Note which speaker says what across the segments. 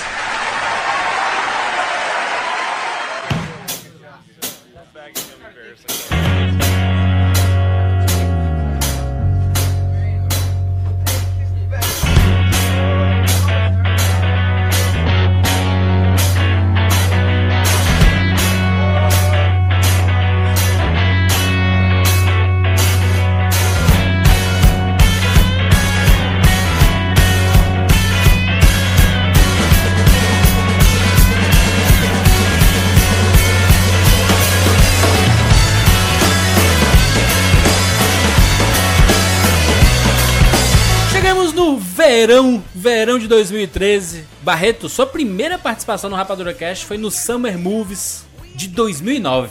Speaker 1: Chegamos no verão, verão de 2013. Barreto, sua primeira participação no Rapadura Cast foi no Summer Movies de 2009.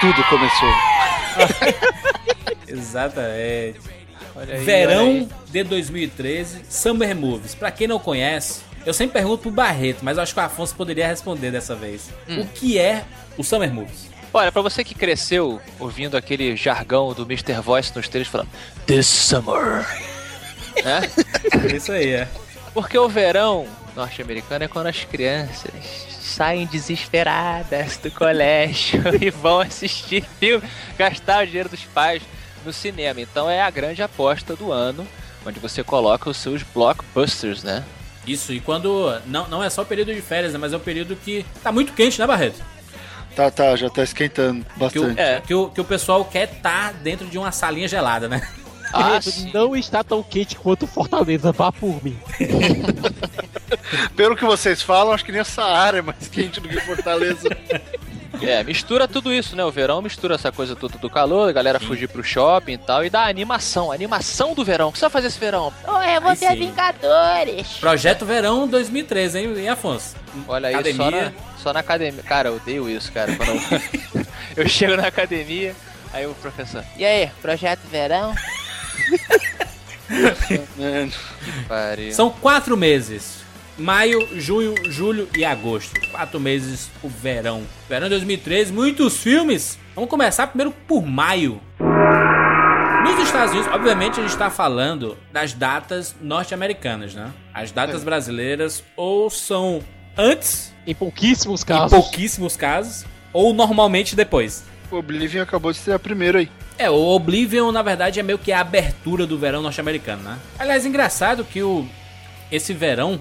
Speaker 2: Tudo começou.
Speaker 1: Exatamente.
Speaker 3: Olha aí, olha
Speaker 1: é Verão
Speaker 3: aí.
Speaker 1: de 2013, Summer Movies. Pra quem não conhece, eu sempre pergunto pro Barreto, mas eu acho que o Afonso poderia responder dessa vez. O que é o Summer Movies?
Speaker 3: Olha, pra você que cresceu ouvindo aquele jargão do Mr. Voice nos trailers falando.
Speaker 4: This summer,
Speaker 3: Né?
Speaker 1: É Isso aí, é.
Speaker 3: Porque o verão norte-americano é quando as crianças saem desesperadas do colégio e vão assistir filme, gastar o dinheiro dos pais no cinema. Então é a grande aposta do ano, onde você coloca os seus blockbusters, né?
Speaker 1: Isso, e quando. Não, não é só o período de férias, né, mas é um período que tá muito quente, né, Barreto?
Speaker 2: Tá, tá, já tá esquentando
Speaker 1: Que o,
Speaker 2: bastante.
Speaker 3: É.
Speaker 1: que o, que o pessoal quer tá dentro de uma salinha gelada, né?
Speaker 3: Ah,
Speaker 5: Pedro,
Speaker 3: sim.
Speaker 5: Não está tão quente quanto Fortaleza, vá por mim.
Speaker 2: é Pelo que vocês falam, acho que nem essa área é mais quente do que Fortaleza.
Speaker 3: É, mistura tudo isso, né? O verão mistura essa coisa toda do calor, a galera fugir pro shopping e tal, e dá a animação, a animação do verão. O que você vai fazer esse verão?
Speaker 6: eu vou
Speaker 1: Aí
Speaker 6: ser
Speaker 1: sim.
Speaker 6: Vingadores.
Speaker 1: Projeto Verão 2013, hein, hein Afonso?
Speaker 3: Olha aí, só na,
Speaker 1: Academia.
Speaker 3: só na academia. Cara, eu odeio isso, cara. Quando eu, eu chego na academia, aí o professor.
Speaker 6: E aí, projeto verão?
Speaker 2: É,
Speaker 3: Pariu.
Speaker 1: São quatro meses. Maio, junho, julho e agosto. Quatro meses o verão. Verão de 2013, muitos filmes. Vamos começar primeiro por maio. Nos Estados Unidos, obviamente, a gente está falando das datas norte-americanas, né? As datas brasileiras ou são antes,
Speaker 5: É. Em pouquíssimos
Speaker 1: em
Speaker 5: casos.
Speaker 1: pouquíssimos casos, ou normalmente depois.
Speaker 2: O Oblivion acabou de ser a primeira aí.
Speaker 1: É, o Oblivion, na verdade, é meio que a abertura do verão norte-americano, né? Aliás, engraçado que o esse verão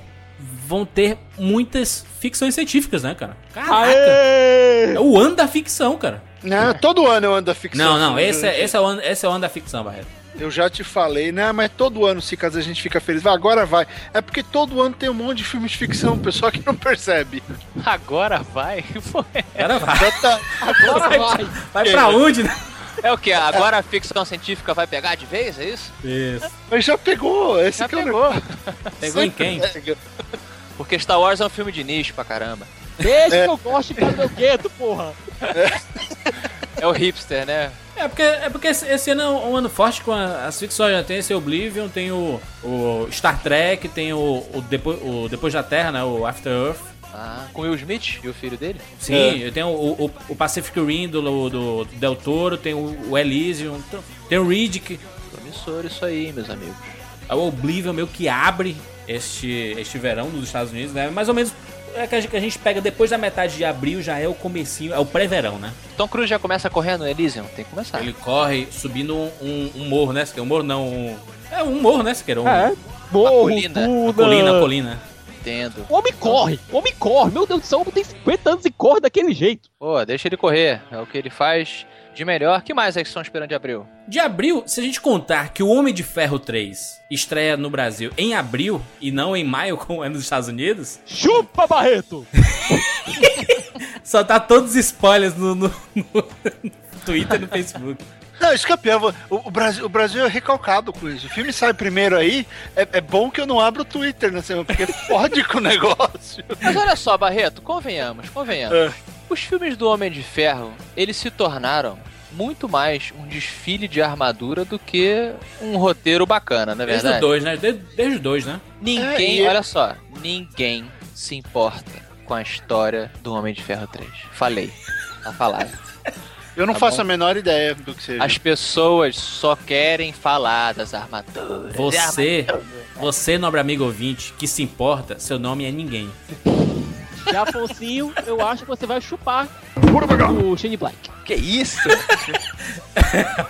Speaker 1: vão ter muitas ficções científicas, né, cara? Caraca!
Speaker 5: Aê!
Speaker 1: É o ano da ficção, cara.
Speaker 2: Não, É, todo ano eu ando da ficção.
Speaker 1: Não, não, esse é, esse é, o, ano, esse é o ano da ficção, Barreto.
Speaker 2: Eu já te falei, né? Mas todo ano, se caso a gente fica feliz, vai, agora vai. É porque todo ano tem um monte de filme de ficção, o pessoal que não percebe.
Speaker 3: Agora vai? Pô, é
Speaker 1: Cara, vai,
Speaker 2: Já tá-
Speaker 5: Agora vai!
Speaker 1: vai pra onde, né?
Speaker 3: É o que? Agora a ficção científica vai pegar de vez, é isso?
Speaker 1: Isso.
Speaker 2: mas já pegou, esse
Speaker 3: Já
Speaker 2: que é o
Speaker 3: pegou.
Speaker 1: Pegou em quem?
Speaker 2: negócio.
Speaker 3: Porque Star Wars é um filme de nicho pra caramba.
Speaker 5: Desde que eu gosto de meu gueto, porra!
Speaker 3: É o hipster, né?
Speaker 1: É porque, é porque esse esse ano é um ano forte com a- as ficções. né? Tem esse Oblivion, tem o, o Star Trek, tem o, o, depois, o Depois da Terra, né? O After Earth.
Speaker 3: Ah, com Will Smith e o filho dele?
Speaker 1: Sim, eu tenho o, o, o Pacific Rim do, do Del Toro, tem o, o Elysium, tem- tem o Riddick,
Speaker 3: Promissor isso aí, meus amigos.
Speaker 1: é o Oblivion meio que abre este, este verão dos Estados Unidos, né? Mais ou menos é que a gente- que a gente pega depois da metade de abril, já é o comecinho, é o pré-verão, né?
Speaker 3: Tom Cruise já começa correndo, Elysium? Tem que começar.
Speaker 1: Ele corre subindo um, um, um morro, né? Siqueira? Um morro não, um... É um morro, né, Siqueira? Um,
Speaker 5: É, morro,
Speaker 3: colina,
Speaker 5: duna.
Speaker 1: uma colina, uma colina.
Speaker 3: Entendo.
Speaker 5: O homem corre! O homem corre! Meu Deus do céu, o homem tem 50 anos e corre daquele jeito!
Speaker 3: Pô, deixa ele correr. É o que ele faz de melhor. que mais é que estão esperando de abril?
Speaker 1: De abril, se a gente contar que o Homem de Ferro 3 estreia no Brasil em abril e não em maio, como é nos Estados Unidos...
Speaker 5: Chupa, Barreto!
Speaker 1: Só tá todos os spoilers no, no, no Twitter e no Facebook.
Speaker 2: Não, isso que é pior. O, o Brasil, o Brasil é recalcado com isso. O filme sai primeiro aí, é, é bom que eu não abro o Twitter na semana, porque fode com o negócio.
Speaker 3: Mas olha só, Barreto, convenhamos, convenhamos.
Speaker 2: É.
Speaker 3: Os filmes do Homem de Ferro, eles se tornaram muito mais um desfile de armadura do que um roteiro bacana, não é
Speaker 1: Desde o
Speaker 3: verdade?
Speaker 1: 2, né? Desde, desde o 2, né?
Speaker 3: Ninguém,
Speaker 2: É, e-
Speaker 3: olha só, ninguém se importa com a história do Homem de Ferro 3. Falei. Tá falado.
Speaker 2: Eu não
Speaker 3: Tá
Speaker 2: faço
Speaker 3: bom.
Speaker 2: a menor ideia do que seja.
Speaker 3: As pessoas só querem falar das armaduras.
Speaker 1: Você,
Speaker 3: Ah,
Speaker 1: você, nobre amigo ouvinte, que se importa, seu nome é ninguém.
Speaker 5: Já, Afonsinho, eu acho que você vai chupar o Shane Black.
Speaker 3: Que isso?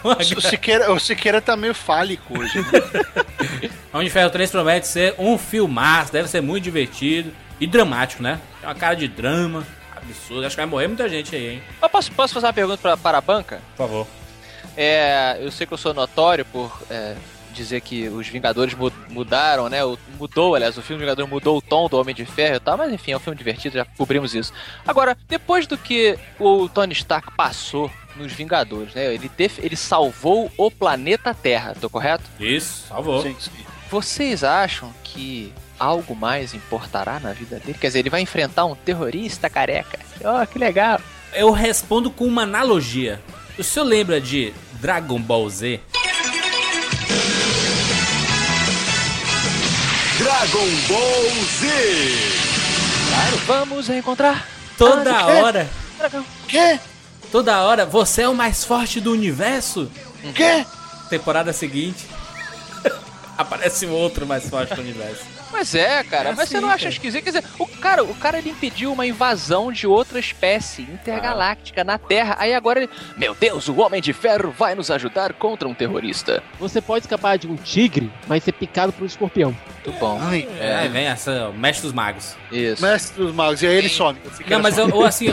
Speaker 2: O Siqueira, o Siqueira tá meio fálico hoje. né,
Speaker 1: Homem de Ferro 3 promete ser um filmaço, deve ser muito divertido e dramático, né? É uma cara de drama, absurdo. Acho que vai morrer muita gente aí, hein?
Speaker 3: Eu posso, posso fazer uma pergunta pra, para a banca?
Speaker 1: Por favor.
Speaker 3: É, eu sei que eu sou notório por é, dizer que os Vingadores mu- mudaram, né? O- Mudou, aliás, o filme Vingador mudou o tom do Homem de Ferro e tal, mas enfim, é um filme divertido, já cobrimos isso. Agora, depois do que o Tony Stark passou nos Vingadores, né? Ele, def- ele salvou o planeta Terra, tô correto?
Speaker 1: Isso, salvou.
Speaker 2: Sim, sim.
Speaker 3: Vocês acham que algo mais importará na vida dele? Quer dizer, ele vai enfrentar um terrorista careca. Oh, que legal.
Speaker 1: Eu respondo com uma analogia. O senhor lembra de Dragon Ball Z?
Speaker 3: Vamos reencontrar.
Speaker 1: Toda
Speaker 3: Ah, quê?
Speaker 1: hora.
Speaker 2: Quê?
Speaker 1: Toda hora, você é o mais forte do universo?
Speaker 2: Quê?
Speaker 1: Temporada seguinte. Aparece um outro mais forte do universo.
Speaker 3: Mas é, cara,
Speaker 1: É
Speaker 3: mas você
Speaker 1: assim,
Speaker 3: não acha
Speaker 1: cara.
Speaker 3: esquisito? Quer dizer, o cara, o cara ele impediu uma invasão de outra espécie intergaláctica na Terra. Aí agora ele. Meu Deus, o Homem de Ferro vai nos ajudar contra um terrorista.
Speaker 5: Você pode escapar de um tigre, mas ser picado por um escorpião.
Speaker 3: Muito bom.
Speaker 2: Ai,
Speaker 1: É, aí vem essa, o mestre dos magos.
Speaker 3: Isso.
Speaker 2: mestre dos magos, e aí ele some. O Siqueira
Speaker 1: Não, mas
Speaker 2: some.
Speaker 1: eu- ou assim,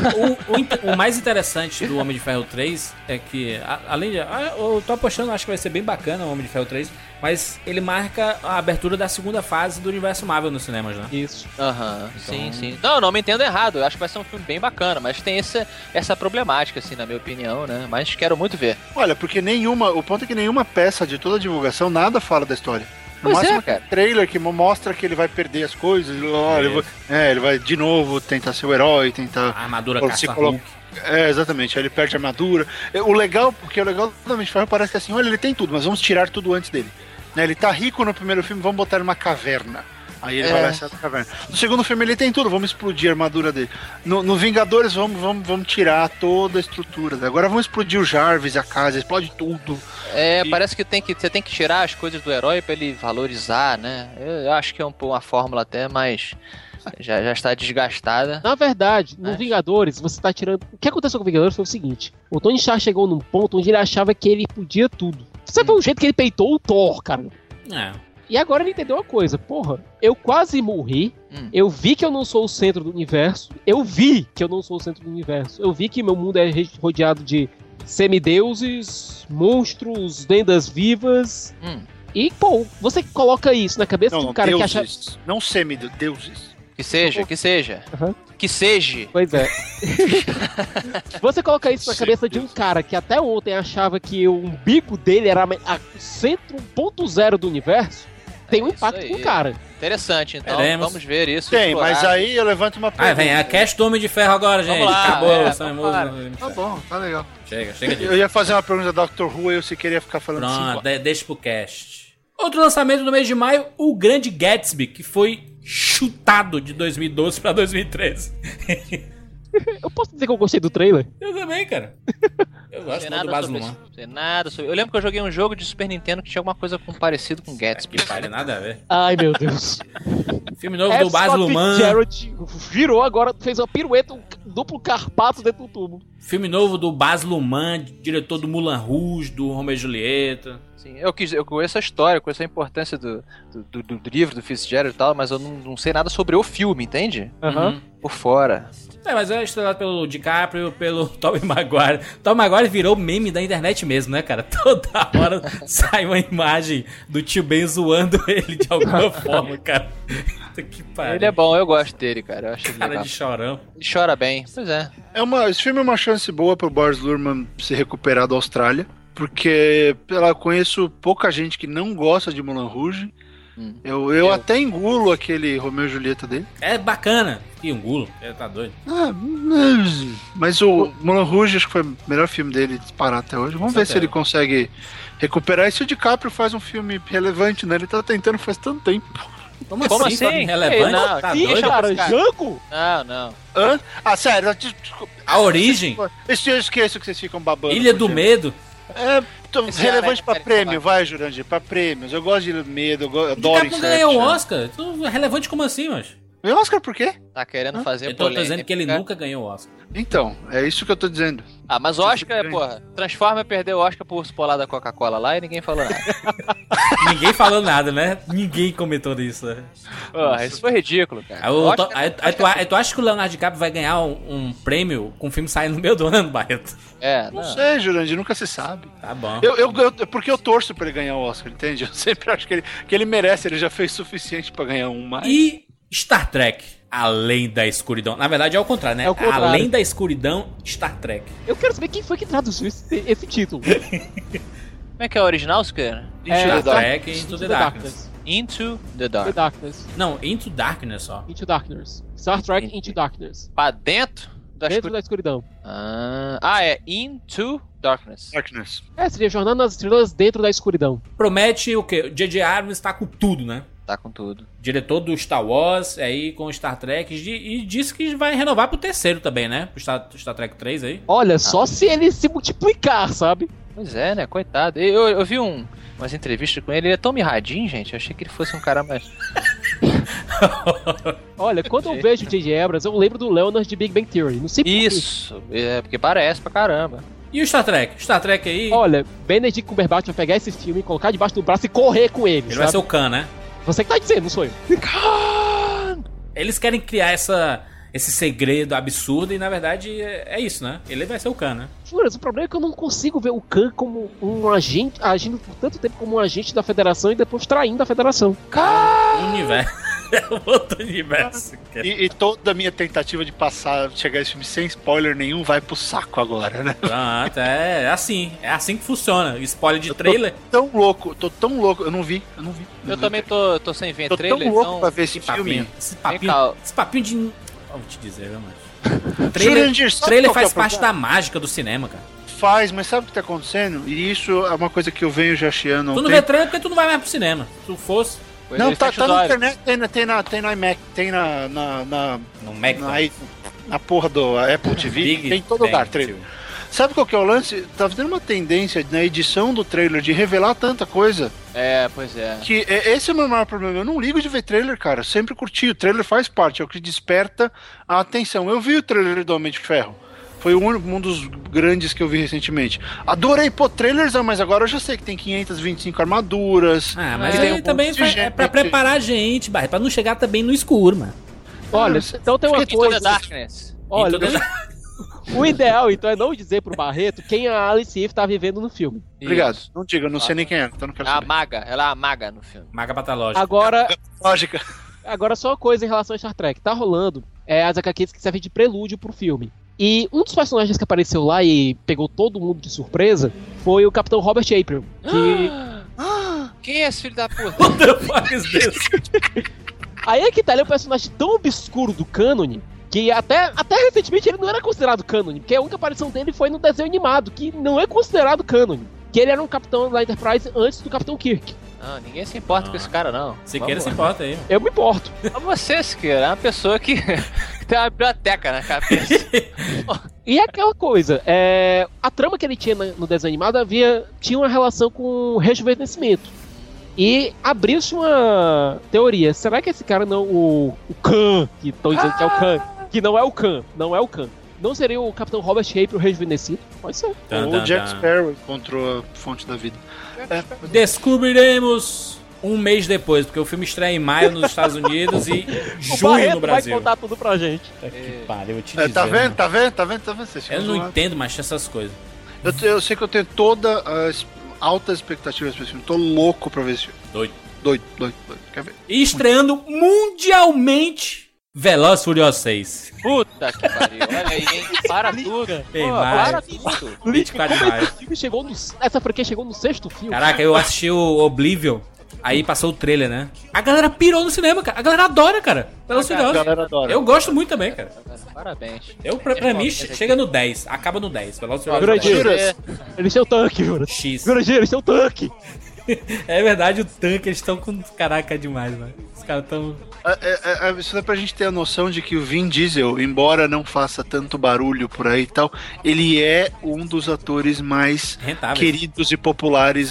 Speaker 1: o, o inte- o mais interessante do Homem de Ferro 3 é que, a- além de. ah, Eu tô apostando, acho que vai ser bem bacana o Homem de Ferro 3. Mas ele marca a abertura da segunda fase do universo Marvel nos cinemas, né?
Speaker 5: Isso.
Speaker 3: Aham, sim, sim. Não, não me entendo errado. Eu acho que vai ser um filme bem bacana, mas tem essa, essa problemática, assim, na minha opinião, né? Mas quero muito ver.
Speaker 2: Olha, porque nenhuma. O ponto é que nenhuma peça de toda a divulgação, nada fala da história. No
Speaker 3: Pois é,
Speaker 2: máximo,
Speaker 3: cara.
Speaker 2: trailer que mo- mostra que ele vai perder as coisas. Olha, ele, vai- é, ele vai de novo tentar ser o herói, tentar.
Speaker 1: A armadura
Speaker 2: Quando se
Speaker 1: caça
Speaker 2: coloca-
Speaker 1: Hulk.
Speaker 2: É, exatamente. Aí ele perde a armadura. É, O legal, porque o legal do Homem de Ferro parece que assim, olha, ele tem tudo, mas vamos tirar tudo antes dele. Né, ele tá rico no primeiro filme, vamos botar ele numa caverna. Aí
Speaker 5: É.
Speaker 2: ele vai lá e sai da caverna. No segundo filme ele tem tudo, vamos explodir a armadura dele. No, no Vingadores, vamos, vamos, vamos tirar toda a estrutura. Agora vamos explodir o Jarvis, a casa, explode tudo.
Speaker 3: É, parece que, tem que você tem que tirar as coisas do herói pra ele valorizar, né? Eu, eu acho que é um, pouco uma fórmula até, mas já, já está desgastada.
Speaker 5: Na verdade, no
Speaker 3: Acho.
Speaker 5: Vingadores, você tá tirando. O que aconteceu com o Vingadores foi o seguinte: o Tony Stark chegou num ponto onde ele achava que ele podia tudo. Você vê o jeito que ele peitou o Thor, cara.
Speaker 1: É.
Speaker 5: E agora ele entendeu uma coisa: porra, eu quase morri.
Speaker 3: Hum.
Speaker 5: Eu vi que eu não sou o centro do universo. Eu vi que eu não sou o centro do universo. Eu vi que meu mundo é re- rodeado de semideuses, monstros, lendas vivas.
Speaker 3: Hum.
Speaker 5: E, pô, você coloca isso na cabeça
Speaker 2: Não,
Speaker 5: de um
Speaker 2: não,
Speaker 5: cara que acha.
Speaker 2: deuses. Não semido, deuses.
Speaker 3: Que seja,
Speaker 2: Uhum.
Speaker 3: que seja.
Speaker 5: Aham.
Speaker 3: Que seja.
Speaker 5: Pois é. Você coloca isso na cabeça de um cara que até ontem achava que o umbigo dele era a a centro 1.0 do universo, tem um
Speaker 3: É isso
Speaker 5: impacto
Speaker 3: aí.
Speaker 5: com o cara.
Speaker 3: Interessante, então.
Speaker 1: Veremos.
Speaker 3: Vamos ver isso.
Speaker 2: Tem, mas
Speaker 3: explorar.
Speaker 2: aí eu levanto uma pergunta.
Speaker 1: Ah, vem, a cast do Homem de Ferro agora, gente.
Speaker 3: Vamos lá,
Speaker 1: Acabou,
Speaker 3: é,
Speaker 1: Sam
Speaker 3: vamos lá.
Speaker 1: Moore.
Speaker 2: Tá bom, tá legal.
Speaker 1: Chega, chega disso.
Speaker 2: Eu ia fazer uma pergunta da Dr. Who e eu se queria ficar falando
Speaker 1: Pronto,
Speaker 2: assim.
Speaker 1: de- deixa pro cast. Outro lançamento do mês de maio, o Grande Gatsby, que foi chutado de 2012 pra 2013.
Speaker 5: Eu posso dizer que eu gostei do trailer?
Speaker 1: Eu também, cara. Eu
Speaker 3: Não
Speaker 1: gosto muito
Speaker 3: sei
Speaker 1: do
Speaker 3: nada, sobre
Speaker 1: Baslumã.
Speaker 3: isso, não sei nada sobre. Eu lembro que eu joguei um jogo de Super Nintendo que tinha alguma coisa com, parecido com Gatsby.
Speaker 1: Que pariu, nada a ver.
Speaker 5: Ai, meu Deus.
Speaker 1: Filme novo do Baz Luhrmann.
Speaker 5: Jared virou agora, fez uma pirueta, um duplo carpato dentro do tubo.
Speaker 1: Filme novo do Baz Luhrmann, diretor do Mulan Rouge, do Romeo e Julieta.
Speaker 3: Sim, eu, quis, eu conheço a história, eu conheço a importância do, do, do- do livro, do Fitzgerald e tal, mas eu não, não sei nada sobre o filme, entende?
Speaker 1: Uhum.
Speaker 5: Aham.
Speaker 3: Por fora.
Speaker 1: É, mas é estrelado pelo DiCaprio, pelo Tobey Maguire. Tobey Maguire virou meme da internet mesmo, né, cara? Toda hora sai uma imagem do tio Ben zoando ele de alguma forma, cara. Puta que pariu.
Speaker 3: Ele é bom, eu gosto dele, cara. Eu acho ele
Speaker 1: cara
Speaker 3: legal.
Speaker 1: de chorão.
Speaker 3: Ele chora bem. Pois é.
Speaker 2: É uma, esse filme é uma chance boa pro Boris Luhrmann se recuperar da Austrália, porque pela, eu conheço pouca gente que não gosta de Moulin Rouge.
Speaker 3: Hum.
Speaker 2: Eu, eu até engulo aquele Romeu e Julieta dele.
Speaker 1: É bacana. E um gulo. Ele tá doido.
Speaker 2: Ah, mas- mas o Moulin Rouge acho que foi o melhor filme dele disparar até hoje. Vamos
Speaker 1: Com
Speaker 2: ver se
Speaker 1: certeza.
Speaker 2: ele consegue recuperar. E se o DiCaprio faz um filme relevante, né? Ele tá tentando faz tanto tempo.
Speaker 1: Como,
Speaker 3: Como
Speaker 1: assim?
Speaker 3: assim?
Speaker 1: Relevante?
Speaker 3: Ei, não,
Speaker 1: tá
Speaker 3: que
Speaker 5: Ih,
Speaker 1: doido?
Speaker 3: chato.
Speaker 5: cara,
Speaker 3: cara.
Speaker 5: Jango?
Speaker 3: Não, não.
Speaker 2: Hã? Ah, sério, des- desculpa.
Speaker 1: A origem?
Speaker 2: Isso eu esqueço que vocês ficam babando.
Speaker 1: Ilha
Speaker 2: por
Speaker 1: do
Speaker 2: dia.
Speaker 1: Medo?
Speaker 2: É tô-
Speaker 3: Esse Aranha
Speaker 2: relevante pra
Speaker 3: quer
Speaker 2: prêmio, vai, Jurandir, pra prêmios. Eu gosto de medo, eu go- adoro
Speaker 1: DiCaprio ganhou um o
Speaker 2: Inception.
Speaker 1: Oscar. Isso é relevante como assim, mas?
Speaker 2: Ganhou um Oscar por quê?
Speaker 3: Tá querendo fazer
Speaker 1: Então, Eu tô dizendo que ele
Speaker 3: polêmica.
Speaker 1: nunca ganhou o Oscar.
Speaker 2: Então, é isso que eu tô dizendo.
Speaker 3: Ah, mas Oscar, é, porra. Transforma perdeu o Oscar por urso polar da Coca-Cola lá e ninguém falou nada.
Speaker 1: Ninguém falou nada, né? Ninguém comentou disso. né?
Speaker 3: porra, isso foi ridículo, cara.
Speaker 1: Aí, É o
Speaker 3: Oscar-
Speaker 1: to- aí- aí tu, aí tu acha que o Leonardo DiCaprio vai ganhar um, um prêmio com o filme saindo no meio do ano, Barreto?
Speaker 3: É, não.
Speaker 2: Não, sei, Jurandir, nunca se sabe.
Speaker 1: Tá bom.
Speaker 2: Eu, eu, eu- é porque eu torço pra ele ganhar o Oscar, entende? Eu sempre acho que ele, que ele merece, ele já fez suficiente pra ganhar um mais.
Speaker 1: E Star Trek, Além da Escuridão. Na verdade é o contrário, né?
Speaker 5: É o contrário.
Speaker 1: Além da Escuridão, Star Trek.
Speaker 5: Eu quero saber quem foi que traduziu esse, esse título.
Speaker 3: Como é que é o original, Siqueira?
Speaker 1: Star
Speaker 5: É,
Speaker 1: Trek Into the Darkness.
Speaker 3: Into the
Speaker 5: The
Speaker 3: Dark.
Speaker 5: Darkness.
Speaker 1: Não, Into Darkness só.
Speaker 5: Into Darkness. Star Trek Into Darkness.
Speaker 3: Pra dentro da
Speaker 5: Dentro
Speaker 3: escuridão.
Speaker 5: da escuridão.
Speaker 3: Ah, ah, é Into Darkness.
Speaker 2: Darkness.
Speaker 5: É, seria Jornada nas Estrelas dentro da escuridão.
Speaker 1: Promete o quê? O J.J. Abrams tá com tudo, né?
Speaker 3: Tá com tudo.
Speaker 1: Diretor do Star Wars, é aí com Star Trek. E, e disse que vai renovar pro terceiro também, né? Pro Star, Star Trek 3 aí.
Speaker 5: Olha, só se ele se multiplicar, sabe?
Speaker 3: Pois é, né? Coitado. Eu, eu vi um, umas entrevistas com ele. Ele é tão mirradinho, gente. Eu achei que ele fosse um cara mais.
Speaker 5: Olha, quando eu vejo o J.J. Abrams, eu lembro do Leonard de Big Bang Theory. Não sei por quê.
Speaker 3: Isso. É, porque parece pra caramba.
Speaker 1: E o Star Trek? Star Trek aí.
Speaker 5: Olha, Benedict Cumberbatch vai pegar esse filme, colocar debaixo do braço e correr com ele,
Speaker 1: ele vai
Speaker 5: sabe?
Speaker 1: ser o Khan, né?
Speaker 5: Você que tá dizendo, não sou eu.
Speaker 1: Eles querem criar essa, esse segredo absurdo e na verdade é, é isso, né? Ele vai ser o Khan, né?
Speaker 5: Juras, o problema é que eu não consigo ver o Khan como um agente, agindo por tanto tempo como um agente da federação e depois traindo a federação.
Speaker 1: Universo. É o outro universo. cara.
Speaker 2: E, e toda a minha tentativa de passar, chegar a esse filme sem spoiler nenhum, vai pro saco agora, né?
Speaker 1: Pronto, é assim. É assim que funciona. Spoiler de trailer.
Speaker 2: Tão louco, tô tão louco. Eu não vi, eu não vi. não
Speaker 3: Eu
Speaker 2: vi.
Speaker 3: também tô, Uhum. tô sem ver
Speaker 2: Tô tão
Speaker 3: trailer,
Speaker 2: louco
Speaker 3: então.
Speaker 2: pra ver esse
Speaker 1: Esse papinho,
Speaker 2: filme.
Speaker 1: esse
Speaker 3: Vem cá, ó.
Speaker 1: papinho, esse papinho de. Ó, Vou te dizer, viu, mano? Trailer,
Speaker 2: Jurandir, sabe
Speaker 1: trailer
Speaker 2: qual que é
Speaker 1: faz
Speaker 2: o
Speaker 1: parte
Speaker 2: problema?
Speaker 1: da mágica do cinema, cara.
Speaker 2: Faz, mas sabe o que tá acontecendo? E isso é uma coisa que eu venho já chiando há um
Speaker 1: Tu não vê
Speaker 2: tempo.
Speaker 1: trailer porque tu não vai mais pro cinema. Se tu fosse
Speaker 3: Pois
Speaker 2: Não,
Speaker 3: ele
Speaker 2: tá,
Speaker 3: fecha
Speaker 2: tá
Speaker 3: os
Speaker 2: na
Speaker 3: olhos.
Speaker 2: internet, tem na, tem na, tem na iMac, tem na, na, na,
Speaker 1: no Mac, né?
Speaker 2: na, na porra do Apple TV, tem em todo
Speaker 1: Bang
Speaker 2: lugar trailer.
Speaker 1: Theory.
Speaker 2: Sabe qual que é o lance? Tá tendo uma tendência na edição do trailer de revelar tanta coisa
Speaker 3: É, pois é.
Speaker 2: que é- esse é o meu maior problema. Eu não ligo de ver trailer, cara. Eu sempre curti. O trailer faz parte, é o que desperta a atenção. Eu vi o trailer do Homem de Ferro. Foi o único- um dos grandes que eu vi recentemente. Adorei, pô, trailerzão, mas agora eu já sei que tem 525 armaduras.
Speaker 1: Ah, mas
Speaker 2: que tem um
Speaker 1: aí também
Speaker 2: monte de
Speaker 1: faz- é
Speaker 2: gente
Speaker 1: pra
Speaker 2: que-
Speaker 1: preparar a gente, barra, pra não chegar também no escuro, mano.
Speaker 5: Olha,
Speaker 2: Ah, você-
Speaker 5: então tem uma
Speaker 2: Fica de
Speaker 3: Toda
Speaker 5: coisa.
Speaker 3: Darkness.
Speaker 5: Olha,
Speaker 1: Então,
Speaker 5: o ideal então é não dizer pro Barreto quem a Alice Eve tá vivendo no filme.
Speaker 2: Obrigado. Não diga, eu não sei nem quem é, então não quero
Speaker 3: A
Speaker 2: saber.
Speaker 3: maga, ela é a maga no filme.
Speaker 1: Maga patológica.
Speaker 5: Agora,
Speaker 2: Lógica.
Speaker 5: agora só uma coisa em relação a Star Trek. Tá rolando é, as HQs que servem de prelúdio pro filme. E um dos personagens que apareceu lá e pegou todo mundo de surpresa foi o Capitão Robert April.
Speaker 2: Ah,
Speaker 5: Que...
Speaker 3: Ah! Quem é esse filho da puta?
Speaker 1: What the fuck is this?
Speaker 5: Aí é que tá, ele é um personagem tão obscuro do cânone que até, até recentemente ele não era considerado cânone, porque a única aparição dele foi no desenho animado, que não é considerado cânone. Que ele era um capitão da Enterprise antes do Capitão Kirk.
Speaker 3: Não, ninguém se importa com esse cara, não.
Speaker 1: Siqueira
Speaker 3: Vamos
Speaker 1: se
Speaker 3: lá.
Speaker 1: importa aí.
Speaker 5: Eu me importo.
Speaker 3: É você, Siqueira. É uma pessoa que que tem uma biblioteca na cabeça.
Speaker 5: E é aquela coisa, é, a trama que ele tinha na- no desenho animado havia, tinha uma relação com o rejuvenescimento. E abriu-se uma teoria. Será que esse cara não. O, o Khan, que estão dizendo que é o Khan, que não é o Khan, não é o Khan. Não seria o Capitão Robert April rejuvenescido? Pode ser.
Speaker 1: Tan,
Speaker 2: Ou
Speaker 1: tan,
Speaker 2: o Jack
Speaker 1: tan.
Speaker 2: Sparrow encontrou a fonte da vida.
Speaker 1: Descobriremos um mês depois, porque o filme estreia em maio nos Estados Unidos e
Speaker 5: O
Speaker 1: junho no
Speaker 5: Barreto vai
Speaker 1: Brasil.
Speaker 5: contar tudo pra gente.
Speaker 1: Puta que pariu, eu te
Speaker 2: É, tá
Speaker 1: dizendo,
Speaker 2: vendo?
Speaker 1: mano.
Speaker 2: Tá vendo? Tá vendo? Tá vendo? Vocês
Speaker 1: Eu
Speaker 2: ficam
Speaker 1: não
Speaker 2: zoados.
Speaker 1: entendo mais essas coisas.
Speaker 2: Eu, te- eu sei que eu tenho toda as altas expectativas pra esse filme. Tô louco pra ver esse filme.
Speaker 1: Doido.
Speaker 2: Doido, doido, doido. Quer ver?
Speaker 1: E estreando mundialmente Veloz e Furioso 6.
Speaker 3: Puta que pariu. Olha aí, hein? Para tudo.
Speaker 1: Ei,
Speaker 3: Pô,
Speaker 1: Mário.
Speaker 3: para tudo.
Speaker 1: 24 de maio.
Speaker 5: O filme chegou no, essa franquia chegou no sexto filme.
Speaker 1: Caraca, eu assisti o Oblivion, aí passou o trailer, né? A galera pirou no cinema, cara. A galera adora, cara. Veloz e
Speaker 3: A né?
Speaker 1: Furioso.
Speaker 2: galera adora.
Speaker 1: Eu gosto muito também, cara.
Speaker 3: Parabéns.
Speaker 1: Eu, pra, pra mim, che- chega no 10. Acaba no 10. Veloz e Furioso
Speaker 5: Grande.
Speaker 1: 10.
Speaker 2: Juras,
Speaker 5: Eles são tanque, Jura.
Speaker 1: X.
Speaker 5: Jurandir, eles são tanque.
Speaker 1: É verdade, o tanque, eles estão com. Caraca, é demais, mano. Os caras estão.
Speaker 2: é- é- é- isso dá pra gente ter a noção de que o Vin Diesel, embora não faça tanto barulho por aí e tal, ele é um dos atores mais
Speaker 1: Rentáveis.
Speaker 2: queridos e populares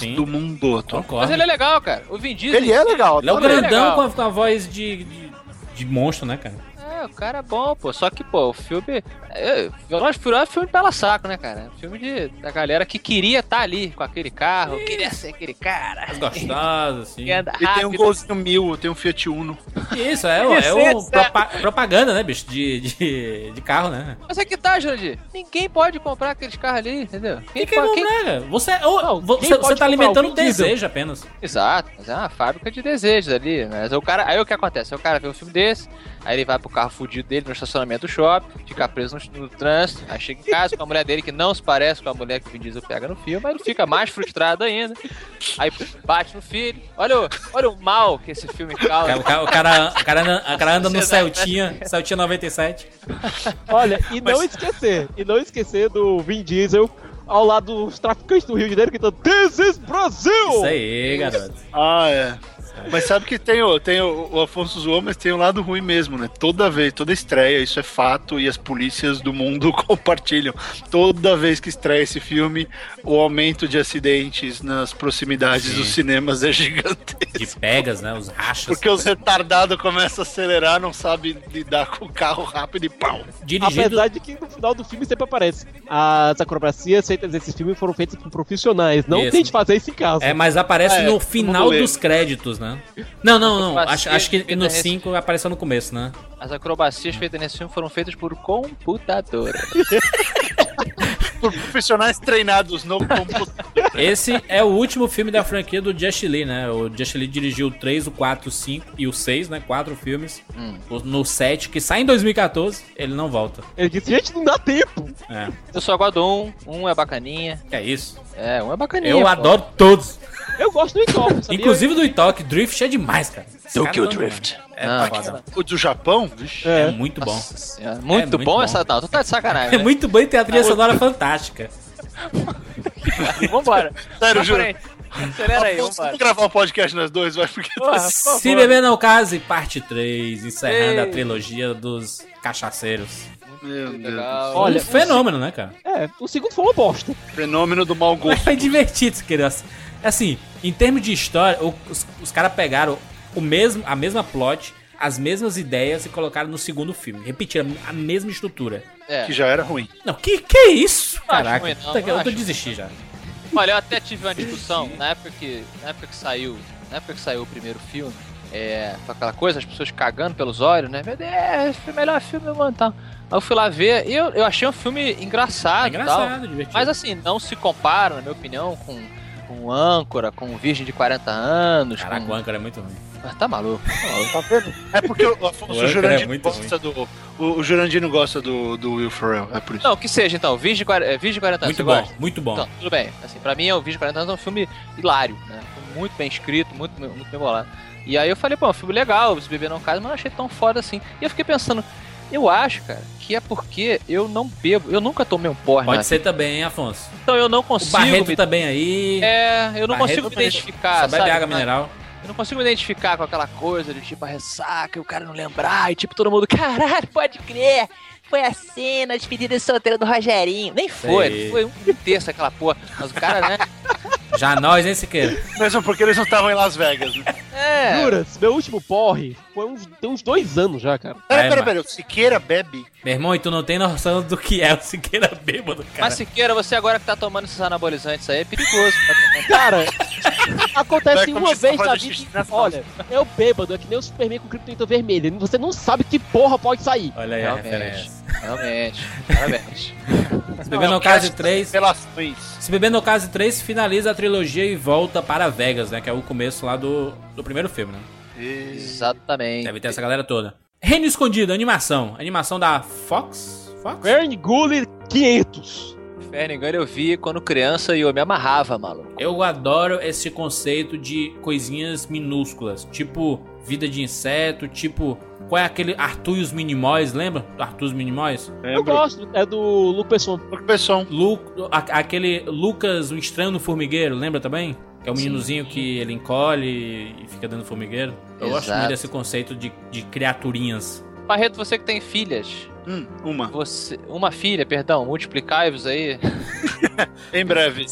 Speaker 1: Ah, Sim.
Speaker 2: do mundo atual.
Speaker 3: Mas
Speaker 1: Concordo.
Speaker 3: ele é legal, cara. O Vin Diesel.
Speaker 2: Ele é legal,
Speaker 1: Ele é o
Speaker 3: Ele é
Speaker 1: grandão
Speaker 3: legal.
Speaker 1: com a, com a voz de, de, de monstro, né, cara?
Speaker 3: É, o cara é bom, pô. Só que, pô, o filme. é, Veloz e Furioso é filme pela saco, né, cara? É filme de, da galera que queria estar ali com aquele carro, queria ser aquele cara.
Speaker 1: As gostosas, assim.
Speaker 3: que anda
Speaker 2: E tem um
Speaker 3: rápido.
Speaker 2: golzinho mil, tem um Fiat Uno.
Speaker 1: Isso, é, o- é o
Speaker 3: Isso,
Speaker 1: propa- propaganda, né, bicho? De, de, de carro, né?
Speaker 3: Mas é que tá, Jurandir. Ninguém pode comprar aqueles carros ali, entendeu?
Speaker 1: Quem
Speaker 3: Quem
Speaker 1: quer
Speaker 3: pode, quem...
Speaker 1: comprar, né, cara? Você, ou-
Speaker 5: Não,
Speaker 1: vo-
Speaker 5: quem pode
Speaker 1: você, você tá
Speaker 5: comprar?
Speaker 1: alimentando
Speaker 5: O
Speaker 1: o
Speaker 5: Vin Diesel.
Speaker 1: desejo apenas.
Speaker 3: Exato, mas é uma fábrica de desejos ali. né? Mas o cara, aí o que acontece? O cara vê um filme desse, aí ele vai pro carro fudido dele no estacionamento do shopping, fica preso no, no trânsito, aí chega em casa com a mulher dele que não se parece com a mulher que o Vin Diesel pega no filme, aí ele fica mais frustrado ainda. Aí bate no filho. Olha o, olha o mal que esse filme
Speaker 1: O
Speaker 3: causa.
Speaker 1: cara, o cara, o cara anda, o cara anda no
Speaker 3: Sociedade,
Speaker 1: Celtinha, Celtinha 97.
Speaker 5: Olha, e não esquecer, e não esquecer do Vin Diesel ao lado dos traficantes do Rio de Janeiro que estão This is Brasil!
Speaker 1: Isso aí, garoto.
Speaker 2: Ah, é. Mas sabe que tem, o, tem o, o Afonso zoou, mas tem o lado ruim mesmo, né? Toda vez, toda estreia, isso é fato e as polícias do mundo compartilham. Toda vez que estreia esse filme, o aumento de acidentes nas proximidades dos cinemas é gigantesco.
Speaker 1: De pegas, né? Os rachas.
Speaker 2: Porque os retardados começam a acelerar, não sabem lidar com o carro rápido e pau.
Speaker 1: é Dirigido.
Speaker 5: Apesar de que no final do filme sempre aparece. As acrobacias feitas nesse filme foram feitas por profissionais. Não
Speaker 1: Isso.
Speaker 5: tente fazer isso em casa.
Speaker 1: É, mas aparece
Speaker 2: É,
Speaker 1: no
Speaker 2: todo mundo
Speaker 1: final
Speaker 2: lê.
Speaker 1: dos créditos, né? né? Não, não, não. Acho,
Speaker 3: Acrobacia
Speaker 1: acho que
Speaker 3: feita
Speaker 1: no
Speaker 3: nesse-
Speaker 1: 5 apareceu no começo, né?
Speaker 3: As acrobacias feitas nesse filme foram feitas por computadora.
Speaker 2: Por profissionais treinados no computador.
Speaker 1: Esse é o último filme da franquia do Just Lee, né? O Just Lee dirigiu o 3, o 4, o 5 e o 6, né? Quatro filmes.
Speaker 3: Hum.
Speaker 1: O- No 7, que sai em 2014, ele não volta.
Speaker 5: Ele disse, gente, não dá tempo.
Speaker 1: É,
Speaker 3: Eu só gosto do um, um é bacaninha.
Speaker 1: é isso.
Speaker 3: É, um é bacaninha.
Speaker 1: Eu
Speaker 3: pô.
Speaker 1: adoro todos.
Speaker 5: Eu gosto do Itor, sabia?
Speaker 1: Inclusive do Italk, Drift é demais, cara. Esse cara
Speaker 4: Tokyo
Speaker 1: tá demais.
Speaker 4: Drift.
Speaker 1: É,
Speaker 3: Não,
Speaker 1: foda.
Speaker 2: O do Japão? Vixe.
Speaker 1: é muito bom.
Speaker 3: Ah, Nossa Senhora, muito,
Speaker 1: É muito
Speaker 3: bom,
Speaker 1: bom.
Speaker 3: essa. Não, tu tá de sacanagem.
Speaker 1: É
Speaker 3: né?
Speaker 1: muito bom e tem a trilha sonora fantástica.
Speaker 3: Vambora.
Speaker 2: Sério,
Speaker 3: Pra
Speaker 2: juro.
Speaker 3: frente. Acelera aí,
Speaker 2: Afonso,
Speaker 3: vambora.
Speaker 2: vamos gravar um podcast nós dois, vai, porque...
Speaker 3: Porra, por favor.
Speaker 1: Se Beber Não Case, parte 3, encerrando a
Speaker 3: Ei.
Speaker 1: trilogia dos cachaceiros.
Speaker 2: Meu Deus.
Speaker 3: Legal.
Speaker 5: Olha,
Speaker 1: um fenômeno, né, cara?
Speaker 5: É, o segundo foi uma bosta.
Speaker 2: Fenômeno do mau
Speaker 1: Mas
Speaker 2: gosto.
Speaker 1: foi divertido, querido. Assim, em termos de história, o- os, os caras pegaram o mesmo, a mesma plot, as mesmas ideias e colocaram no segundo filme. Repetiram a mesma estrutura.
Speaker 3: É.
Speaker 2: Que já era ruim.
Speaker 1: Não, que que é isso?
Speaker 3: Não acho
Speaker 1: Caraca,
Speaker 3: ruim, não,
Speaker 1: puta que-
Speaker 3: não
Speaker 1: eu tô
Speaker 3: acho.
Speaker 1: desisti já.
Speaker 3: Olha, eu até tive uma discussão na época que, na época que saiu, na época que saiu o primeiro filme, é, com aquela coisa, as pessoas cagando pelos olhos, né? Meu Deus, esse é o melhor filme, mano, tal. Aí eu fui lá ver e eu, eu achei um filme engraçado,
Speaker 1: É
Speaker 3: e Ah, tal.
Speaker 1: engraçado, divertido.
Speaker 3: Mas assim, não se compara, na minha opinião, com com âncora, com virgem de 40 anos,
Speaker 1: Caraca, o
Speaker 3: com...
Speaker 1: âncora é muito ruim.
Speaker 3: Ah, tá maluco. tá maluco.
Speaker 2: Tá vendo? É porque o
Speaker 1: O
Speaker 2: Afonso
Speaker 1: âncora é
Speaker 2: Jurandir
Speaker 1: muito
Speaker 2: gosta do... O, o Jurandir não gosta do, do Will Ferrell, é por isso.
Speaker 3: Não, que seja então, virgem de 40, é, virgem de 40 anos.
Speaker 1: Muito
Speaker 3: você
Speaker 1: bom,
Speaker 3: gosta?
Speaker 1: muito bom.
Speaker 3: Então, tudo bem. Assim, pra mim, o Vídeo 40 anos é um filme hilário, né? Um filme Muito bem escrito, muito, muito bem bolado. E aí eu falei, pô, é um filme legal, esse bebê não casa, mas não achei tão foda assim. E eu fiquei pensando, eu acho, cara, que é porque eu não bebo, eu nunca tomei um porre, né?
Speaker 1: Pode ser também, hein, Afonso.
Speaker 3: Então eu não
Speaker 1: O
Speaker 3: consigo.
Speaker 1: Barreto
Speaker 3: me...
Speaker 1: também aí.
Speaker 3: É, eu não
Speaker 1: Barreto
Speaker 3: consigo me
Speaker 1: também.
Speaker 3: identificar,
Speaker 1: Só bebe
Speaker 3: sabe?
Speaker 1: água
Speaker 3: Mas-
Speaker 1: mineral.
Speaker 3: eu não consigo me identificar com aquela coisa de tipo a ressaca e o cara não lembrar e tipo todo mundo, caralho,
Speaker 6: Pode crer. Foi a cena de despedida de solteiro do Rogerinho.
Speaker 3: nem foi,
Speaker 1: Sei.
Speaker 3: foi um terço aquela porra. Mas o cara, né?
Speaker 1: Já nós, hein, Siqueira?
Speaker 2: Mesmo porque eles não estavam em Las Vegas, né?
Speaker 3: É.
Speaker 5: Juras, meu último porre foi uns, tem uns dois anos já, cara.
Speaker 2: Pera,
Speaker 1: mano.
Speaker 2: pera, pera, o Siqueira bebe?
Speaker 1: Meu irmão, e tu não tem noção do que é o Siqueira bêbado, cara.
Speaker 3: Mas Siqueira, você agora que tá tomando esses anabolizantes aí, é perigoso.
Speaker 5: Cara,
Speaker 2: Vai
Speaker 1: é
Speaker 5: acontece uma
Speaker 2: começar a
Speaker 5: vez
Speaker 2: fazer
Speaker 5: na
Speaker 2: xixi
Speaker 5: vida.
Speaker 2: na
Speaker 5: e- Olha, eu bêbado, é que nem o Superman com criptonita vermelha. Você não sabe que porra pode sair.
Speaker 1: Olha aí a referência.
Speaker 3: Realmente. Parabéns.
Speaker 1: Se beber no caso 3,
Speaker 2: Relações.
Speaker 1: se beber no caso 3 finaliza a trilogia e volta para Vegas, né, que é o começo lá do, do primeiro filme, né?
Speaker 3: Exatamente.
Speaker 1: Deve ter essa galera toda. Reino Escondido, animação, animação da Fox, Fox?
Speaker 5: Vern Gully 500.
Speaker 3: Inferno Engano eu vi quando criança e eu me amarrava, maluco.
Speaker 1: Eu adoro esse conceito de coisinhas minúsculas, tipo vida de inseto, tipo qual é aquele Arthur e os Minimóis, lembra? Do Arthur e os Minimóis?
Speaker 5: Eu gosto, é do Luke Besson.
Speaker 2: Porque pessoal,
Speaker 1: Lu, a- aquele Lucas, o estranho no formigueiro, lembra também? Que é o meninozinho que ele encolhe e fica dando formigueiro. Eu gosto
Speaker 3: Exato.
Speaker 1: muito desse conceito de, de criaturinhas.
Speaker 3: Barreto, você que tem filhas.
Speaker 2: hum, uma.
Speaker 3: Você. Uma filha, perdão, multiplicai-vos aí.
Speaker 2: Em breve.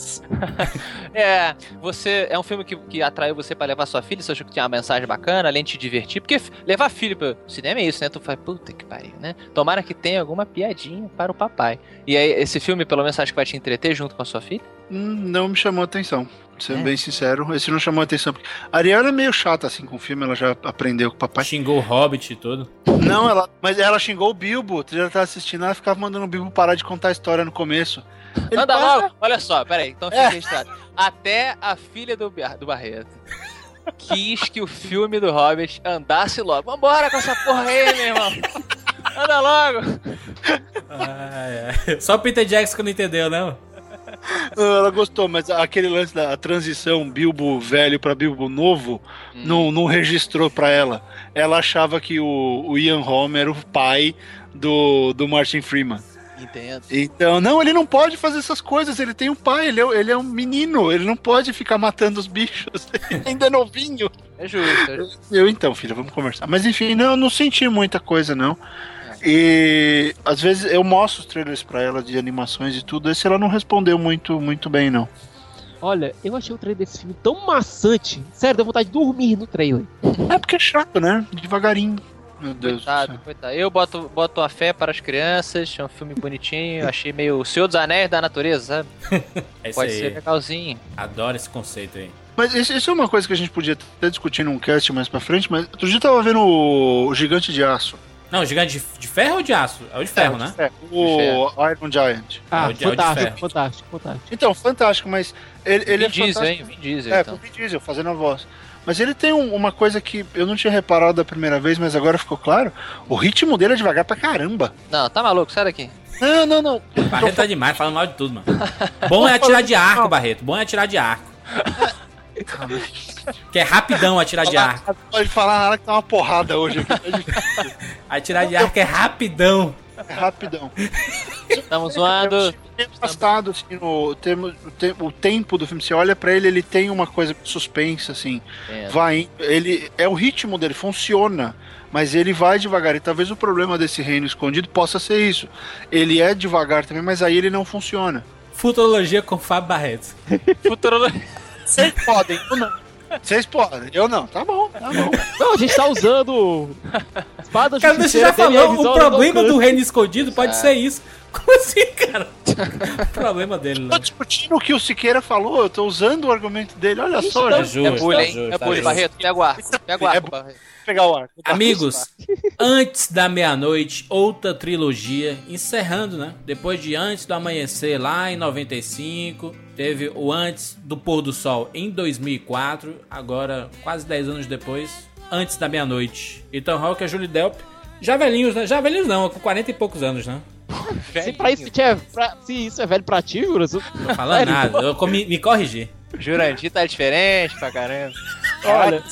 Speaker 3: É. Você. É um filme que, que atraiu você pra levar sua filha. Você achou que tinha uma mensagem bacana, além de te divertir. Porque f- levar filho pro cinema é isso, né? Tu fala, puta que pariu, né? Tomara que tenha alguma piadinha para o papai. E aí, esse filme, pelo menos, acho que vai te entreter junto com a sua filha?
Speaker 2: Hum, Não me chamou atenção. Sendo
Speaker 3: É.
Speaker 2: bem sincero, esse não chamou atenção. porque A Ariel é meio chata assim com o filme, ela já aprendeu com o papai.
Speaker 1: Xingou o Hobbit e tudo.
Speaker 2: Não, ela, mas ela xingou o Bilbo. Ela tava assistindo, ela ficava mandando o Bilbo parar de contar a história no começo. Ele É.
Speaker 3: Manda
Speaker 2: para-
Speaker 3: logo. Olha só, peraí. Então fica registrado. Até a filha do, Bar- do Barreto quis que o filme do Hobbit andasse logo. Vambora com essa porra aí, meu irmão. Anda logo.
Speaker 1: Só o Peter Jackson que não entendeu, né?
Speaker 2: Não, Ela gostou, mas aquele lance da transição Bilbo velho pra Bilbo novo não, não registrou pra ela. Ela achava que o, o Ian Holm era o pai do, do Martin Freeman.
Speaker 3: Entendo.
Speaker 2: Então, não, ele não pode fazer essas coisas. Ele tem um pai, ele é, ele é um menino, ele não pode ficar matando os bichos. Ele ainda é novinho.
Speaker 3: É justo. é justo.
Speaker 2: Eu, então, filha, vamos conversar. Mas enfim, não, eu não senti muita coisa, não. E às vezes eu mostro os trailers pra ela de animações e tudo. Esse ela não respondeu muito, muito bem, não.
Speaker 5: Olha, eu achei o trailer desse filme tão maçante. Sério, deu vontade de dormir no trailer.
Speaker 2: É porque é chato, né? Devagarinho. Meu Deus. do
Speaker 3: Coitado,
Speaker 2: céu.
Speaker 3: coitado. Eu boto, boto a fé para as crianças. É um filme bonitinho. Achei meio O Senhor dos Anéis da Natureza, sabe?
Speaker 1: É isso
Speaker 3: Pode
Speaker 1: aí.
Speaker 3: ser legalzinho.
Speaker 1: Adoro esse conceito aí.
Speaker 2: Mas isso, isso é uma coisa que a gente podia até discutir num cast mais pra frente, mas outro dia eu tava vendo o, o Gigante de Aço.
Speaker 1: Não, gigante de, de ferro ou de aço? É o de ferro, né?
Speaker 2: É, o Iron Giant.
Speaker 5: Ah,
Speaker 1: É o de- é o de ferro.
Speaker 5: fantástico, fantástico, fantástico.
Speaker 2: Então, fantástico, mas ele, ele é
Speaker 3: Vin Diesel,
Speaker 2: fantástico.
Speaker 3: hein? Vin Diesel,
Speaker 2: É,
Speaker 3: então.
Speaker 2: com o Vin Diesel fazendo a voz. Mas ele tem um- uma coisa que eu não tinha reparado da primeira vez, mas agora ficou claro. O ritmo dele é devagar pra caramba.
Speaker 3: Não, tá maluco, sai daqui.
Speaker 2: Não, não, não.
Speaker 1: Barreto tá demais, fala mal de tudo, mano. Bom é atirar de arco, Barreto. Bom é atirar de arco. Que é rapidão atirar de arco.
Speaker 2: Pode falar na hora que tá uma porrada hoje aqui.
Speaker 1: Atirar de arco é rapidão.
Speaker 2: É rapidão.
Speaker 3: Tamo
Speaker 2: é
Speaker 3: zoando.
Speaker 2: Meio Afastado, assim, no termo, o, te- o tempo do filme. Você olha pra ele, ele tem uma coisa suspensa, assim.
Speaker 3: É.
Speaker 2: Vai, indo. ele é o ritmo dele, funciona, mas ele vai devagar. E talvez o problema desse reino escondido possa ser isso. Ele é devagar também, mas aí ele não funciona.
Speaker 1: Futurologia com Fábio Barreto.
Speaker 3: Futurologia.
Speaker 2: Vocês podem, eu
Speaker 3: É
Speaker 2: não. Vocês podem, eu não. Tá bom, tá bom.
Speaker 5: Não, a gente tá usando espada
Speaker 1: Cara, você já falou, o problema do reino escondido pode
Speaker 3: Ah.
Speaker 1: ser isso. Como assim, cara? O problema dele,
Speaker 2: Tô
Speaker 3: É
Speaker 1: não.
Speaker 2: discutindo o que o Siqueira falou, eu tô usando o argumento dele. Olha só,
Speaker 1: Tá
Speaker 2: gente.
Speaker 3: É
Speaker 1: justo,
Speaker 3: bullying,
Speaker 1: tá
Speaker 3: hein?
Speaker 1: justo,
Speaker 3: É
Speaker 1: tá
Speaker 3: bullying,
Speaker 1: justo.
Speaker 3: Barreto. Tá Pega o arco. Pega o
Speaker 2: É
Speaker 3: arco,
Speaker 2: bu-
Speaker 3: Barreto.
Speaker 2: pegar o ar.
Speaker 1: Amigos, antes da meia-noite, outra trilogia, encerrando, né? Depois de Antes do Amanhecer, lá em 95, teve o Antes do Pôr do Sol em 2004, agora quase 10 anos depois, Antes da Meia-Noite. Então, Hulk é Júlio Delp. Já velhinhos, né? Já velhinhos não, com 40 e poucos anos, né?
Speaker 5: Se, pra isso, que é, pra- se isso é velho pra ti, Juras, eu-
Speaker 1: Não tô Tá falando
Speaker 5: Velho,
Speaker 1: nada, eu co- me, me corrigi.
Speaker 3: Jurandir tá diferente pra caramba.
Speaker 5: olha,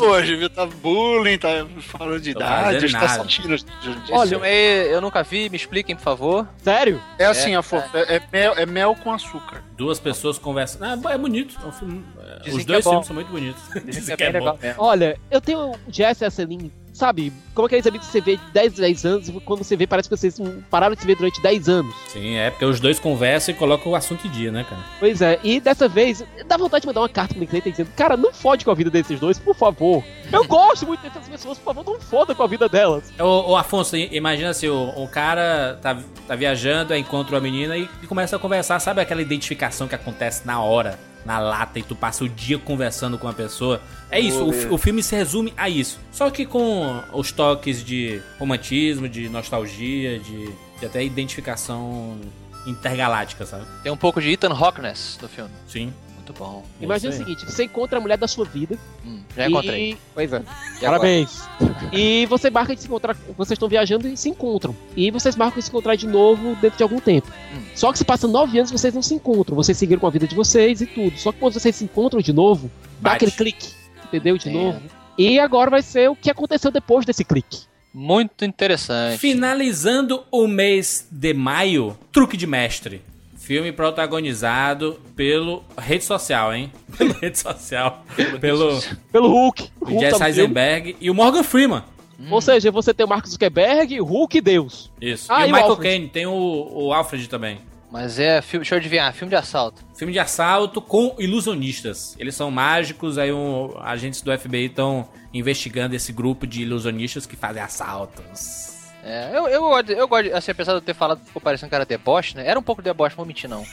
Speaker 2: hoje, viu? Tá bullying, tá falando de
Speaker 1: Tô
Speaker 2: idade,
Speaker 1: fazendo
Speaker 2: tá
Speaker 1: nada.
Speaker 2: satindo.
Speaker 3: Esse
Speaker 5: Olha-
Speaker 3: filme aí eu nunca vi, me expliquem, por favor.
Speaker 5: sério?
Speaker 2: É assim, a fofa, é, é mel, é mel com açúcar.
Speaker 1: Duas pessoas conversando. Ah, é bonito. é um filme- é,
Speaker 3: Dizem
Speaker 1: Os
Speaker 3: que é
Speaker 1: dois
Speaker 3: bom.
Speaker 1: filmes são muito bonitos. Dizem que é bom.
Speaker 3: mesmo.
Speaker 5: Olha, eu tenho o Jess e a Celine, sabe? Como aqueles amigos que é você vê de 10, 10 anos e quando você vê parece que vocês não pararam de se ver durante 10 anos.
Speaker 1: Sim, é porque os dois conversam e colocam o assunto em dia, né, cara?
Speaker 5: Pois é, e dessa vez dá vontade de mandar uma carta pro Clayton dizendo: Cara, não fode com a vida desses dois, por favor. Eu gosto muito dessas pessoas, por favor, não foda com a vida delas.
Speaker 1: Ô, ô, Afonso, i- imagina se o, o cara tá, tá viajando, aí encontra uma menina e, e começa a conversar, sabe aquela identificação que acontece na hora, na lata, e tu passa o dia conversando com uma pessoa? É isso, o, fi- o filme se resume a isso. Só que com os toques de romantismo, de nostalgia, de, de até identificação intergaláctica, sabe?
Speaker 3: Tem um pouco de Ethan Hawkness no filme.
Speaker 1: Sim.
Speaker 3: Muito bom.
Speaker 5: Imagina o seguinte: você encontra a mulher da sua vida.
Speaker 3: Hum, já encontrei.
Speaker 5: E... Pois é.
Speaker 3: E agora?
Speaker 5: Parabéns. E você marca de se encontrar. Vocês estão viajando e se encontram. E vocês marcam de se encontrar de novo dentro de algum tempo.
Speaker 3: Hum.
Speaker 5: Só que se passam nove anos vocês não se encontram. Vocês seguiram com a vida de vocês e tudo. Só que quando vocês se encontram de novo, dá
Speaker 1: Bate.
Speaker 5: aquele clique. Entendeu? De
Speaker 3: É.
Speaker 5: novo. E agora vai ser o que aconteceu depois desse clique.
Speaker 3: Muito interessante.
Speaker 1: Finalizando o mês de maio, Truque de Mestre. Filme protagonizado pelo rede social, hein? Pelo rede social. pelo
Speaker 5: Pelo Hulk. Hulk tá
Speaker 1: Jess
Speaker 5: no filme.
Speaker 1: Heisenberg e o Morgan Freeman.
Speaker 5: Ou
Speaker 3: Hum.
Speaker 5: seja, você tem o Marcos Zuckerberg, Hulk e Deus.
Speaker 1: Isso.
Speaker 5: Ah,
Speaker 1: e o
Speaker 5: e o
Speaker 1: Michael
Speaker 5: Alfred.
Speaker 1: Caine, tem o, o Alfred também.
Speaker 3: Mas é filme. Deixa eu adivinhar, filme de assalto.
Speaker 1: Filme de assalto com ilusionistas. Eles são mágicos, aí um, agentes do FBI estão investigando esse grupo de ilusionistas que fazem assaltos.
Speaker 3: É, eu, eu, gosto- eu gosto, de- assim, apesar de eu ter falado, ficou parecendo que era deboche, né? Era um pouco deboche, não vou mentir, não.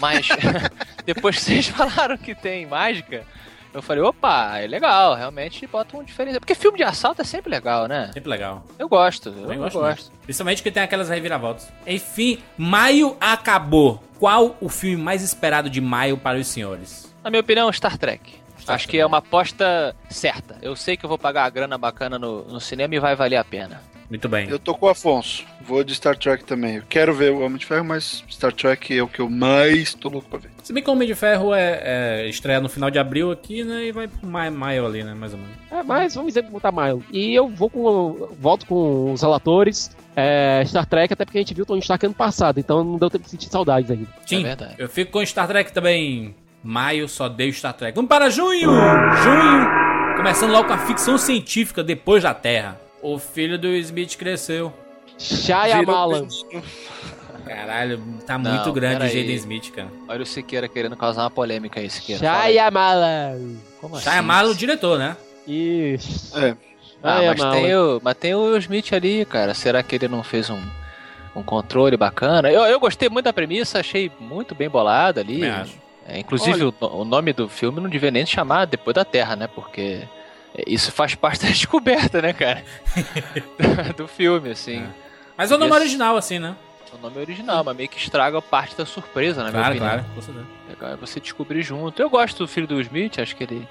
Speaker 3: Mas depois que vocês falaram que tem mágica, eu falei, opa, é legal, realmente bota um diferença. Porque filme de assalto é sempre legal, né?
Speaker 1: Sempre legal.
Speaker 3: Eu gosto, eu,
Speaker 1: Também
Speaker 3: gosto.
Speaker 1: gosto muito. Principalmente que tem aquelas reviravoltas. Enfim, maio acabou. Qual o filme mais esperado de maio para os senhores?
Speaker 3: Na minha opinião, é um Star Trek.
Speaker 1: Star
Speaker 3: Acho
Speaker 1: Trek.
Speaker 3: que é uma aposta certa. Eu sei que eu vou pagar a grana bacana no, no cinema e vai valer a pena.
Speaker 1: Muito bem.
Speaker 2: Eu tô com o Afonso. Vou de Star Trek também. Eu quero ver o Homem de Ferro, mas Star Trek é o que eu mais tô louco pra ver.
Speaker 1: Se bem que o Homem de Ferro é, é estreia no final de abril aqui, né? E vai pro ma- maio ali, né? Mais ou menos.
Speaker 5: É, mas vamos dizer que botar Milo. E eu vou com. volto com os relatores. é, Star Trek, até porque a gente viu o Tony Stark ano passado, então não deu tempo de sentir saudades ainda.
Speaker 1: Sim,
Speaker 3: É verdade.
Speaker 1: eu fico com Star Trek também. Maio só deu Star Trek. Vamos para junho! Junho! Começando logo com a ficção científica depois da Terra. O filho do Smith cresceu.
Speaker 5: Shyamalan.
Speaker 1: Caralho, tá
Speaker 3: Não,
Speaker 1: muito grande o
Speaker 3: peraí.
Speaker 1: Jaden Smith, cara.
Speaker 3: Olha o Siqueira querendo causar uma polêmica aí, Siqueira. Fala aí.
Speaker 5: Shyamalan.
Speaker 3: Como assim?
Speaker 1: Shyamalan, o diretor, né?
Speaker 5: Isso.
Speaker 2: É.
Speaker 3: Ah, mas
Speaker 5: Shyamalan.
Speaker 3: tem, o, mas tem o Will Smith ali, cara. Será que ele não fez um, um controle bacana? Eu, eu gostei muito da premissa, achei muito bem bolado ali.
Speaker 1: Também acho.
Speaker 3: É, inclusive, o, no- o nome do filme não devia nem se chamar Depois da Terra, né? Porque isso faz parte da descoberta, né, cara? do filme, assim.
Speaker 1: Mas é o nome
Speaker 3: Isso.
Speaker 1: original, assim, né?
Speaker 3: O nome é original, mas meio que estraga parte da surpresa, na minha
Speaker 1: Claro,
Speaker 3: opinião.
Speaker 1: claro. né? com certeza.
Speaker 3: Legal é você descobrir junto. Eu gosto do filho do Will Smith, acho que ele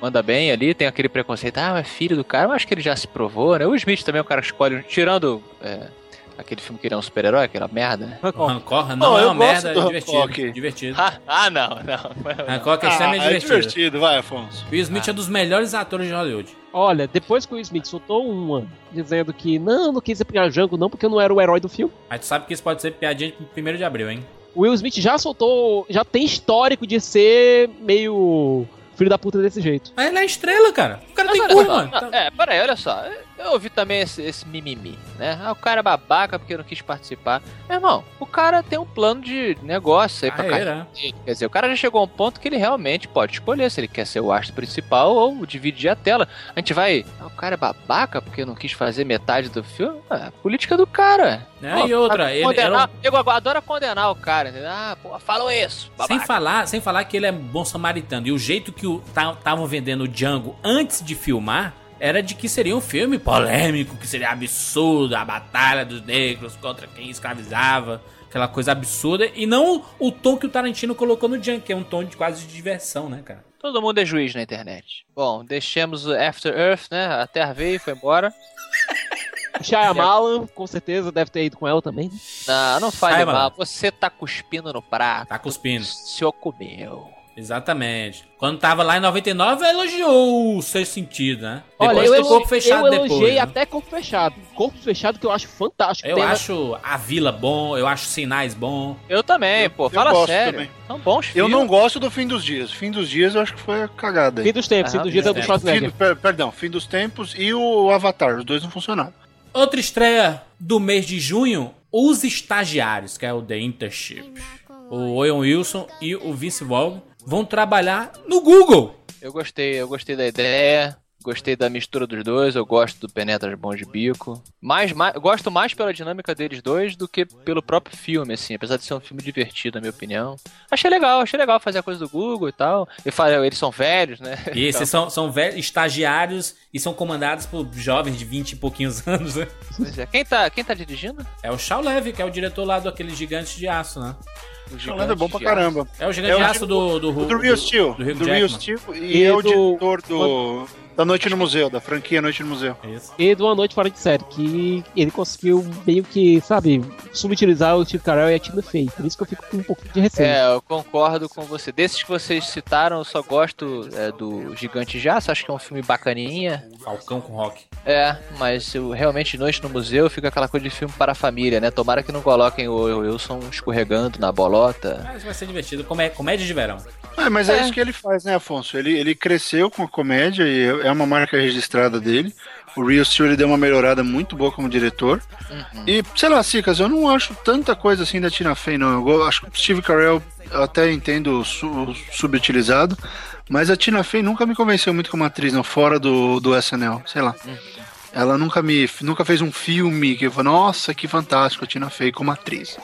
Speaker 3: manda bem ali, tem aquele preconceito, ah, mas filho do cara, mas acho que ele já se provou, né? O Smith também é um cara que escolhe, um- tirando é, aquele filme que ele é um super-herói, aquela merda, né?
Speaker 1: O Rancor não
Speaker 2: Oh,
Speaker 1: é
Speaker 2: eu
Speaker 1: uma
Speaker 2: gosto
Speaker 1: merda, é
Speaker 2: do
Speaker 1: divertido.
Speaker 2: Hancock.
Speaker 1: Divertido.
Speaker 3: Ah, ah, não, não.
Speaker 1: Hancock é extremamente
Speaker 2: é
Speaker 1: divertido.
Speaker 2: divertido, vai, Afonso.
Speaker 1: Will Smith é um dos melhores atores de Hollywood.
Speaker 5: Olha, depois que o Smith soltou uma dizendo que não, não quis ir pra Jango não, porque eu não era o herói do filme.
Speaker 1: Mas tu sabe que isso pode ser piadinha de 1 de abril, hein?
Speaker 5: O Will Smith já soltou, já tem histórico de ser meio filho da puta desse jeito.
Speaker 1: Mas ele é estrela, cara. O cara
Speaker 3: Mas
Speaker 1: tem
Speaker 3: olha
Speaker 1: cu,
Speaker 3: só,
Speaker 1: mano.
Speaker 3: não,
Speaker 1: Tá-
Speaker 3: É, peraí, olha só. Eu ouvi também esse, esse mimimi, né? Ah, o cara é babaca porque não quis participar. Meu irmão, o cara tem um plano de negócio
Speaker 1: é
Speaker 3: aí pra carreira
Speaker 1: Carreira.
Speaker 3: dele. Quer dizer, o cara já chegou a um ponto que ele realmente pode escolher se ele quer ser o astro principal ou dividir a tela. A gente vai. Ah, o cara é babaca porque não quis fazer metade do filme. Ah, é a política do cara.
Speaker 1: Né? E outra,
Speaker 3: a-
Speaker 1: ele- um-
Speaker 3: Condenar, Eu adoro condenar o cara, entendeu? Ah, pô, falam isso.
Speaker 1: Sem
Speaker 3: Babaca.
Speaker 1: falar, sem falar que ele é bom samaritano. E o jeito que estavam vendendo o Django antes de filmar era de que seria um filme polêmico, que seria absurdo, a batalha dos negros contra quem escravizava, aquela coisa absurda. E não o tom que o Tarantino colocou no Django, que é um tom de quase de diversão, né, cara?
Speaker 3: Todo mundo é juiz na internet. Bom, deixemos o After Earth, né? A Terra veio e foi embora.
Speaker 5: O Shyamalan, com certeza, deve ter ido com ela também.
Speaker 3: Não, não fale
Speaker 1: Sai,
Speaker 3: mal.
Speaker 1: malandro.
Speaker 3: Você tá cuspindo no prato.
Speaker 1: Tá cuspindo.
Speaker 3: Se eu comeu.
Speaker 1: Exatamente. Quando tava lá em 99, elogiou o seu sentido, né?
Speaker 5: Olha,
Speaker 1: Depois
Speaker 5: eu,
Speaker 1: do
Speaker 5: elo-
Speaker 1: corpo fechado
Speaker 5: eu
Speaker 1: depois.
Speaker 5: elogiei
Speaker 1: né?
Speaker 5: até corpo fechado. Corpo fechado que eu acho fantástico.
Speaker 1: Eu
Speaker 5: Tem uma-
Speaker 1: acho a vila bom, eu acho sinais bom.
Speaker 3: Eu também, pô. fala
Speaker 2: gosto
Speaker 3: sério.
Speaker 2: também.
Speaker 3: São bons
Speaker 2: Eu
Speaker 3: filmes.
Speaker 2: não gosto do fim dos dias. Fim dos dias eu acho que foi a cagada
Speaker 5: Fim
Speaker 2: aí.
Speaker 5: dos tempos, fim
Speaker 3: Ah,
Speaker 5: dos dias é do
Speaker 1: é.
Speaker 2: Fim
Speaker 5: Schwarzenegger.
Speaker 2: do- per- perdão, fim dos tempos e o Avatar. Os dois não funcionaram.
Speaker 1: Outra estreia do mês de junho, Os Estagiários, que é o The Internship. O Owen Wilson e o Vince Vaughn vão trabalhar no Google.
Speaker 3: Eu gostei, eu gostei da ideia. Gostei da mistura dos dois, eu gosto do Penetras Bons de Bico. Mas, mais, eu gosto mais pela dinâmica deles dois do que pelo próprio filme, assim. Apesar de ser um filme divertido, na minha opinião. Achei legal, achei legal fazer a coisa do Google e tal. E fa- eles são velhos, né?
Speaker 1: E esses são, são ve- estagiários e são comandados por jovens de 20 e pouquinhos anos, né?
Speaker 3: Pois é. Quem tá, quem tá dirigindo?
Speaker 1: É o Shaw Levy, que é o diretor lá do aquele gigante de aço, né?
Speaker 3: O
Speaker 2: O Shaolin é bom
Speaker 3: Gigante
Speaker 2: pra
Speaker 3: de Aço.
Speaker 2: caramba.
Speaker 1: É o gigante
Speaker 2: É o
Speaker 1: de
Speaker 2: Rio-
Speaker 1: aço do, do, Hu-
Speaker 2: O do Real Steel.
Speaker 1: do Hugh
Speaker 2: Do
Speaker 1: Jackman.
Speaker 2: Real Steel
Speaker 5: E
Speaker 2: e é o
Speaker 5: do-
Speaker 2: diretor do... Da Noite no Museu, da franquia Noite no Museu.
Speaker 1: Isso.
Speaker 5: E de uma noite fora de série, que ele conseguiu meio que, sabe, subutilizar o Steve Carell e a Tina Fey. Por isso que eu fico com um pouquinho de receio.
Speaker 3: É, eu concordo com você. Desses que vocês citaram, eu só gosto é, do Gigante de Aço, acho que é um filme bacaninha.
Speaker 1: Falcão com rock.
Speaker 3: É, mas eu, realmente Noite no Museu fica aquela coisa de filme para a família, né? Tomara que não coloquem o Wilson escorregando na bolota.
Speaker 1: Mas É, vai ser divertido. Comé- comédia de verão.
Speaker 2: Ah, mas é. isso que ele faz, né, Afonso? Ele, ele cresceu com a comédia e é uma marca registrada dele. O Real Steel ele deu uma melhorada muito boa como diretor. E, sei lá, Cicas, eu não acho tanta coisa assim da Tina Fey, não. Eu go- acho que o Steve Carell eu até entendo su- subutilizado, mas a Tina Fey nunca me convenceu muito como atriz, não, fora do, do SNL, sei lá. Ela nunca me nunca fez um filme que eu falo, nossa, que fantástico a Tina Fey como atriz.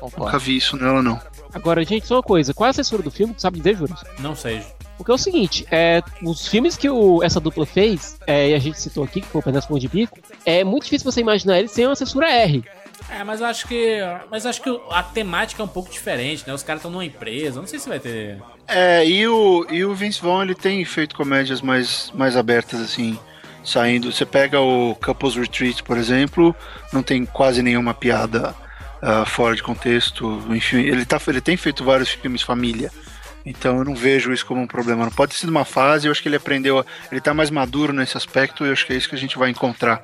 Speaker 2: Nunca
Speaker 3: Concordo.
Speaker 2: vi isso nela, não.
Speaker 5: Agora, gente, só uma coisa. Qual é a censura do filme? Tu sabe dizer, Júlio?
Speaker 1: Não seja.
Speaker 5: Porque é o seguinte, é, os filmes que o- essa dupla fez, é, e a gente citou aqui, que foi o Pedaço Pão de Bico, é muito difícil você imaginar ele sem uma censura R.
Speaker 1: É, mas eu acho que. Mas eu acho que a temática é um pouco diferente, né? Os caras estão numa empresa. Não sei se vai ter.
Speaker 2: É, e o, e o Vince Vaughn, ele tem feito comédias mais, mais abertas, assim, saindo. Você pega o Couples Retreat, por exemplo, não tem quase nenhuma piada ah, fora de contexto. Enfim, ele, tá, ele tem feito vários filmes família. Então eu não vejo isso como um problema. Não pode ter sido uma fase, eu acho que ele aprendeu, a- ele tá mais maduro nesse aspecto e eu acho que é isso que a gente vai encontrar.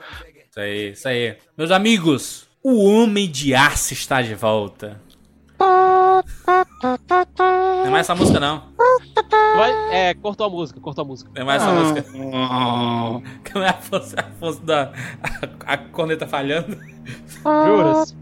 Speaker 1: Isso aí, isso aí. Meus amigos, o Homem de Aço está de volta. Não é mais essa música, não.
Speaker 5: Vai, é, cortou a música, cortou a música.
Speaker 1: Não é
Speaker 3: Ah.
Speaker 1: mais essa música.
Speaker 2: Oh,
Speaker 1: Como é Afonso, Afonso da. A, a corneta falhando.
Speaker 5: Juras?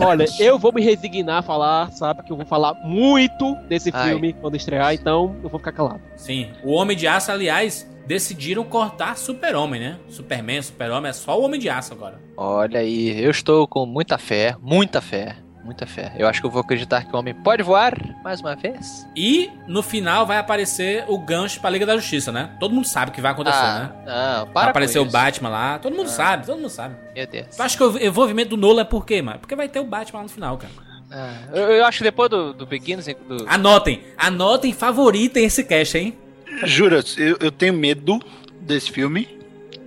Speaker 5: Olha, eu vou me resignar a falar, sabe? Que eu vou falar muito desse
Speaker 3: Ai.
Speaker 5: filme quando estrear, então eu vou ficar calado.
Speaker 1: Sim. O Homem de Aço, aliás, decidiram cortar Super-Homem, né? Superman, Super-Homem, é só o Homem de Aço agora.
Speaker 3: Olha aí, eu estou com muita fé, muita fé muita fé. Eu acho que eu vou acreditar que o homem pode voar mais uma vez.
Speaker 1: E no final vai aparecer o gancho pra Liga da Justiça, né? Todo mundo sabe o que vai acontecer,
Speaker 3: ah,
Speaker 1: né?
Speaker 3: não, para
Speaker 1: Vai
Speaker 3: com
Speaker 1: aparecer o
Speaker 3: isso. Ah.
Speaker 1: Batman lá, todo mundo sabe, todo mundo sabe.
Speaker 3: Meu Deus.
Speaker 1: Eu acho que o envolvimento do Nolan é por quê, mano? Porque vai ter o Batman lá no final, cara.
Speaker 3: Ah, eu, eu acho que depois do, do Begins, do...
Speaker 1: Anotem, anotem, favoritem esse cast, hein?
Speaker 2: Jura, eu, eu tenho medo desse filme.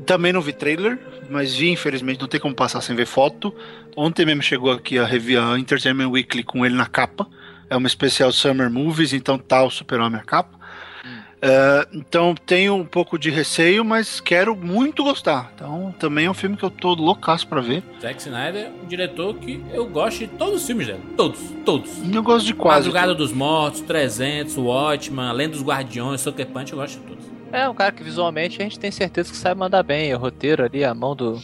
Speaker 2: Também não vi trailer, mas vi, infelizmente, não tem como passar sem ver foto. Ontem mesmo chegou aqui a review a Entertainment Weekly com ele na capa. É uma especial Summer Movies, então tá o Super-Homem a capa.
Speaker 3: Hum.
Speaker 2: É, então tenho um pouco de receio, mas quero muito gostar. Então também é um filme que eu tô loucaço pra ver.
Speaker 1: Zack Snyder, um diretor que eu gosto de todos os filmes dele. Todos, todos.
Speaker 2: Eu gosto de quase.
Speaker 1: Madrugada dos Mortos, 300, Watchman, Além dos Guardiões, Sucker Punch, eu gosto de todos.
Speaker 3: É um cara que visualmente a gente tem certeza que sabe mandar bem. O roteiro ali, a mão do.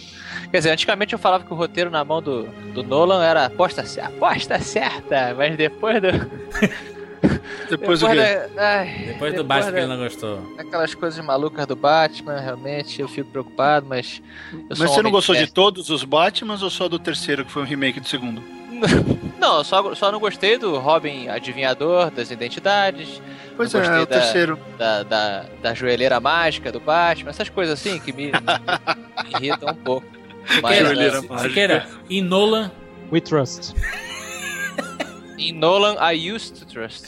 Speaker 3: Quer dizer, antigamente eu falava que o roteiro na mão do, do Nolan era aposta certa, aposta certa, mas depois do.
Speaker 2: Depois o quê?
Speaker 3: da- ai,
Speaker 1: Depois do Batman que
Speaker 3: da-
Speaker 1: ele não gostou.
Speaker 3: Aquelas coisas malucas do Batman, realmente eu fico preocupado, mas. Eu
Speaker 2: Mas
Speaker 3: sou um
Speaker 2: você não
Speaker 3: homem
Speaker 2: gostou de
Speaker 3: fé.
Speaker 2: todos os Batmans ou só do terceiro, que foi um remake do segundo?
Speaker 3: Não, eu só, só não gostei do Robin adivinhador das identidades,
Speaker 2: Pois
Speaker 3: Eu
Speaker 2: é,
Speaker 3: gostei
Speaker 2: o
Speaker 3: da-
Speaker 2: terceiro.
Speaker 3: da, da, da joelheira mágica do Batman, essas coisas assim que me, me irritam um pouco. Mas,
Speaker 2: Joelheira
Speaker 3: né,
Speaker 2: mágica.
Speaker 1: Siqueira, e Nolan,
Speaker 5: We trust.
Speaker 3: assim, em Nolan, I used to trust.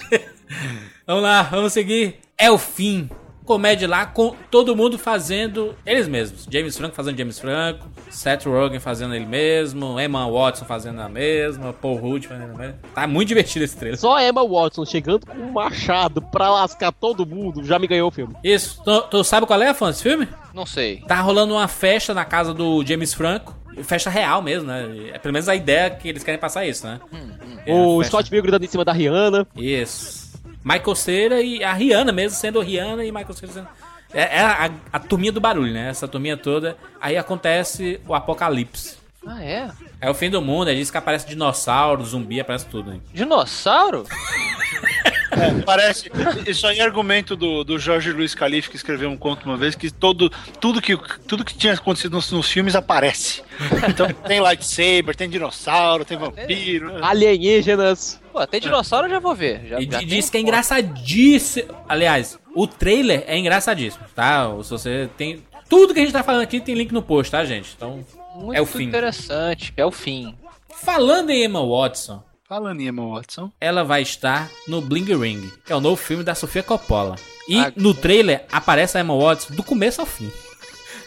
Speaker 1: vamos lá, vamos seguir. É o fim. Comédia lá com todo mundo fazendo eles mesmos. James Franco fazendo James Franco, Seth Rogen fazendo ele mesmo, Emma Watson fazendo a mesma, Paul Rudd fazendo a mesma. Tá muito divertido esse trailer.
Speaker 5: Só a Emma Watson chegando com um machado pra lascar todo mundo já me ganhou o filme.
Speaker 1: Isso, tu, tu sabe qual é, fã, esse filme?
Speaker 3: Não sei.
Speaker 1: Tá rolando uma festa na casa do James Franco. Festa real mesmo, né? É pelo menos a ideia que eles querem passar isso, né? É uma
Speaker 5: o
Speaker 1: festa-
Speaker 5: Scott Pilgrim gritando em cima da Rihanna.
Speaker 1: Isso. Michael Cera e a Rihanna mesmo, sendo Rihanna e Michael Cera sendo... É, é a, a turminha do barulho, né? Essa turminha toda. Aí acontece o apocalipse.
Speaker 3: Ah, é?
Speaker 1: É o fim do mundo, é disso que aparece dinossauro, zumbi, aparece tudo, hein?
Speaker 3: Dinossauro?
Speaker 2: Parece. Isso aí é argumento do, do Jorge Luiz Calife, que escreveu um conto uma vez, que todo, tudo, que tudo que tinha acontecido nos, nos filmes aparece. Então tem lightsaber, tem dinossauro, tem vampiro. né?
Speaker 5: Alienígenas.
Speaker 3: Pô, até dinossauro eu já vou ver. Já,
Speaker 1: E
Speaker 3: já
Speaker 1: di-
Speaker 3: tem
Speaker 1: diz que é
Speaker 3: um
Speaker 1: engraçadíssimo. Aliás, o trailer é engraçadíssimo, tá? Se você tem. Tudo que a gente tá falando aqui tem link no post, tá, gente? Então,
Speaker 3: ponto. Muito
Speaker 1: é o fim.
Speaker 3: interessante. É o fim.
Speaker 1: falando em Emma Watson,
Speaker 2: Falando em Emma Watson.
Speaker 1: ela vai estar no Bling Ring, que é o novo filme da Sofia Coppola. E
Speaker 3: Ah,
Speaker 1: no trailer aparece a Emma Watson do começo ao fim.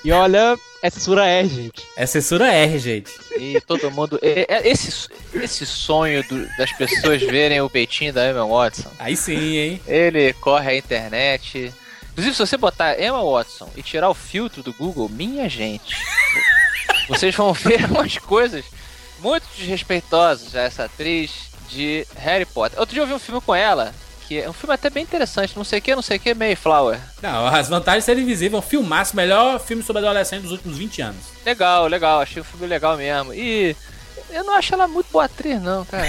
Speaker 5: E olha, é censura é, gente.
Speaker 1: É censura R, gente.
Speaker 3: E todo mundo. e- e- Esse, esse sonho do- das pessoas verem o peitinho da Emma Watson.
Speaker 1: Aí sim, hein?
Speaker 3: Ele corre a internet. Inclusive, se você botar Emma Watson e tirar o filtro do Google, minha gente, vocês vão ver umas coisas muito desrespeitosas a essa atriz de Harry Potter. Outro dia eu vi um filme com ela, que é um filme até bem interessante, não sei o que, não sei o que, Mayflower.
Speaker 1: Não, as vantagens seriam invisíveis. É um filmaço, melhor filme sobre adolescente dos últimos 20 anos.
Speaker 3: Legal, legal, achei um filme legal mesmo. E eu não acho ela muito boa atriz, não, cara.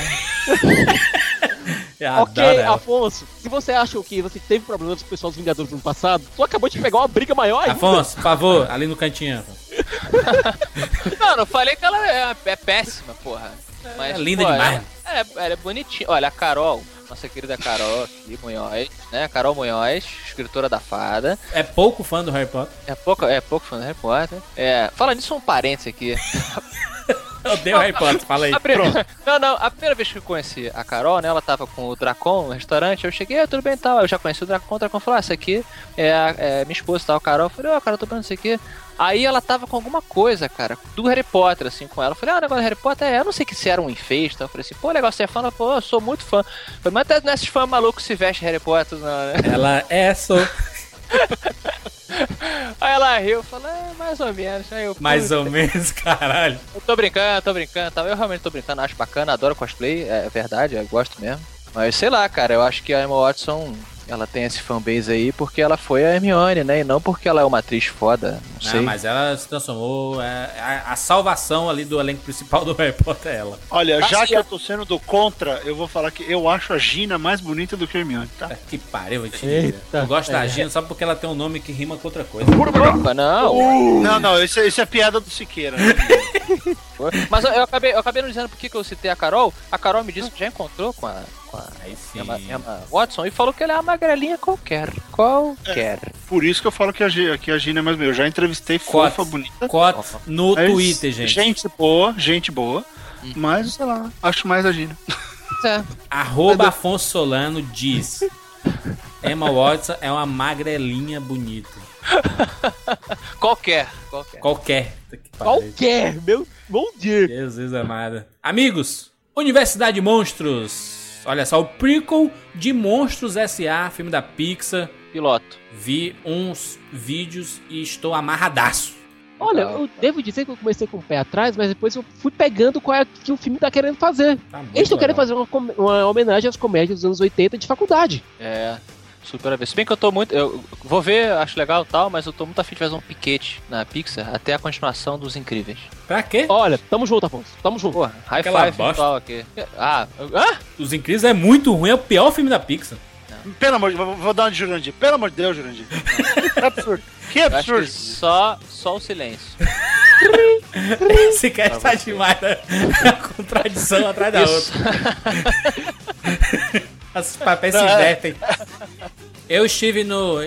Speaker 1: Eu
Speaker 5: ok,
Speaker 1: adoro ela.
Speaker 5: Afonso, se você acha que você teve problemas com o pessoal dos Vingadores no passado, tu acabou de pegar uma briga maior ainda.
Speaker 1: Afonso, por favor, ali no cantinho. Afonso.
Speaker 3: Não, não falei que ela é, é péssima, porra. Mas,
Speaker 1: É linda
Speaker 3: pô,
Speaker 1: demais.
Speaker 3: Ela, ela é- ela é bonitinha. Olha, a Carol, nossa querida Carol aqui, Munhoz, né? Carol Munhoz, escritora da fada.
Speaker 1: É pouco fã do Harry Potter.
Speaker 3: É pouco, é pouco fã do Harry Potter. É, fala nisso um parênteses aqui.
Speaker 1: Eu odeio Harry Potter, fala aí.
Speaker 3: A pri- Não, não, a primeira vez que eu conheci a Carol, né? Ela tava com o Dracon no restaurante, eu cheguei, "Ah, tudo bem e tal. Eu já conheci o Dracon, o Dracon falou, ah, essa aqui é, a- é minha esposa e tal, Carol. Eu falei, ó, Carol, tô vendo isso aqui. Aí ela tava com alguma coisa, cara, do Harry Potter, assim, com ela. Eu falei, ah, o negócio do Harry Potter é, eu não sei que se era um enfeite, tal. Eu falei assim, pô, legal, você é fã? Ela falou, "Pô, eu sou muito fã. Eu falei, mas até nesses fãs malucos se veste Harry Potter, não, né?
Speaker 1: Ela é só
Speaker 3: Aí ela riu, falou, é, mais ou menos. Aí eu,
Speaker 1: mais
Speaker 3: "Puta,
Speaker 1: ou menos, caralho.
Speaker 3: Eu tô brincando, tô brincando. Tá? Eu realmente tô brincando, acho bacana, adoro cosplay, é verdade, eu gosto mesmo. Mas sei lá, cara, eu acho que a Emma Watson, ela tem esse fanbase aí porque ela foi a Hermione, né? E não porque ela é uma atriz foda, não
Speaker 1: Ah,
Speaker 3: sei.
Speaker 1: mas ela se transformou. é, a, a salvação ali do elenco principal do Harry Potter é ela.
Speaker 2: Olha, já
Speaker 3: Mas
Speaker 2: que eu tô sendo do contra, eu vou falar que eu acho a Gina mais bonita do que a Hermione, tá?
Speaker 1: Que pariu, eu te digo.
Speaker 5: Eita.
Speaker 1: Eu gosto da Gina só porque ela tem um nome que rima com outra coisa.
Speaker 3: Opa, não,
Speaker 2: Não, não, isso, é- isso é piada do Siqueira. né?
Speaker 3: foi. Mas eu, eu acabei, eu acabei não dizendo por que que eu citei a Carol. A Carol me disse que já encontrou com a, com a
Speaker 1: Aí sim.
Speaker 3: Emma, Emma Watson e falou que ela é uma magrelinha qualquer. Qualquer.
Speaker 2: Por isso que eu falo que a, Gi- que a Gina é mais meu. Eu já entrevistei
Speaker 1: Quatro.
Speaker 2: fofa, bonita.
Speaker 1: Cotes no
Speaker 2: mas
Speaker 1: Twitter, gente.
Speaker 2: É
Speaker 1: Hum.
Speaker 2: Gente boa, gente boa. Mas, sei lá, acho mais a Gina.
Speaker 1: Arroba Afonso Solano diz. Emma Watson é uma magrelinha bonita.
Speaker 3: Qualquer. Qualquer.
Speaker 1: Qualquer. Puta que pariu.
Speaker 5: Qualquer, meu bom dia.
Speaker 1: Jesus amada. Amigos, Universidade de Monstros. Olha só, o prequel de Monstros S.A., filme da Pixar.
Speaker 3: Piloto.
Speaker 1: Vi uns vídeos e estou amarradaço.
Speaker 5: Olha, eu devo dizer que eu comecei com o pé atrás, mas depois eu fui pegando qual é que o filme tá querendo fazer.
Speaker 1: Tá muito
Speaker 5: Eles estão querendo
Speaker 1: legal.
Speaker 5: fazer uma, com- uma homenagem às comédias dos anos 80 de faculdade.
Speaker 3: É. Super a ver. Se bem que eu tô muito. Eu vou ver, acho legal e tal, mas eu tô muito afim de fazer um piquete na Pixar até a continuação dos Incríveis.
Speaker 1: Pra quê?
Speaker 5: Olha, tamo junto, Afonso. Tamo junto.
Speaker 3: Porra, high
Speaker 1: Aquela
Speaker 3: five
Speaker 1: bosta.
Speaker 3: virtual aqui. Ah, eu- hã?
Speaker 1: Os Incríveis é muito ruim, é o pior filme da Pixar.
Speaker 2: Pelo amor de Deus, vou dar uma de Jurandir. Pelo amor de Deus, Jurandir. Que absurdo. Que
Speaker 3: Eu acho que
Speaker 2: absurdo.
Speaker 3: só, só o silêncio.
Speaker 1: Esse cara está demais. Né? É uma contradição atrás da outra.
Speaker 3: Isso.
Speaker 1: Os papéis se invertem. Eu estive no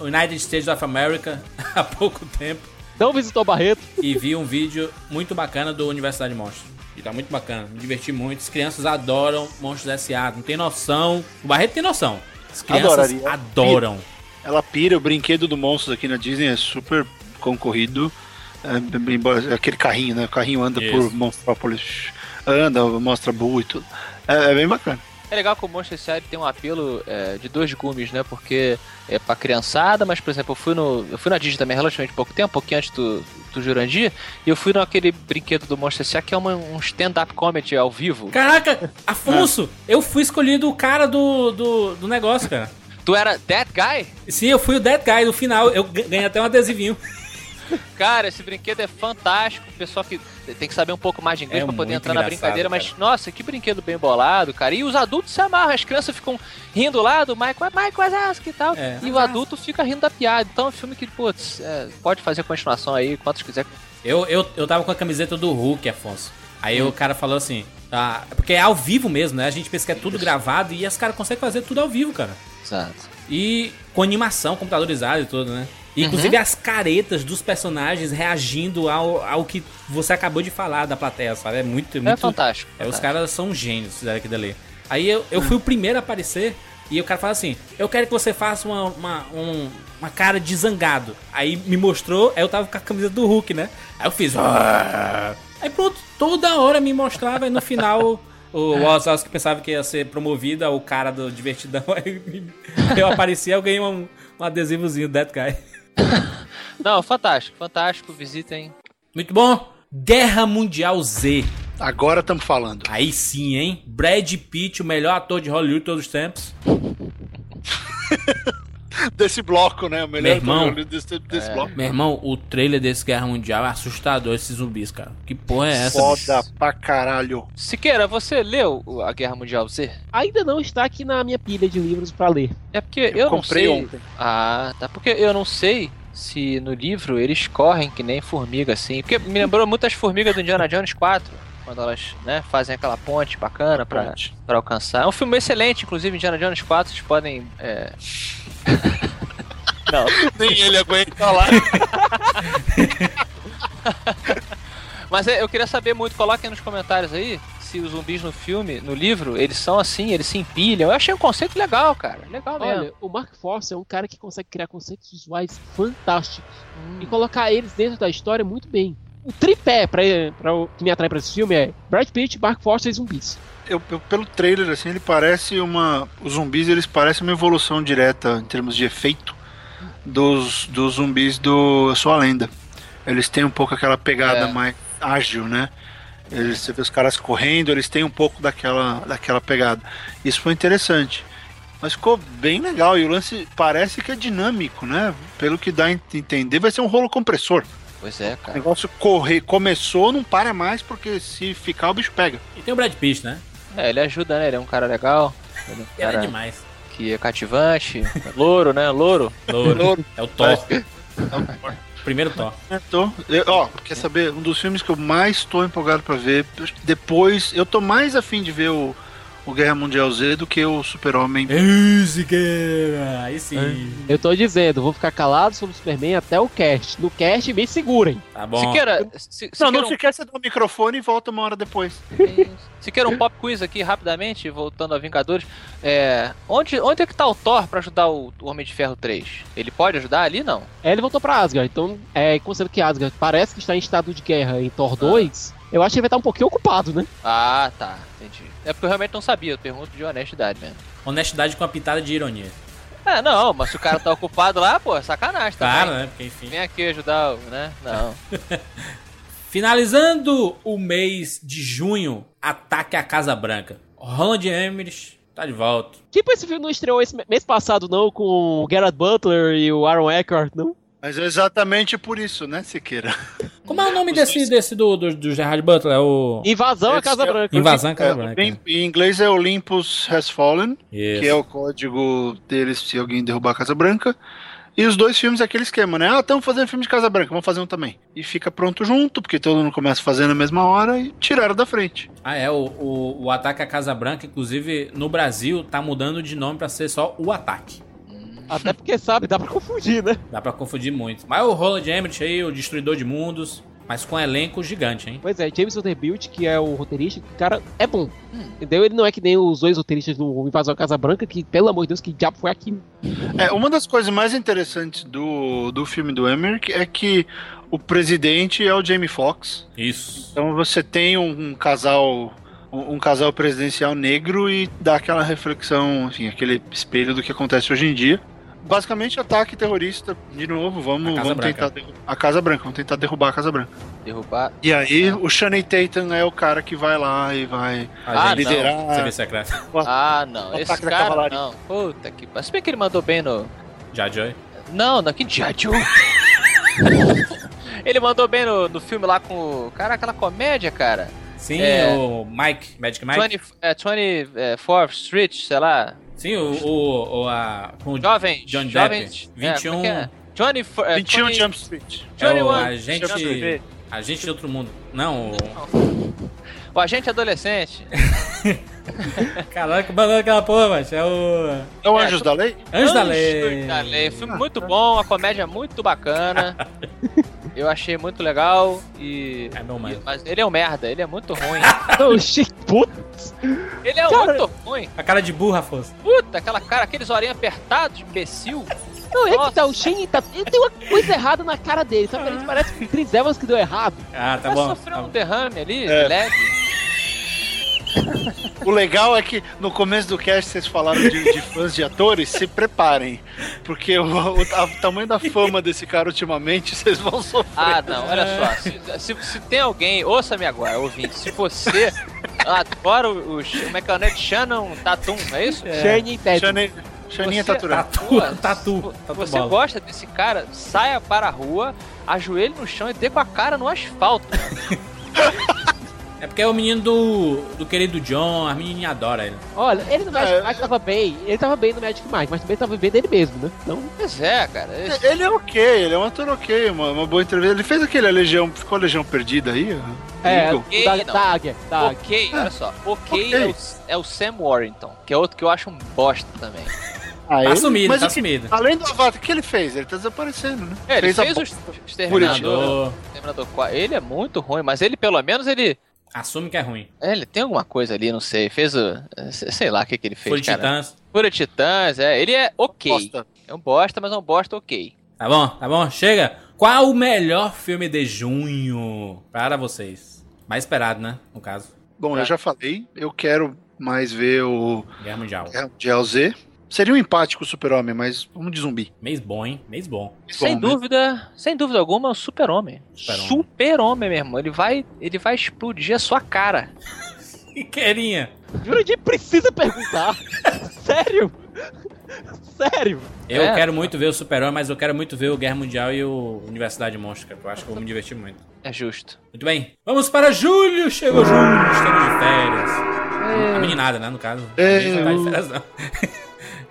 Speaker 1: United States of America há pouco tempo
Speaker 5: Não visitou Barreto.
Speaker 1: e vi um vídeo muito bacana do Universidade Monstros. E tá muito bacana, me diverti muito. As crianças adoram Monstros S.A. Não tem noção. O Barreto tem noção. As crianças
Speaker 2: Adoraria.
Speaker 1: adoram.
Speaker 2: Ela pira, o brinquedo do monstro aqui na Disney é super concorrido. É, bem- embora- aquele carrinho, né? O carrinho anda
Speaker 1: Isso.
Speaker 2: por Monstrópolis. Anda, mostra bu e tudo. É, é bem bacana.
Speaker 3: É legal que o Monster S.A. tem um apelo é, de dois gumes, né? Porque é pra criançada, mas, por exemplo, eu fui, no, eu fui na Disney também há relativamente pouco tempo, um pouquinho antes do, do Jurandir, e eu fui naquele brinquedo do Monster S.A. que é uma- um stand-up comedy ao vivo.
Speaker 1: Caraca, Afonso, eu fui escolhido o cara do, do, do negócio, cara.
Speaker 3: Tu era That Guy?
Speaker 1: Sim, eu fui o Dead Guy no final. Eu gan- ganhei até um adesivinho.
Speaker 3: Cara, esse brinquedo é fantástico. O pessoal que tem que saber um pouco mais de inglês
Speaker 1: É
Speaker 3: pra poder
Speaker 1: muito
Speaker 3: entrar na
Speaker 1: engraçado,
Speaker 3: brincadeira, mas nossa, que brinquedo bem bolado, cara. E os adultos se amarram, as crianças ficam rindo lá do Michael, ah, Michael Azaski e tal.
Speaker 1: É.
Speaker 3: E o adulto fica rindo da piada. Então é um filme que, putz, é, pode fazer continuação aí, quantos quiser.
Speaker 1: Eu, eu, eu tava com a camiseta do Hulk, Afonso. Aí o cara falou assim, tá, porque é ao vivo mesmo, né? A gente pensa que é tudo gravado e as caras conseguem fazer tudo ao vivo, cara.
Speaker 3: Exato.
Speaker 1: E com animação computadorizada e tudo, né? E, Inclusive as caretas dos personagens reagindo ao, ao que você acabou de falar da plateia, sabe? É muito,
Speaker 3: É
Speaker 1: muito.
Speaker 3: fantástico.
Speaker 1: É, os
Speaker 3: fantástico.
Speaker 1: caras são gênios fizeram aquilo ali. Aí eu, eu fui o primeiro a aparecer e o cara fala assim: Eu quero que você faça uma, uma, um- uma cara de zangado. Aí me mostrou, aí eu tava com a camisa do Hulk, né? Aí eu fiz. "Ah". Aí pronto, toda hora me mostrava, e no final. O Oz que pensava que ia ser promovido ao cara do Divertidão, aí me- eu apareci, eu ganhei um, um adesivozinho Dead Guy.
Speaker 3: Não, fantástico, fantástico. Visitem.
Speaker 1: Muito bom! Guerra Mundial Z.
Speaker 2: Agora estamos falando.
Speaker 1: Aí sim, hein? Brad Pitt, o melhor ator de Hollywood de todos os tempos.
Speaker 2: Desse bloco, né? O melhor
Speaker 1: irmão.
Speaker 2: desse, desse bloco.
Speaker 1: Meu irmão, o trailer desse Guerra Mundial é assustador, esses zumbis, cara. Que porra é essa?
Speaker 2: Foda pra caralho.
Speaker 3: Siqueira, você leu o- a Guerra Mundial Z?
Speaker 5: Ainda não está aqui na minha pilha de livros pra ler.
Speaker 3: É porque eu, não
Speaker 2: comprei
Speaker 3: sei.
Speaker 2: ontem.
Speaker 3: Ah, tá. Porque eu não sei se no livro eles correm que nem formiga, assim. Porque me lembrou muito as formigas do Indiana Jones 4. Quando elas né, fazem aquela ponte bacana pra, pra alcançar. É um filme excelente, inclusive, Indiana Jones 4. Vocês podem. É... não.
Speaker 2: Nem ele aguenta lá.
Speaker 3: Mas é, eu queria saber muito. Coloquem nos comentários aí se os zumbis no filme, no livro, eles são assim, eles se empilham. Eu achei um conceito legal, cara. Legal mesmo.
Speaker 5: Olha, o Mark Force é um cara que consegue criar conceitos visuais fantásticos e colocar eles dentro da história muito bem. O tripé pra, pra, o que me atrai pra esse filme é Brad Pitt, Mark Force e zumbis.
Speaker 2: Eu, eu- pelo trailer, assim, ele parece uma. Os zumbis, eles parecem uma evolução direta em termos de efeito dos, dos zumbis do Eu Sou a Lenda. Eles têm um pouco aquela pegada
Speaker 3: É.
Speaker 2: mais ágil, né? Eles, você vê os caras correndo, eles têm um pouco daquela, daquela pegada. Isso foi interessante. Mas ficou bem legal e o lance parece que é dinâmico, né? Pelo que dá a ent- entender, vai ser um rolo compressor.
Speaker 3: Pois é,
Speaker 2: O
Speaker 3: cara.
Speaker 2: negócio correr, começou, não para mais, porque se ficar o bicho pega.
Speaker 1: E tem o Brad Pitt, né?
Speaker 3: É, ele ajuda, né? Ele é um cara legal. Ele é um
Speaker 1: Era
Speaker 3: cara-
Speaker 1: demais.
Speaker 3: que é cativante, louro, né? Louro.
Speaker 1: Louro. É o Thor. Primeiro Thor.
Speaker 2: Eu tô- eu- ó, quer saber? Um dos filmes que eu mais tô empolgado pra ver. Depois, eu tô mais afim de ver o, o Guerra Mundial Z do que o Super-Homem.
Speaker 1: Música! Aí sim.
Speaker 2: É.
Speaker 5: Eu tô dizendo, vou ficar calado sobre o Superman até o cast. No cast, me segurem.
Speaker 1: Tá bom.
Speaker 3: Siqueira, se,
Speaker 2: Não,
Speaker 3: Siqueira,
Speaker 2: não
Speaker 3: um-
Speaker 2: se quer você dá o microfone e volta uma hora depois.
Speaker 3: Siqueira, um pop quiz aqui rapidamente, voltando a Vingadores. É, onde, onde é que tá o Thor pra ajudar o, o Homem de Ferro 3? Ele pode ajudar ali? Não.
Speaker 5: É, ele voltou pra Asgard, então, é, considerando que Asgard parece que está em estado de guerra em Thor 2, eu acho que ele vai estar um pouquinho ocupado, né?
Speaker 3: Ah, tá. Entendi. É porque eu realmente não sabia. Eu pergunto de honestidade mesmo.
Speaker 1: Honestidade com a pitada de ironia.
Speaker 3: Ah, não, mas se o cara tá ocupado lá, pô, é sacanagem. também.
Speaker 1: Claro, né? Porque enfim.
Speaker 2: É.
Speaker 3: Vem aqui ajudar, o- né? Não.
Speaker 1: Finalizando o mês de junho, ataque à Casa Branca. Ronald Emmerich tá de volta.
Speaker 5: Tipo, esse filme não estreou esse me- mês passado, não, com o Gerard Butler e o Aaron Eckhart, não?
Speaker 2: Mas é exatamente por isso, né, Siqueira?
Speaker 1: Como é o nome desse, desse do, do, do Gerard Butler? É o
Speaker 5: Invasão à
Speaker 2: Esse
Speaker 5: Casa
Speaker 2: é-
Speaker 5: Branca.
Speaker 1: Invasão à
Speaker 2: É,
Speaker 1: Casa Branca.
Speaker 2: em, em inglês é Olympus Has Fallen,
Speaker 1: Isso.
Speaker 2: que é o código deles se alguém derrubar a Casa Branca. E os dois filmes é aquele esquema, né? Ah, estamos fazendo filme de Casa Branca, vamos fazer um também. E fica pronto junto, porque todo mundo começa fazendo na mesma hora e tiraram da frente.
Speaker 1: Ah, é. O, o, o Ataque à Casa Branca, inclusive, no Brasil, tá mudando de nome pra ser só o Ataque.
Speaker 5: Até porque, sabe, dá pra confundir, né?
Speaker 1: Dá pra confundir muito. Mas o Roland Emmerich aí, o Destruidor de Mundos, mas com elenco gigante, hein?
Speaker 5: Pois é, James Vanderbilt, que é o roteirista, que, cara, é bom. Entendeu? Ele não é que nem os dois roteiristas do Invasão à Casa Branca, que, pelo amor de Deus, que diabo foi aquilo?
Speaker 2: É, uma das coisas mais interessantes do, do filme do Emmerich é que o presidente é o Jamie Foxx.
Speaker 1: Isso.
Speaker 2: Então você tem um, um casal um, um casal presidencial negro e dá aquela reflexão, assim, aquele espelho do que acontece hoje em dia. Basicamente ataque terrorista de novo,
Speaker 1: A
Speaker 2: vamos,
Speaker 1: Casa
Speaker 2: vamos
Speaker 1: Branca.
Speaker 2: tentar derru- a Casa Branca, vamos tentar derrubar a Casa Branca.
Speaker 3: Derrubar.
Speaker 2: E
Speaker 1: É.
Speaker 2: aí o Channing Tatum é o cara que vai lá e vai
Speaker 3: Ah,
Speaker 1: A
Speaker 3: não.
Speaker 1: gente um
Speaker 2: liderar
Speaker 1: Serviço secreto.
Speaker 3: Ah, não.
Speaker 2: Ataque
Speaker 3: Esse
Speaker 2: da
Speaker 3: cara,
Speaker 2: cavalaria.
Speaker 3: não. Puta que pariu. Se bem que ele mandou bem no.
Speaker 1: Já, Joy.
Speaker 3: Não, não, que diádio. ele mandou bem no, no filme lá com. o- Cara, aquela comédia, cara.
Speaker 1: Sim,
Speaker 3: É.
Speaker 1: o Mike, Magic Mike.
Speaker 3: 20, é, 24th Street, sei lá.
Speaker 1: Sim, o, o, o a, com o
Speaker 3: Jovens.
Speaker 1: John Depp.
Speaker 3: jovens. é,
Speaker 1: 21.
Speaker 3: como é que é? Johnny, Fo- é,
Speaker 2: 21
Speaker 3: Tony-
Speaker 2: Jump Street.
Speaker 1: é o
Speaker 3: 21.
Speaker 1: agente,
Speaker 3: Jump Street.
Speaker 1: agente de outro mundo. Não, o...
Speaker 3: O agente adolescente.
Speaker 1: Caralho, que banana aquela porra, macho. É o...
Speaker 2: É o
Speaker 3: É,
Speaker 2: Anjos da Lei?
Speaker 1: Anjo da Lei.
Speaker 3: da Lei. Filme muito bom, a comédia é muito bacana. Eu achei muito legal e.
Speaker 1: É meu
Speaker 3: e-
Speaker 1: mano.
Speaker 3: Mas ele é um merda, ele é muito ruim.
Speaker 5: Não, shit, puta.
Speaker 3: Ele é
Speaker 5: Cara-
Speaker 3: muito ruim.
Speaker 1: A cara de burra, Afonso.
Speaker 3: Puta, aquela cara, aqueles olhinhos apertados, imbecil.
Speaker 5: Não, é que
Speaker 3: Nossa.
Speaker 5: tá, o Shane tá... Ele tem uma coisa errada na cara dele, sabe? Ele parece que o Chris Evans que deu errado.
Speaker 1: Ah, tá
Speaker 3: Mas
Speaker 1: bom.
Speaker 3: sofreu
Speaker 1: Tá
Speaker 3: um
Speaker 1: bom.
Speaker 3: derrame ali,
Speaker 2: É.
Speaker 3: leve.
Speaker 2: O legal é que no começo do cast vocês falaram de, de fãs de atores, se preparem, porque o, o- a- o tamanho da fama desse cara ultimamente, vocês vão sofrer.
Speaker 3: Ah, não, olha só. Se, se- se tem alguém, ouça-me agora, ouvinte. Se você adora o, o Sh- como é que é o nome? Shannon Tatum, é isso?
Speaker 5: Shane e Ted.
Speaker 2: Chane- Chaninha
Speaker 3: Você-
Speaker 2: Taturana.
Speaker 1: Tatu,
Speaker 3: Pô,
Speaker 1: tatu,
Speaker 3: se
Speaker 1: tatu
Speaker 3: Você
Speaker 1: bola.
Speaker 3: gosta desse cara, saia para a rua, ajoelhe no chão e dê com a cara no asfalto.
Speaker 1: É porque é o menino do, do querido John, as menininhas adoram ele.
Speaker 5: Olha, ele no Magic
Speaker 2: É,
Speaker 5: Mike tava bem, ele tava bem no Magic Mike, mas também tava bem dele mesmo, né? Então,
Speaker 3: Pois é, cara. esse-
Speaker 2: Ele é ok, ele é um ator ok, uma, uma boa entrevista. Ele fez aquele a Legião, ficou a Legião Perdida aí?
Speaker 5: é,
Speaker 2: Eagle.
Speaker 3: ok,
Speaker 5: da,
Speaker 3: não.
Speaker 5: da Águia, da Águia.
Speaker 3: Ok, olha só. Ok,
Speaker 2: ok.
Speaker 3: É, o, é o Sam Warrington, que é outro que eu acho um bosta também.
Speaker 1: Tá
Speaker 2: Ah, ele-
Speaker 1: sumido,
Speaker 2: mas
Speaker 1: tá
Speaker 2: o que-
Speaker 1: sumido.
Speaker 2: Além do Avatar, o que ele fez? Ele tá desaparecendo, né?
Speaker 3: É, ele
Speaker 2: a
Speaker 3: fez,
Speaker 2: bo-
Speaker 3: o Exterminador,
Speaker 1: Mandou.
Speaker 3: Exterminador 4. Ele é muito ruim, mas ele pelo menos ele.
Speaker 1: Assume que é ruim.
Speaker 3: é, Ele tem alguma coisa ali, não sei. Fez o. Sei lá o que, que ele fez,
Speaker 1: Foi de
Speaker 3: cara.
Speaker 1: titãs.
Speaker 3: Fúria Titãs, é. Ele é ok.
Speaker 2: bosta.
Speaker 3: É um bosta, mas é um bosta ok.
Speaker 1: Tá bom, tá bom, chega. Qual o melhor filme de junho para vocês? Mais esperado, né? No caso,
Speaker 2: Bom,
Speaker 3: É.
Speaker 2: eu já falei, eu quero mais ver o
Speaker 1: Guerra Mundial.
Speaker 2: Guerra Mundial Z. Seria um empate com o Super-Homem, mas vamos de zumbi.
Speaker 1: Mês bom, hein? Mês bom.
Speaker 3: Sem
Speaker 2: Bom, né?
Speaker 3: dúvida, sem dúvida alguma, é o super-homem.
Speaker 1: Super-Homem.
Speaker 3: Super-homem, meu irmão. Ele vai, ele vai explodir a sua cara.
Speaker 1: Que querinha.
Speaker 5: Jurandir precisa perguntar. Sério? Sério?
Speaker 1: Eu
Speaker 3: É.
Speaker 1: quero muito ver o Super-Homem, mas eu quero muito ver o Guerra Mundial e o Universidade Monstro, que eu acho que eu vou me divertir muito.
Speaker 3: É justo.
Speaker 1: Muito bem, vamos para julho! Chegou julho, estamos de férias. A meninada, né, no caso. A gente não tá de férias, não.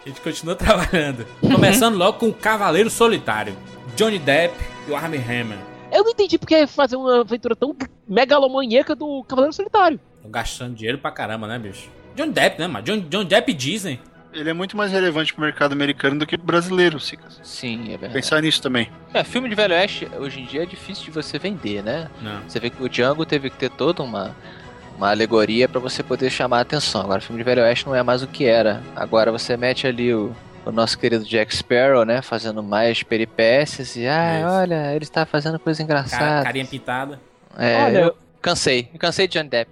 Speaker 1: A gente continua trabalhando. Começando logo com o Cavaleiro Solitário. Johnny Depp e o Armie Hammer.
Speaker 5: Eu não entendi porque fazer uma aventura tão megalomaníaca do Cavaleiro Solitário.
Speaker 1: Estão gastando dinheiro pra caramba, né, bicho? Johnny Depp, né, mano? John, John Depp e Disney.
Speaker 2: Ele é muito mais relevante pro mercado americano do que pro brasileiro, Sicas.
Speaker 3: Sim, é verdade.
Speaker 2: Pensar nisso também.
Speaker 3: É, filme de Velho Oeste, hoje em dia é difícil de você vender, né?
Speaker 1: Não.
Speaker 3: Você vê que o Django teve que ter toda uma, uma alegoria pra você poder chamar a atenção. Agora, o filme de Velho Oeste não é mais o que era. Agora você mete ali o, o nosso querido Jack Sparrow, né? Fazendo mais peripécias e, ah,
Speaker 1: Isso.
Speaker 3: olha, ele tá fazendo coisa
Speaker 1: Cara,
Speaker 3: engraçada.
Speaker 1: carinha pintada.
Speaker 3: É,
Speaker 5: Olha,
Speaker 3: eu cansei. Eu cansei de Johnny Depp.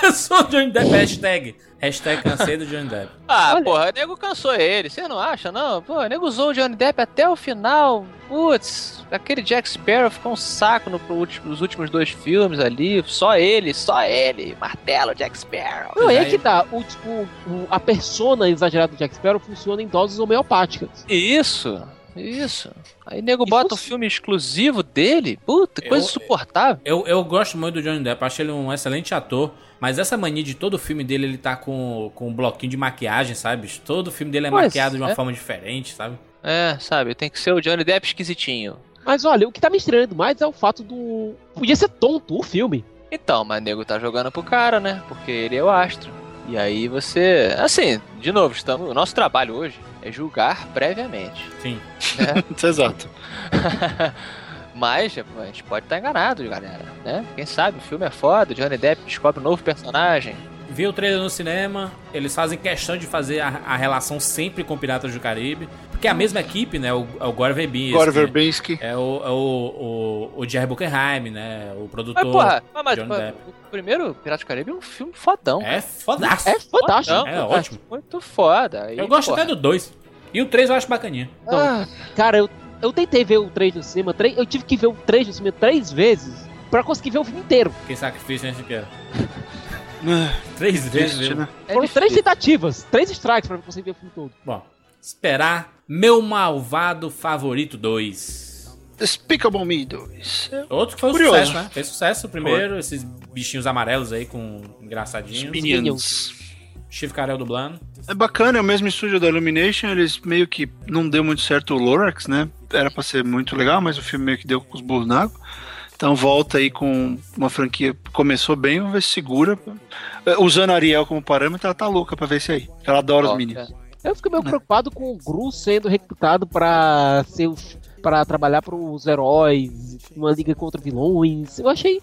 Speaker 1: Cansou do Johnny Depp, hashtag. Hashtag cansei do Johnny Depp.
Speaker 3: Ah,
Speaker 5: Olha-
Speaker 3: porra, o nego cansou ele, você não acha, não? Pô, o nego usou o Johnny Depp até o final. Putz, aquele Jack Sparrow ficou um saco no, pro último- nos últimos dois filmes ali. Só ele, só ele. Martelo, Jack Sparrow.
Speaker 5: Não, é
Speaker 1: Aí-
Speaker 5: que tá. O, o- o- a persona exagerada do Jack Sparrow funciona em doses homeopáticas.
Speaker 3: Isso, isso. Aí nego
Speaker 5: E
Speaker 3: bota um
Speaker 5: func-
Speaker 3: filme exclusivo dele. Puta, coisa
Speaker 1: Eu-
Speaker 3: insuportável.
Speaker 1: Eu, eu gosto muito do Johnny Depp, acho ele um excelente ator, mas essa mania de todo filme dele ele tá com, com um bloquinho de maquiagem, sabe? Todo filme dele é
Speaker 5: Pois
Speaker 1: maquiado de uma
Speaker 3: é.
Speaker 1: forma diferente, sabe?
Speaker 3: É, sabe, tem que ser o Johnny Depp esquisitinho.
Speaker 5: Mas olha, o que tá me estranhando mais é o fato do. Podia ser tonto o filme.
Speaker 3: Então, mas nego tá jogando pro cara, né? Porque ele é o astro. E aí você. Assim, de novo, estamos... o nosso trabalho hoje é julgar previamente.
Speaker 1: Sim.
Speaker 2: é Exato.
Speaker 3: mas tipo, a gente pode estar enganado, galera, né? Quem sabe o filme é foda, Johnny Depp descobre um novo personagem.
Speaker 1: Viu o trailer no cinema, eles fazem questão de fazer a, a relação sempre com Piratas do Caribe, porque é a mesma equipe, né? O, é o Gore Verbinski.
Speaker 2: Gore Verbinski.
Speaker 1: É o, é o, o, o Jerry Buckenheim, né? O produtor.
Speaker 3: Mas, porra, mas, mas,
Speaker 1: Johnny
Speaker 3: pô,
Speaker 1: Depp.
Speaker 3: o primeiro Pirata do Caribe é um filme fodão.
Speaker 1: É fodaço.
Speaker 5: É fantástico.
Speaker 3: Fodão,
Speaker 1: É
Speaker 3: cara,
Speaker 1: ótimo.
Speaker 3: Muito foda. Aí,
Speaker 1: eu gosto
Speaker 3: porra,
Speaker 1: até do 2. E o 3 eu acho bacaninha.
Speaker 3: ah,
Speaker 5: Cara, eu, eu tentei ver o 3 no cinema, tre- eu tive que ver o 3 no cinema três vezes pra conseguir ver o filme inteiro.
Speaker 1: Que sacrifício, né, Chiquinho?
Speaker 2: Ah,
Speaker 1: Três vezes,
Speaker 2: triste,
Speaker 1: viu?
Speaker 2: né?
Speaker 3: é
Speaker 5: Foram três
Speaker 3: difícil.
Speaker 5: tentativas, três strikes pra conseguir ver o filme todo.
Speaker 1: Bom, esperar meu malvado favorito 2.
Speaker 2: Despicable Me 2.
Speaker 1: Outro que foi um
Speaker 2: Curioso.
Speaker 1: sucesso, né? Fez sucesso o primeiro, esses bichinhos amarelos aí com engraçadinhos.
Speaker 2: Minions.
Speaker 1: Steve Carell dublando.
Speaker 2: É bacana, é o mesmo estúdio da Illumination. Eles meio que não deu muito certo o Lorax, né? Era pra ser muito legal, mas o filme meio que deu com os burros na água. Então volta aí com uma franquia que começou bem, vamos ver se segura. É, Usando a Ariel como parâmetro, ela tá louca pra ver isso aí. Ela adora os
Speaker 3: Ó,
Speaker 2: Minions.
Speaker 5: Eu fico meio preocupado com o Gru sendo recrutado pra ser os- pra trabalhar pros heróis, uma liga contra vilões. Eu achei.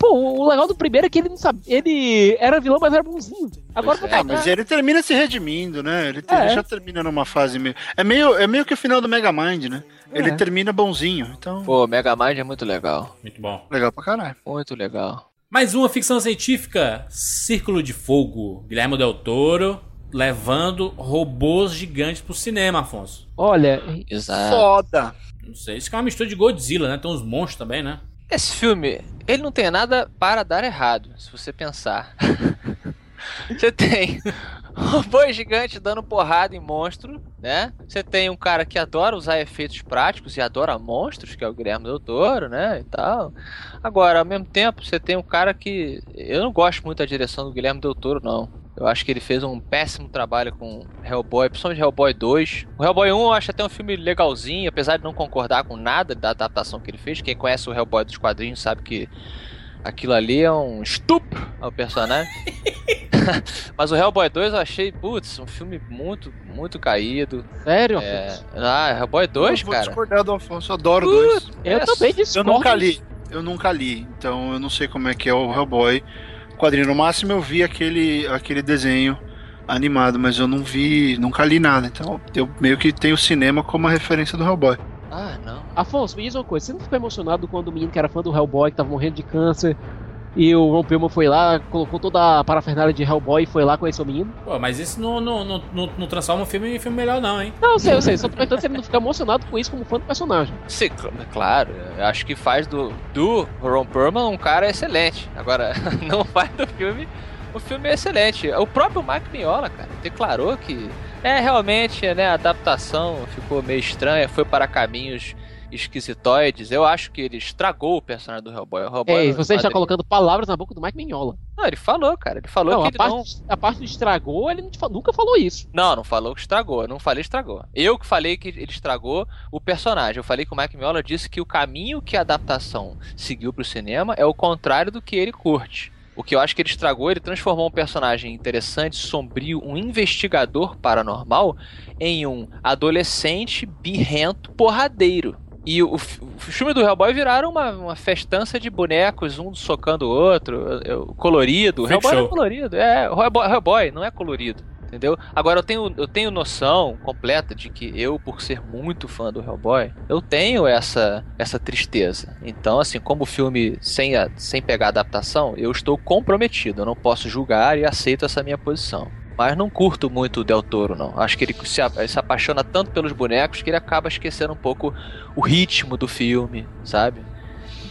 Speaker 5: Pô, o legal do primeiro é que ele não sabia. Ele era vilão, mas era bonzinho. Agora
Speaker 3: Pois
Speaker 5: não
Speaker 3: é,
Speaker 2: Ah,
Speaker 5: tá.
Speaker 2: mas ele termina se redimindo, né? Ele, te-
Speaker 5: É.
Speaker 2: ele já termina numa fase meio. É meio, é meio que o final do Megamind, né? Ele
Speaker 5: É.
Speaker 2: termina bonzinho. Então,
Speaker 3: Pô, Mega Mind é muito legal.
Speaker 1: Muito bom.
Speaker 2: legal pra caralho.
Speaker 3: Muito legal.
Speaker 1: Mais uma ficção científica. Círculo de Fogo. Guilherme Del Toro levando robôs gigantes pro cinema, Afonso.
Speaker 5: Olha,
Speaker 3: Exato.
Speaker 2: Foda!
Speaker 1: Não sei, isso que é uma mistura de Godzilla, né? Tem uns monstros também, né?
Speaker 3: Esse filme, ele não tem nada para dar errado, se você pensar. você tem robô gigante dando porrada em monstro, né? Você tem um cara que adora usar efeitos práticos e adora monstros, que é o Guilherme Del Toro, né, e tal. Agora, ao mesmo tempo, você tem um cara que eu não gosto muito da direção do Guilherme Del Toro, não. Eu acho que ele fez um péssimo trabalho com Hellboy, principalmente Hellboy 2. O Hellboy 1 eu acho até um filme legalzinho, apesar de não concordar com nada da adaptação que ele fez. Quem conhece o Hellboy dos quadrinhos sabe que aquilo ali é um estupro ao personagem. Mas o Hellboy 2 eu achei, putz, um filme muito, muito caído.
Speaker 5: sério?
Speaker 3: É...
Speaker 5: Afonso?
Speaker 3: Ah, Hellboy 2,
Speaker 2: eu vou
Speaker 3: cara.
Speaker 2: discordar do Afonso, eu adoro dois.
Speaker 5: Eu
Speaker 3: é,
Speaker 5: também
Speaker 2: Eu
Speaker 5: discordo.
Speaker 2: nunca li. Eu nunca li, então eu não sei como é que é o Hellboy. Quadrinho, no máximo eu vi aquele, aquele desenho animado, mas eu não vi, nunca li nada. Então eu meio que tenho o cinema como a referência do Hellboy.
Speaker 3: Ah, não.
Speaker 5: Afonso, me diz uma coisa, você não ficou emocionado quando o menino que era fã do Hellboy, que tava morrendo de câncer, e o Ron Perlman foi lá, colocou toda a parafernália de Hellboy e foi lá conhecer o menino?
Speaker 1: Pô, mas isso não, não, não, não, não transforma o filme em filme melhor, não, hein?
Speaker 5: Não, eu sei, eu sei, só tô perguntando se ele não fica emocionado com isso como fã do personagem.
Speaker 3: Sim, cl- claro. Eu acho que faz do, do Ron Perlman um cara excelente. Agora, não faz do filme. O filme é excelente. O próprio Mike Miola, cara, declarou que é realmente, né, a adaptação ficou meio estranha, foi para caminhos esquisitoides, eu acho que ele estragou o personagem do Hellboy. O Hellboy
Speaker 5: É,
Speaker 3: era
Speaker 5: você está
Speaker 3: quadrinho.
Speaker 5: colocando palavras na boca do Mike Mignola.
Speaker 3: Não, ele falou, cara. Ele falou
Speaker 5: não,
Speaker 3: que
Speaker 5: a
Speaker 3: ele não...
Speaker 5: parte, a parte do estragou, ele não te fa- nunca falou isso.
Speaker 3: Não, não falou que estragou. Eu não falei estragou. Eu que falei que ele estragou o personagem. Eu falei que o Mike Miola disse que o caminho que a adaptação seguiu pro cinema é o contrário do que ele curte. O que eu acho que ele estragou, ele transformou um personagem interessante, sombrio, um investigador paranormal, em um adolescente birrento porradeiro. E o, f- o filme do Hellboy viraram uma, uma festança de bonecos, um socando o outro, eu- eu- colorido. O
Speaker 1: Freak
Speaker 3: Hellboy não é
Speaker 1: show.
Speaker 3: colorido, é, o Hellboy, Hellboy não é colorido. Entendeu? Agora eu tenho, eu tenho noção completa de que eu, por ser muito fã do Hellboy, eu tenho essa, essa tristeza. Então, assim, como o filme sem, a- sem pegar a adaptação, eu estou comprometido. Eu não posso julgar e aceito essa minha posição. Mas não curto muito o Del Toro, não. Acho que ele se, a- se apaixona tanto pelos bonecos que ele acaba esquecendo um pouco o ritmo do filme, sabe?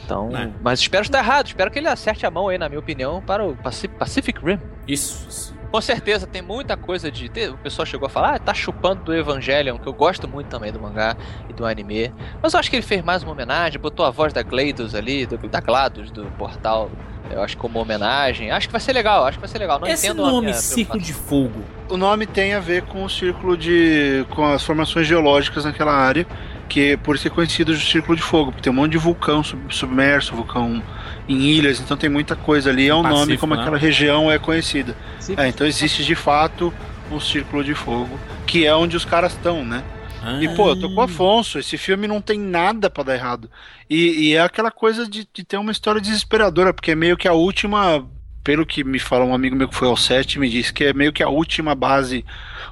Speaker 3: Então,
Speaker 1: É.
Speaker 3: mas espero estar errado. Espero que ele acerte a mão aí, na minha opinião, para o Paci- Pacific Rim.
Speaker 1: Isso, isso.
Speaker 3: Com certeza, tem muita coisa de. tem- O pessoal chegou a falar, ah, tá chupando do Evangelion, que eu gosto muito também do mangá e do anime. Mas eu acho que ele fez mais uma homenagem, botou a voz da Gleidos ali, do- da GLaDOS, do portal. Eu acho que como homenagem. Acho que vai ser legal, acho que vai ser legal. Não
Speaker 1: Esse
Speaker 3: entendo a
Speaker 1: nome,
Speaker 3: minha
Speaker 1: Circo
Speaker 3: preocupação.
Speaker 1: de Fogo,
Speaker 2: O nome tem a ver com o círculo de. com as formações geológicas naquela área, que por isso é conhecido de Círculo de Fogo, porque tem um monte de vulcão sub- submerso, vulcão em ilhas, então tem muita coisa ali. É um
Speaker 1: Pacífico,
Speaker 2: nome como
Speaker 1: né?
Speaker 2: aquela região é conhecida.
Speaker 5: Se-
Speaker 2: É, então existe de fato um Círculo de Fogo, que é onde os caras estão, né?
Speaker 1: Ah,
Speaker 2: E, pô, eu tô com o Afonso, esse filme não tem nada pra dar errado. E, e é aquela coisa de, de ter uma história desesperadora, porque é meio que a última. Pelo que me fala um amigo meu que foi ao set, me disse que é meio que a última base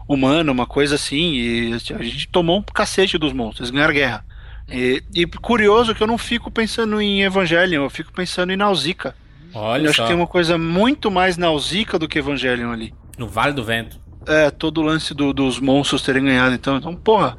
Speaker 2: humana, uma coisa assim, e a gente tomou um cacete dos monstros, eles ganharam guerra. E, e curioso que eu não fico pensando em Evangelion, eu fico pensando em Nausica. Eu
Speaker 1: Olha
Speaker 2: acho
Speaker 1: só,
Speaker 2: que tem uma coisa muito mais Nausica do que Evangelion ali
Speaker 1: no Vale do Vento.
Speaker 2: é, todo o lance do- dos monstros terem ganhado. Então, então porra,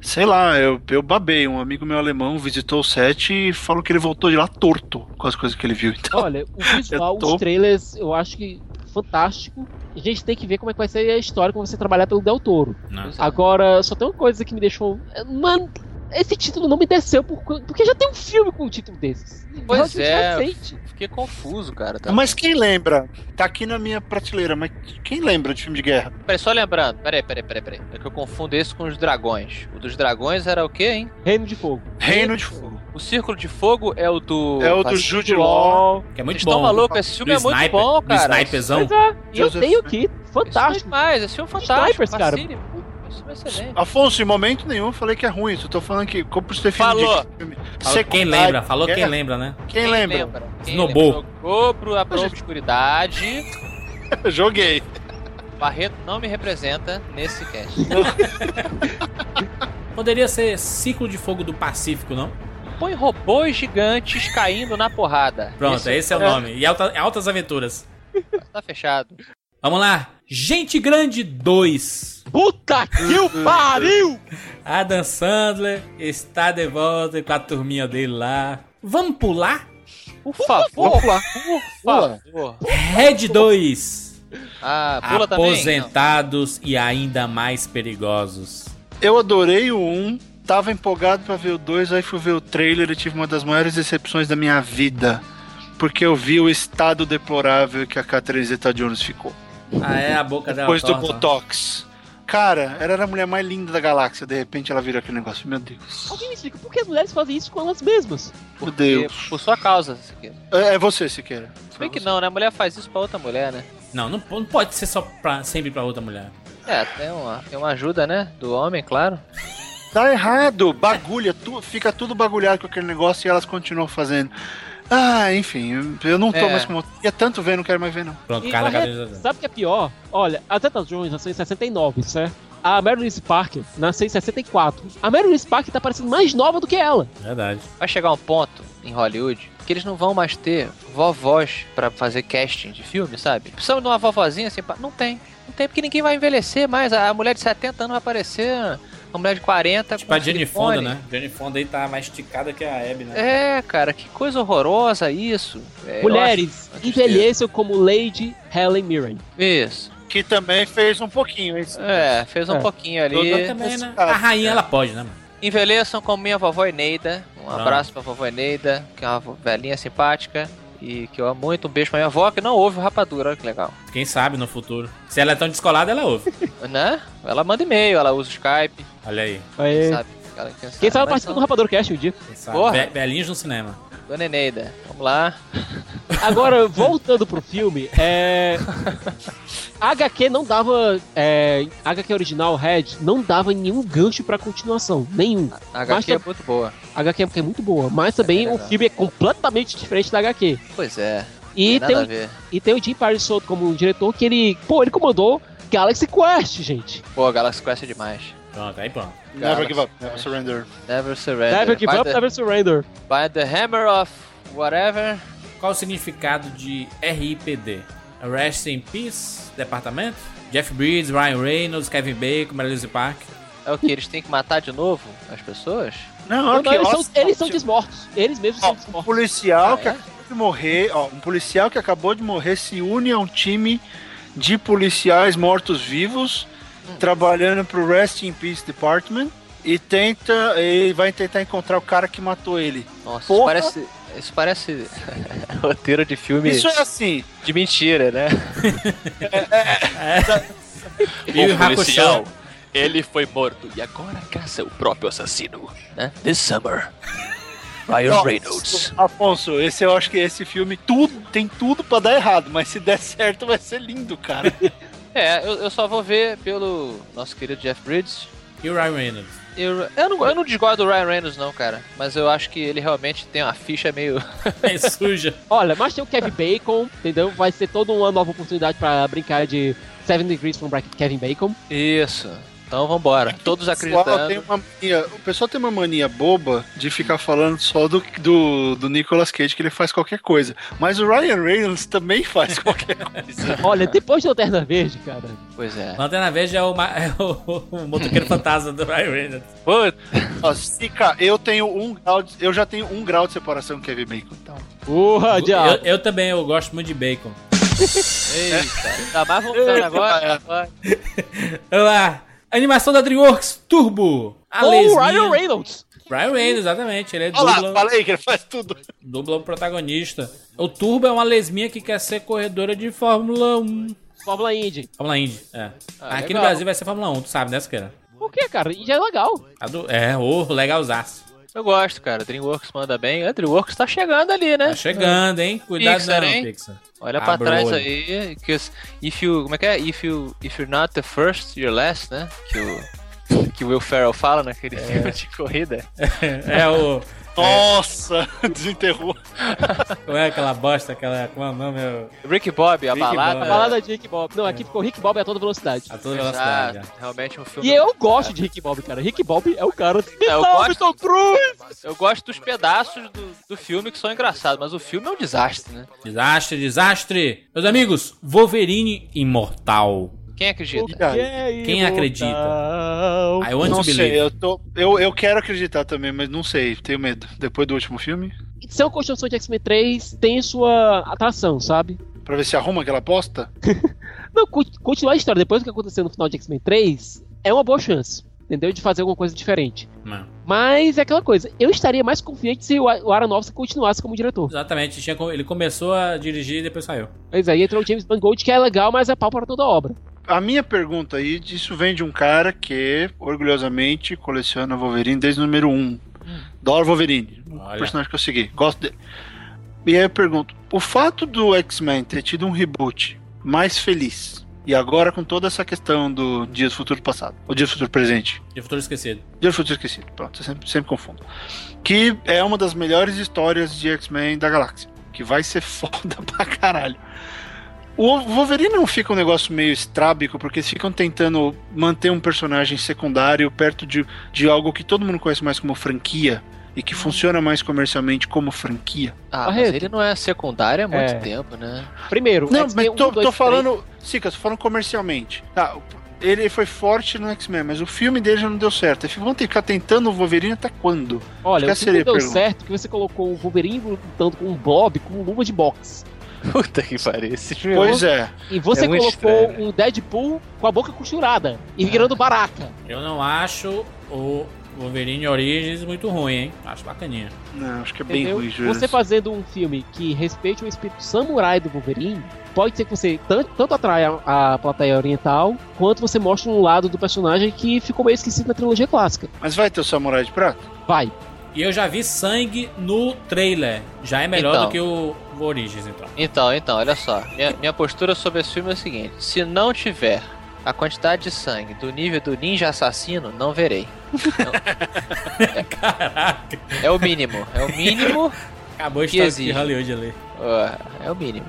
Speaker 2: sei lá, eu, eu babei. Um amigo meu alemão visitou o set e falou que ele voltou de lá torto com as coisas que ele viu. Então,
Speaker 5: Olha, o visual,
Speaker 2: Eu tô-
Speaker 5: os trailers, eu acho que fantástico. A gente tem que ver como é que vai ser a história quando você trabalhar pelo Del Toro.
Speaker 1: Não.
Speaker 5: Agora, só tem uma coisa que me deixou. Mano, esse título não me desceu por... co- porque já tem um filme com um título desses.
Speaker 3: Pois
Speaker 5: Relativamente
Speaker 3: é.
Speaker 5: recente.
Speaker 3: Fiquei confuso, cara. Tá?
Speaker 2: mas quem lembra? Tá aqui na minha prateleira, mas quem lembra de filme de guerra?
Speaker 3: Peraí, só lembrando, peraí, peraí, peraí, peraí. É que eu confundo esse com os dragões. O dos dragões era o quê, hein?
Speaker 5: Reino de Fogo.
Speaker 2: Reino de Fogo.
Speaker 3: O Círculo de Fogo é o do.
Speaker 2: É o do
Speaker 3: Pacific
Speaker 2: Jude Law.
Speaker 1: Que é muito
Speaker 3: Vocês
Speaker 1: bom.
Speaker 3: estão malucos? Esse filme
Speaker 1: do
Speaker 3: é muito
Speaker 1: sniper,
Speaker 3: bom,
Speaker 1: do
Speaker 3: cara.
Speaker 1: sniperzão.
Speaker 5: Pois é, e eu
Speaker 2: Joseph
Speaker 5: tenho aqui. Fantástico.
Speaker 3: Mas esse filme é fantástico.
Speaker 5: Snipers, cara.
Speaker 3: Facílimo. Esse filme é excelente.
Speaker 2: Afonso, em momento nenhum eu falei que é ruim. Eu tô falando que, como por ter filme
Speaker 3: Falou.
Speaker 2: de filme
Speaker 1: Falou quem
Speaker 2: secundário,
Speaker 1: lembra, falou quem
Speaker 2: guerra,
Speaker 1: lembra, né?
Speaker 2: Quem lembra?
Speaker 3: Quem
Speaker 1: Snobou.
Speaker 3: lembra? Jogou pro, pra obscuridade.
Speaker 2: Joguei.
Speaker 3: Barreto não me representa nesse cast.
Speaker 1: Poderia ser Ciclo de Fogo do Pacífico, não?
Speaker 3: Põe robôs gigantes caindo na porrada.
Speaker 1: Pronto, esse, é o nome. E alta- Altas Aventuras.
Speaker 3: Tá fechado.
Speaker 1: Vamos lá. Gente Grande 2.
Speaker 5: Puta que o pariu!
Speaker 1: Adam Sandler está de volta com a turminha dele lá. Vamos pular?
Speaker 3: Por favor, por favor.
Speaker 1: Red 2.
Speaker 3: Ah, pula também. Não.
Speaker 1: Aposentados e ainda mais perigosos.
Speaker 2: Eu adorei o 1, tava empolgado pra ver o 2, aí fui ver o trailer e tive uma das maiores decepções da minha vida. Porque eu vi o estado deplorável que a Catherine Zeta Jones ficou.
Speaker 1: Ah, é a boca dela.
Speaker 2: Depois do
Speaker 1: torta.
Speaker 2: Botox. Cara, ela era a mulher mais linda da galáxia, de repente ela virou aquele negócio. Meu Deus.
Speaker 5: Alguém me explica por que as mulheres fazem isso com elas mesmas?
Speaker 2: Meu
Speaker 3: E
Speaker 2: Deus.
Speaker 3: Por sua causa, isso aqui.
Speaker 2: É, é você, Siqueira.
Speaker 3: Se bem que não, né? A mulher faz isso pra outra mulher, né?
Speaker 1: Não, não, não pode ser só pra, sempre pra outra mulher.
Speaker 3: É, tem uma, tem uma ajuda, né? Do homem, claro.
Speaker 2: Tá errado. Bagulha, tu- fica tudo bagulhado com aquele negócio e elas continuam fazendo. Ah, enfim, eu não tô
Speaker 3: É.
Speaker 2: mais com. Ia tanto ver, não quero mais ver, não.
Speaker 1: Pronto,
Speaker 5: E
Speaker 1: Carla
Speaker 5: correto.
Speaker 1: Cadê?
Speaker 5: Sabe o que é pior? Olha, a Zeta Jones nasceu em 69, certo? A Marilyn Parker nasceu em 64. A Marilyn Parker tá parecendo mais nova do que ela.
Speaker 1: Verdade.
Speaker 3: Vai chegar um ponto em Hollywood que eles não vão mais ter vovós pra fazer casting de filme, sabe? Precisamos de uma vovozinha assim, pra... não tem. Não tem porque ninguém vai envelhecer mais. A mulher de 70 anos vai aparecer, a mulher de 40
Speaker 1: Tipo a Jenny Fonda,
Speaker 3: silicone.
Speaker 1: né? Jenny Fonda aí tá mais esticada que a Abby, né?
Speaker 3: É, cara, que coisa horrorosa isso. É, eu
Speaker 5: Mulheres
Speaker 3: acho uma tristeza.
Speaker 5: envelheçam como Lady Helen Mirren.
Speaker 3: Isso.
Speaker 2: Que também fez um pouquinho, hein?
Speaker 3: É, fez um
Speaker 5: É.
Speaker 3: pouquinho ali. Ah, é.
Speaker 1: Ela também, né? A rainha, ela pode, né? mano?
Speaker 3: Envelheçam como minha vovó Eneida. Um abraço pra vovó Eneida, que é uma vo- velhinha simpática e que eu amo muito. Um beijo pra minha avó, que não ouve o rapadura, olha que legal.
Speaker 1: Quem sabe no futuro. Se ela é tão descolada, ela ouve.
Speaker 3: Né? Ela manda e-mail, ela usa o Skype,
Speaker 1: Olha aí.
Speaker 5: Aí,
Speaker 3: quem sabe? Ela- sabe?
Speaker 5: Quem sabe
Speaker 3: Mas
Speaker 5: participa do Rapador Cast um dia.
Speaker 1: Quem sabe.
Speaker 3: Porra.
Speaker 1: Be- Belinhos no cinema.
Speaker 3: então, Dona Eneida, vamos lá.
Speaker 5: Agora, voltando pro filme, é. A HQ não dava. É... a HQ original, Red, não dava nenhum gancho pra continuação. Nenhum.
Speaker 3: A HQ é
Speaker 5: Basta-
Speaker 3: muito boa.
Speaker 5: A HQ é muito boa, mas também
Speaker 3: É
Speaker 5: o
Speaker 3: verdade.
Speaker 5: filme é completamente diferente da HQ.
Speaker 3: Pois é.
Speaker 5: E
Speaker 3: nada
Speaker 5: tem, um-
Speaker 3: a
Speaker 5: o,
Speaker 3: ver.
Speaker 5: e tem o Jim Parsons como um diretor que ele. Pô, ele comandou Galaxy Quest, gente.
Speaker 3: Pô, a Galaxy Quest é demais.
Speaker 1: Pronto, aí pronto.
Speaker 3: Cara,
Speaker 2: Never give up, never surrender.
Speaker 3: Never surrender.
Speaker 5: Never Give
Speaker 3: by,
Speaker 5: Up,
Speaker 3: the,
Speaker 5: Never Surrender.
Speaker 3: by the hammer of whatever.
Speaker 1: Qual o significado de RIPD? Rest in Peace, Departamento? Jeff Bridges, Ryan Reynolds, Kevin Bacon, Marilyn Park.
Speaker 3: É o que? Eles têm que matar de novo as pessoas?
Speaker 2: Não,
Speaker 5: Não,
Speaker 2: olha
Speaker 5: não,
Speaker 2: Ah, que
Speaker 5: Então, eles, são,
Speaker 2: ótimo.
Speaker 5: eles são desmortos. Eles mesmos
Speaker 2: Ó,
Speaker 5: são
Speaker 2: um
Speaker 5: desmortos.
Speaker 2: policial
Speaker 3: Ah,
Speaker 2: que acabou de morrer, ó, um policial que acabou de morrer se une a um time de policiais mortos-vivos trabalhando pro Rest in Peace Department e tenta e vai tentar encontrar o cara que matou ele.
Speaker 3: Nossa, isso
Speaker 2: Porra.
Speaker 3: parece. Isso parece. roteiro de filme
Speaker 2: Isso é assim.
Speaker 3: de mentira, né?
Speaker 1: E o Hakusho.
Speaker 4: ele foi morto e agora caça o próprio assassino.
Speaker 3: É,
Speaker 4: Né? This summer, Ryan
Speaker 2: Ó,
Speaker 4: Reynolds.
Speaker 2: Afonso, esse eu acho que esse filme tudo tem tudo pra dar errado, mas se der certo vai ser lindo, cara.
Speaker 3: É, eu, eu só vou ver pelo nosso querido Jeff Bridges.
Speaker 1: E o Ryan Reynolds.
Speaker 3: Eu, eu, não, eu não desgosto do Ryan Reynolds, não, cara. Mas eu acho que ele realmente tem uma ficha meio.
Speaker 1: É suja.
Speaker 5: Olha, mas tem o Kevin Bacon, entendeu? Vai ser toda uma nova oportunidade pra brincar de Seven Degrees from Bra- Kevin Bacon.
Speaker 3: Isso. Então vambora. Todos
Speaker 2: pessoal tem
Speaker 3: acreditando.
Speaker 2: uma mania- o pessoal tem uma mania boba de ficar falando só do, do, do Nicolas Cage, que ele faz qualquer coisa. Mas o Ryan Reynolds também faz qualquer coisa.
Speaker 5: Olha, depois do Lanterna Verde, cara.
Speaker 3: Pois é.
Speaker 1: Lanterna Verde é o, ma- é o- o motoqueiro fantasma do Ryan Reynolds.
Speaker 3: Puta.
Speaker 2: Ó, se, cara, eu tenho um grau de, eu já tenho um grau de separação com o Kevin Bacon. Então.
Speaker 5: Porra,
Speaker 1: Eu,
Speaker 5: diabo.
Speaker 1: eu também, eu gosto muito de Bacon.
Speaker 3: Eita. Tá mais voltando agora. agora.
Speaker 1: Olha lá. Animação da DreamWorks, Turbo. A
Speaker 5: Ou o
Speaker 1: lesbinha-
Speaker 5: Ryan Reynolds.
Speaker 1: Ryan Reynolds, exatamente. Ele é
Speaker 2: Olha lá,
Speaker 1: dubla,
Speaker 2: falei que ele faz tudo.
Speaker 1: dubla o protagonista. O Turbo é uma lesminha que quer ser corredora de Fórmula 1.
Speaker 5: Fórmula Indy.
Speaker 1: Fórmula Indy, é.
Speaker 3: Ah,
Speaker 1: Aqui
Speaker 3: legal.
Speaker 1: no Brasil vai ser Fórmula 1, tu sabe, né, Siqueira?
Speaker 5: Por quê, cara? Indy é legal.
Speaker 1: A do- É, ô, legalzaço.
Speaker 3: Eu gosto, cara. Dreamworks manda bem. A Dreamworks tá chegando ali, né?
Speaker 1: Tá chegando, hein? Cuidado
Speaker 3: Pixar,
Speaker 1: não,
Speaker 3: hein?
Speaker 1: Pixar.
Speaker 3: Olha pra
Speaker 1: Abre o
Speaker 3: trás
Speaker 1: olho.
Speaker 3: aí, que os- if you, como é que é? If you, if you're not the first, you're last, né? Que o que o Will Ferrell fala naquele filme de corrida.
Speaker 1: É o...
Speaker 2: Nossa, desenterrou.
Speaker 1: Como é aquela bosta, aquela... Como é o nome? É o-
Speaker 3: Rick Bob, a balada.
Speaker 5: A
Speaker 1: É.
Speaker 5: balada de Rick Bob. Não, aqui ficou Rick Bob a toda velocidade.
Speaker 1: A toda
Speaker 3: tá. Ah,
Speaker 1: velocidade. é. ó.
Speaker 3: realmente um filme. É.
Speaker 5: E eu gosto de Rick Bob, cara. Rick Bob é o cara. Me
Speaker 3: eu
Speaker 5: salve,
Speaker 3: gosto.
Speaker 5: Tom Cruise!
Speaker 3: Eu gosto dos pedaços do, do filme que são engraçados, mas o filme é um desastre, né?
Speaker 1: Desastre, desastre. Meus amigos, Wolverine imortal.
Speaker 3: Quem acredita?
Speaker 5: é
Speaker 1: Quem acredita? I want
Speaker 2: Não
Speaker 1: to believe.
Speaker 2: sei, eu, tô, eu, eu quero acreditar também, mas não sei, tenho medo. Depois do último filme,
Speaker 5: Se é uma construção de X-Men 3, tem sua atração, sabe?
Speaker 2: pra ver se arruma aquela aposta.
Speaker 5: Não, cu- continuar a história depois do que aconteceu no final de X-Men 3 é uma boa chance, entendeu? De fazer alguma coisa diferente.
Speaker 1: Mano,
Speaker 5: Mas é aquela coisa, eu estaria mais confiante se o A- o Aronofsky continuasse como diretor.
Speaker 1: Exatamente, tinha com- ele começou a dirigir e depois saiu.
Speaker 5: Mas aí entrou o James Mangold, que é legal, mas é pau para toda obra.
Speaker 2: A minha pergunta aí, isso vem de um cara que, orgulhosamente, coleciona Wolverine desde o número 1. Dora Wolverine, o
Speaker 1: Olha.
Speaker 2: personagem que eu segui, gosto dele. E aí eu pergunto, o fato do X-Men ter tido um reboot mais feliz, e agora com toda essa questão do Dia do Futuro Passado, ou Dia do Futuro Presente,
Speaker 1: De futuro esquecido.
Speaker 2: Dia do Futuro Esquecido, pronto, eu sempre, sempre confundo, que é uma das melhores histórias de X-Men da galáxia, que vai ser foda pra caralho. O Wolverine não fica um negócio meio estrábico, porque eles ficam tentando manter um personagem secundário perto de, de algo que todo mundo conhece mais como franquia e que funciona mais comercialmente como franquia.
Speaker 3: Ah, mas
Speaker 5: Barreto.
Speaker 3: ele não é secundário há muito
Speaker 5: É.
Speaker 3: tempo, né?
Speaker 5: Primeiro,
Speaker 2: Não,
Speaker 5: X-Men
Speaker 2: mas
Speaker 5: 1,
Speaker 2: tô,
Speaker 5: 2,
Speaker 2: tô
Speaker 5: 3.
Speaker 2: falando. Sica, tô falando comercialmente. Tá, o- ele foi forte no X-Men, mas o filme dele já não deu certo. Eles Vão ter que ficar tentando o Wolverine até quando?
Speaker 5: Olha, o
Speaker 2: Essa
Speaker 5: que não
Speaker 2: seria a
Speaker 5: deu
Speaker 2: pergunta.
Speaker 5: certo que você colocou o Wolverine lutando com o Bob com luva de boxe.
Speaker 3: Puta que pariu. Esse filme
Speaker 5: um
Speaker 2: Pois é.
Speaker 5: E você
Speaker 3: É muito
Speaker 5: colocou
Speaker 3: estranho,
Speaker 5: um Deadpool com a boca costurada e virando baraca.
Speaker 1: Eu não acho o Wolverine Origins, muito ruim, hein? Acho bacaninha.
Speaker 2: Não, acho que é bem
Speaker 5: Entendeu?
Speaker 2: ruim, Júlio.
Speaker 5: você fazendo um filme que respeite o espírito samurai do Wolverine, pode ser que você tan- tanto, atraia a, a plateia oriental, quanto você mostre um lado do personagem que ficou meio esquecido na trilogia clássica.
Speaker 2: Mas vai ter o Samurai de Prata?
Speaker 5: Vai.
Speaker 1: E eu já vi sangue no trailer. Já é melhor
Speaker 3: Então.
Speaker 1: do que o o Origins, então.
Speaker 3: Então, então, olha só. Minha, minha postura sobre esse filme é o seguinte: se não tiver a quantidade de sangue do nível do ninja assassino, não verei.
Speaker 1: Caraca.
Speaker 3: É o mínimo. É o mínimo.
Speaker 1: Acabou a
Speaker 3: Que
Speaker 1: história de
Speaker 3: exige.
Speaker 1: Hollywood ali.
Speaker 3: ó, é o mínimo.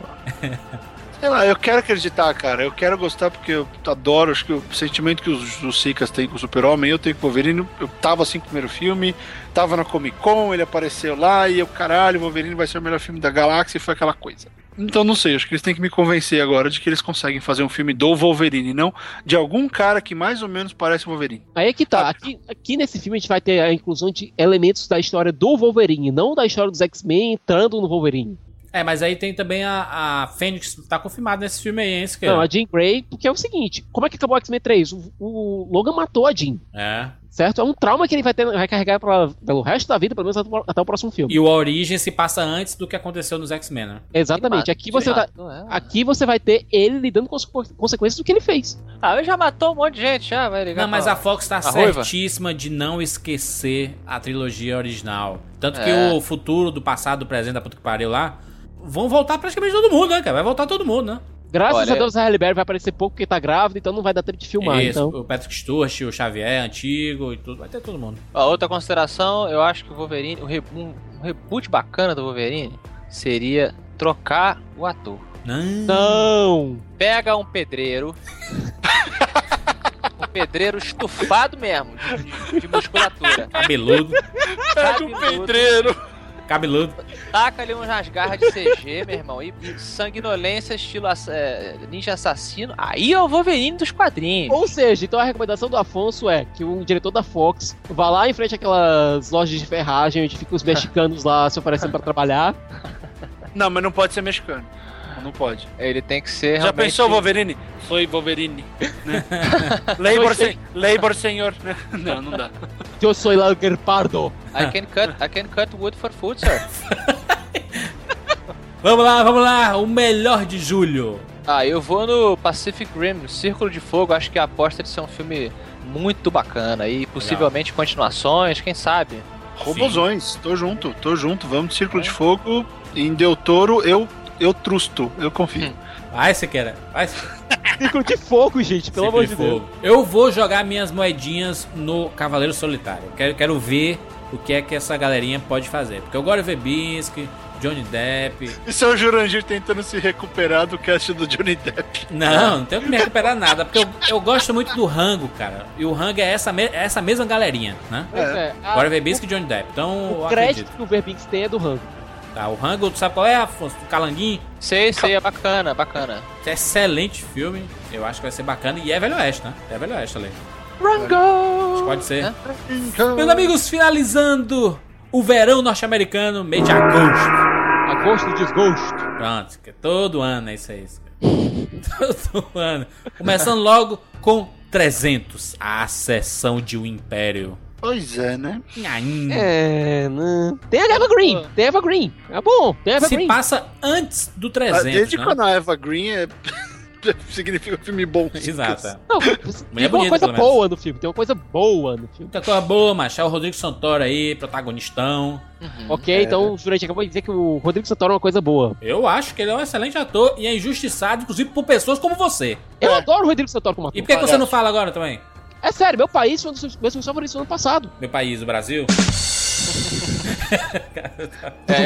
Speaker 2: Sei lá, eu quero acreditar, cara. Eu quero gostar porque eu adoro. Acho que o sentimento que os, os Sicas têm com o Super-Homem, eu tenho com o Wolverine. Eu tava assim com o primeiro filme, tava na Comic Con, ele apareceu lá e eu, caralho, o Wolverine vai ser o melhor filme da galáxia e foi aquela coisa. Então não sei, acho que eles têm que me convencer agora de que eles conseguem fazer um filme do Wolverine, não de algum cara que mais ou menos parece o Wolverine.
Speaker 5: Aí é que tá. Aqui, aqui nesse filme a gente vai ter a inclusão de elementos da história do Wolverine, não da história dos X-Men entrando no Wolverine.
Speaker 1: É, mas aí tem também a, a Fênix, tá confirmada nesse filme aí, hein, Siqueira?
Speaker 5: Não, a Jean Grey, porque é o seguinte: como é que acabou o X-Men 3? O, o Logan matou a Jean,
Speaker 1: É.
Speaker 5: certo? É um trauma que ele vai, ter, vai carregar pra, pelo resto da vida, pelo menos até o- até o próximo filme.
Speaker 1: E o Origem se passa antes do que aconteceu nos X-Men, né?
Speaker 5: Exatamente. Aqui você, tá,
Speaker 3: é.
Speaker 5: aqui você vai ter ele lidando com as co- consequências do que ele fez.
Speaker 3: Ah, eu já matou um monte de gente, já vai ligar.
Speaker 1: Não, mas
Speaker 3: pra-
Speaker 1: a Fox tá
Speaker 3: ruiva?
Speaker 1: certíssima de não esquecer a trilogia original. Tanto que
Speaker 3: É.
Speaker 1: o futuro do passado, do presente, da puta que pariu lá, vão voltar praticamente todo mundo, né, cara? Vai voltar todo mundo, né?
Speaker 5: Graças
Speaker 3: Olha-
Speaker 5: a Deus a Halle Berry vai aparecer pouco porque tá grávida, então não vai dar tempo de filmar.
Speaker 1: Isso,
Speaker 5: Então.
Speaker 1: o Patrick Stewart, o Xavier antigo e tudo, vai ter todo mundo.
Speaker 3: Ó, outra consideração, eu acho que o Wolverine, o re- um, um reboot bacana do Wolverine seria trocar o ator.
Speaker 1: Não.
Speaker 5: Não!
Speaker 3: Pega um pedreiro. um pedreiro estufado mesmo, de, de musculatura.
Speaker 1: Cabeludo,
Speaker 3: Pega
Speaker 2: um
Speaker 1: cabeludo.
Speaker 3: Taca um ali umas garras de CG, meu irmão. E e sanguinolência, estilo ass- é, ninja assassino. Aí é o Wolverine dos quadrinhos.
Speaker 5: Ou seja, então a recomendação do Afonso é que o diretor da Fox vá lá em frente àquelas lojas de ferragem onde ficam os mexicanos lá se oferecendo pra trabalhar.
Speaker 2: Não, mas não pode ser mexicano. Não pode.
Speaker 3: Ele tem que ser.
Speaker 2: Já
Speaker 3: realmente-
Speaker 2: pensou Wolverine? Foi Wolverine. Né? labor, sen- labor senhor. né? Não, não dá.
Speaker 5: Eu sou Lager Pardo.
Speaker 3: I can cut, I can cut wood for food, sir.
Speaker 1: Vamos lá, vamos lá, o melhor de julho.
Speaker 3: Ah, eu vou no Pacific Rim, Círculo de Fogo. Acho que a aposta de ser um filme muito bacana e possivelmente continuações, quem sabe?
Speaker 2: Robozões, tô junto, tô junto. Vamos de Círculo de Fogo. Em Del Toro, eu, eu trusto, eu confio.
Speaker 1: Vai, Siqueira, vai, Siqueira.
Speaker 5: Círculo de fogo, gente, pelo amor de
Speaker 1: Sempre
Speaker 5: Deus.
Speaker 1: fogo. Eu vou jogar minhas moedinhas no Cavaleiro Solitário. Quero, quero ver o que é que essa galerinha pode fazer. Porque eu gosto de ver Binsky, Johnny Depp.
Speaker 2: Isso é o Jurandir tentando se recuperar do cast do Johnny Depp.
Speaker 1: Não, não tenho que me recuperar nada. Porque eu, eu gosto muito do Rango, cara. E o Rango é essa, me- é essa mesma galerinha, né?
Speaker 5: Pois é. a-
Speaker 1: Agora ver Binsky e Johnny Depp. Então, eu
Speaker 5: o
Speaker 1: acredito.
Speaker 5: crédito que o Verbinx tem é do Rango.
Speaker 1: Tá, o Rango, tu sabe qual é, Afonso? O Calanguinho.
Speaker 3: Sei, sei, é bacana, bacana.
Speaker 1: Excelente filme. Eu acho que vai ser bacana. E é Velho Oeste, né? É Velho Oeste ali. Rango! Pode ser.
Speaker 3: Hã?
Speaker 2: Então-
Speaker 1: Meus amigos, finalizando o verão norte-americano, mês de agosto.
Speaker 5: Agosto e desgosto.
Speaker 1: Pronto, que é todo ano é isso aí. isso aí. Todo ano. Começando logo com 300, a ascensão de um império.
Speaker 2: Pois é, né?
Speaker 1: Nhaim.
Speaker 5: É, né? Tem a Eva Green, tem a Eva Green. É bom, tem a Eva
Speaker 1: Se
Speaker 5: Green.
Speaker 1: passa antes do 300,
Speaker 2: Ah, Desde
Speaker 1: né?
Speaker 2: quando a Eva Green é... significa um filme bom.
Speaker 1: Exato. é.
Speaker 5: Não, tem
Speaker 1: bonita,
Speaker 5: uma coisa
Speaker 1: pelo menos.
Speaker 5: boa no filme, tem uma coisa boa no filme.
Speaker 1: Muita coisa boa, macho. É o Rodrigo Santoro aí, protagonistão.
Speaker 5: Ok,
Speaker 2: É.
Speaker 5: então o Jurandir acabou de dizer que o Rodrigo Santoro é uma coisa boa.
Speaker 1: Eu acho que ele é um excelente ator e é injustiçado, inclusive por pessoas como você.
Speaker 5: Eu adoro o Rodrigo Santoro como
Speaker 1: E
Speaker 5: ator.
Speaker 1: por que, que você não fala agora também?
Speaker 5: É sério, meu país foi um dos meus filmes favoritos do ano passado.
Speaker 1: Meu país, o Brasil?
Speaker 3: É,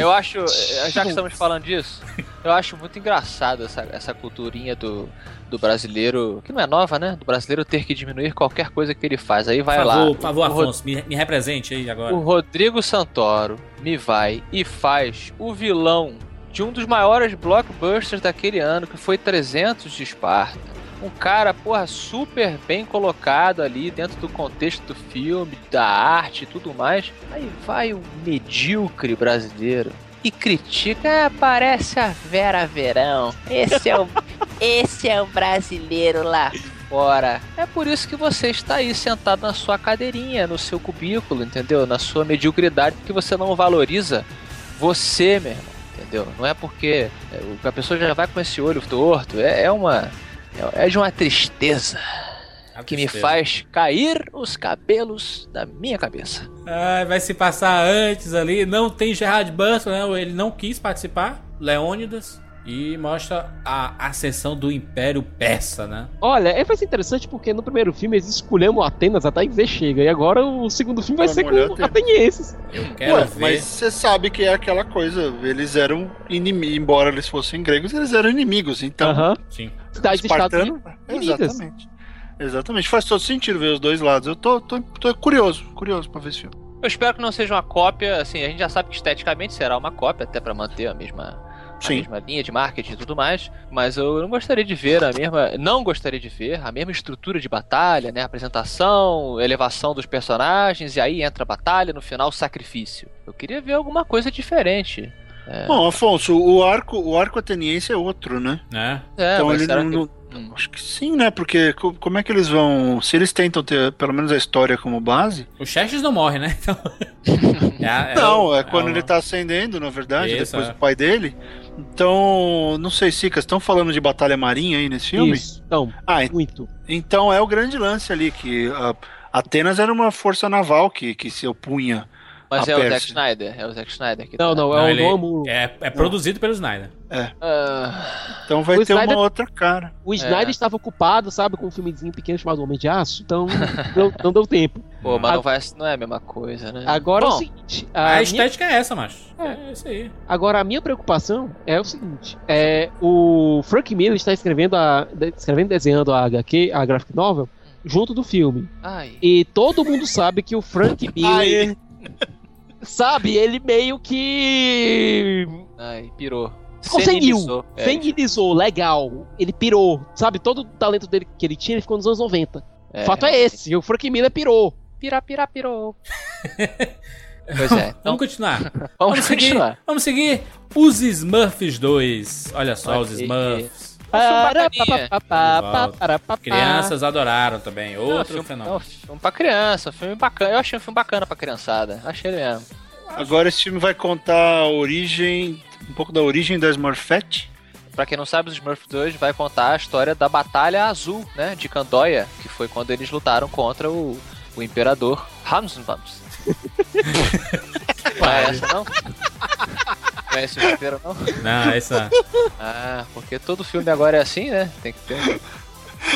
Speaker 3: eu acho, é, já que estamos falando disso, eu acho muito engraçado essa, essa culturinha do, do brasileiro, que não é nova, né? Do brasileiro ter que diminuir qualquer coisa que ele faz. Aí vai
Speaker 1: por
Speaker 3: lá.
Speaker 1: favor, por favor,
Speaker 3: o, Ro-
Speaker 1: Afonso, me, me represente aí agora.
Speaker 3: o Rodrigo Santoro me vai e faz o vilão de um dos maiores blockbusters daquele ano, que foi 300 de Esparta. Um cara, porra, super bem colocado ali dentro do contexto do filme, da arte e tudo mais. Aí vai o medíocre brasileiro e critica, ah, parece a Vera Verão.
Speaker 6: Esse é o, esse é o brasileiro lá
Speaker 3: fora. É por isso que você está aí sentado na sua cadeirinha, no seu cubículo, entendeu? Na sua mediocridade, porque você não valoriza você, meu irmão, entendeu? Não é porque é, o- a pessoa já vai com esse olho torto. É, é uma. É é de uma tristeza que me faz cair os cabelos da minha cabeça.
Speaker 1: Ai, vai se passar antes ali. Não tem Gerard Butler, né? Ele não quis participar. Leônidas. E mostra a ascensão do Império Persa, né?
Speaker 5: Olha, é, vai ser interessante porque no primeiro filme eles escolhemos Atenas até dizer chega. E agora o segundo filme vai
Speaker 2: Vai
Speaker 5: ser
Speaker 2: molhar
Speaker 5: com
Speaker 2: Atenas.
Speaker 5: atenienses.
Speaker 1: Eu quero
Speaker 2: Ué,
Speaker 1: ver.
Speaker 2: mas você sabe que é aquela coisa, eles eram inimigos, embora eles fossem gregos, eles eram inimigos, então
Speaker 5: Aham.
Speaker 1: Sim.
Speaker 5: Cidades e estados
Speaker 2: espartano,
Speaker 5: Unidos.
Speaker 2: exatamente. Exatamente, faz todo sentido ver os dois lados. Eu tô, tô, tô curioso, curioso pra ver esse filme.
Speaker 3: Eu espero que não seja uma cópia, assim, a gente já sabe que esteticamente será uma cópia, até pra manter a mesma, a
Speaker 2: Sim.
Speaker 3: mesma linha de marketing e tudo mais, mas eu não gostaria de ver a mesma, não gostaria de ver a mesma estrutura de batalha, né, apresentação, elevação dos personagens, e aí entra a batalha, no final o sacrifício. Eu queria ver alguma coisa diferente. É,
Speaker 2: Bom, Afonso, o arco, o arco ateniense é outro, né?
Speaker 1: Né?
Speaker 3: é,
Speaker 2: então
Speaker 3: mas
Speaker 2: ele
Speaker 3: será
Speaker 2: não,
Speaker 3: que-
Speaker 2: não-
Speaker 3: Hum.
Speaker 2: Acho que sim, né? Porque co- como é que eles vão. Se eles tentam ter pelo menos a história como base.
Speaker 1: O Xerxes não morre, né? Então... É a- é
Speaker 2: não,
Speaker 1: o-
Speaker 2: é quando
Speaker 1: o-
Speaker 2: ele tá ascendendo, na verdade,
Speaker 1: Isso,
Speaker 2: depois
Speaker 1: é.
Speaker 2: do pai dele. Então, não sei, Sicas, estão falando de Batalha Marinha aí nesse filme?
Speaker 5: Isso, então,
Speaker 2: Ah, en-
Speaker 5: muito.
Speaker 2: então é o grande lance ali, que a- Atenas era uma força naval que, que se opunha.
Speaker 3: mas
Speaker 2: a
Speaker 3: é o Zack
Speaker 2: Pérsia.
Speaker 3: Snyder, é o Zack Snyder que
Speaker 5: Não,
Speaker 3: tá-
Speaker 5: não, é
Speaker 1: Não,
Speaker 5: o
Speaker 1: ele-
Speaker 5: Noamuro.
Speaker 1: É, é produzido pelo Snyder.
Speaker 3: Ah,
Speaker 2: Então vai
Speaker 5: O
Speaker 2: ter
Speaker 5: Snyder-
Speaker 2: uma outra cara.
Speaker 5: O Snyder estava ocupado, sabe, com um filmezinho pequeno chamado Homem de Aço, então não, não deu tempo.
Speaker 3: pô, mas
Speaker 5: A-
Speaker 3: não, vai, não é a mesma coisa, né?
Speaker 5: Agora é o
Speaker 3: Bom,
Speaker 5: seguinte,
Speaker 1: A,
Speaker 5: a minha,
Speaker 1: estética é essa, macho. É isso aí.
Speaker 5: agora a minha preocupação é o seguinte, é, o Frank Miller está escrevendo, a, de- escrevendo e desenhando a HQ, a graphic novel, junto do filme.
Speaker 3: ai,
Speaker 5: E todo mundo sabe que o Frank Miller, sabe, ele meio que
Speaker 3: ai, pirou.
Speaker 5: Conseguiu.
Speaker 3: Senilizou. É,
Speaker 5: feminizou, legal, ele pirou, sabe, todo o talento dele que ele tinha, ele ficou nos anos 90. O fato é esse, o Frank Miller pirou.
Speaker 3: Pirá, pirá, pirou. pois é. Então,
Speaker 1: Vamos continuar.
Speaker 3: vamos,
Speaker 1: Vamos seguir.
Speaker 3: continuar.
Speaker 1: Vamos seguir os Smurfs 2. Olha só, os
Speaker 3: Ok.
Speaker 1: Smurfs.
Speaker 5: um
Speaker 3: Para, pa,
Speaker 1: Crianças adoraram também. Outro
Speaker 3: Ah. Não, um filme-
Speaker 1: fenômeno.
Speaker 3: não, filme pra criança, filme bacana. Eu achei um filme bacana pra criançada. Achei ele mesmo.
Speaker 2: Agora esse filme vai contar a origem, um pouco da origem da Smurfette.
Speaker 3: Pra quem não sabe, os Smurfs 2 vai contar a história da Batalha Azul, né? De Kandoya, que foi quando eles lutaram contra o, o Imperador Hamsunbams. não é essa, não? Não é esse o roteiro, não?
Speaker 1: Não, essa.
Speaker 3: Ah, porque todo filme agora é assim, né? Tem que ter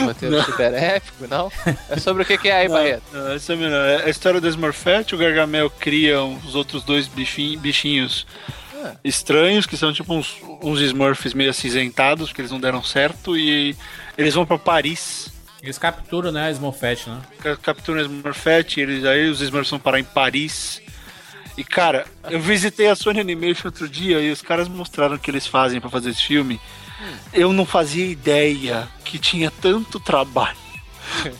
Speaker 3: um roteiro super épico, não? É sobre o que, que é aí, Barreto?
Speaker 2: Ah, Essa é a melhor. É a história da Smurfette, o Gargamel cria os outros dois bichin- bichinhos
Speaker 3: Ah.
Speaker 2: estranhos, que são tipo uns, uns Smurfs meio acinzentados, porque eles não deram certo, e eles vão pra Paris.
Speaker 1: Eles capturam, né? A Smurfette, né?
Speaker 2: ca- Capturam a Smurfette, eles, aí os Smurfs vão parar em Paris. E cara, eu visitei a Sony Animation outro dia e os caras mostraram o que eles fazem pra fazer esse filme. Eu não fazia ideia que tinha tanto trabalho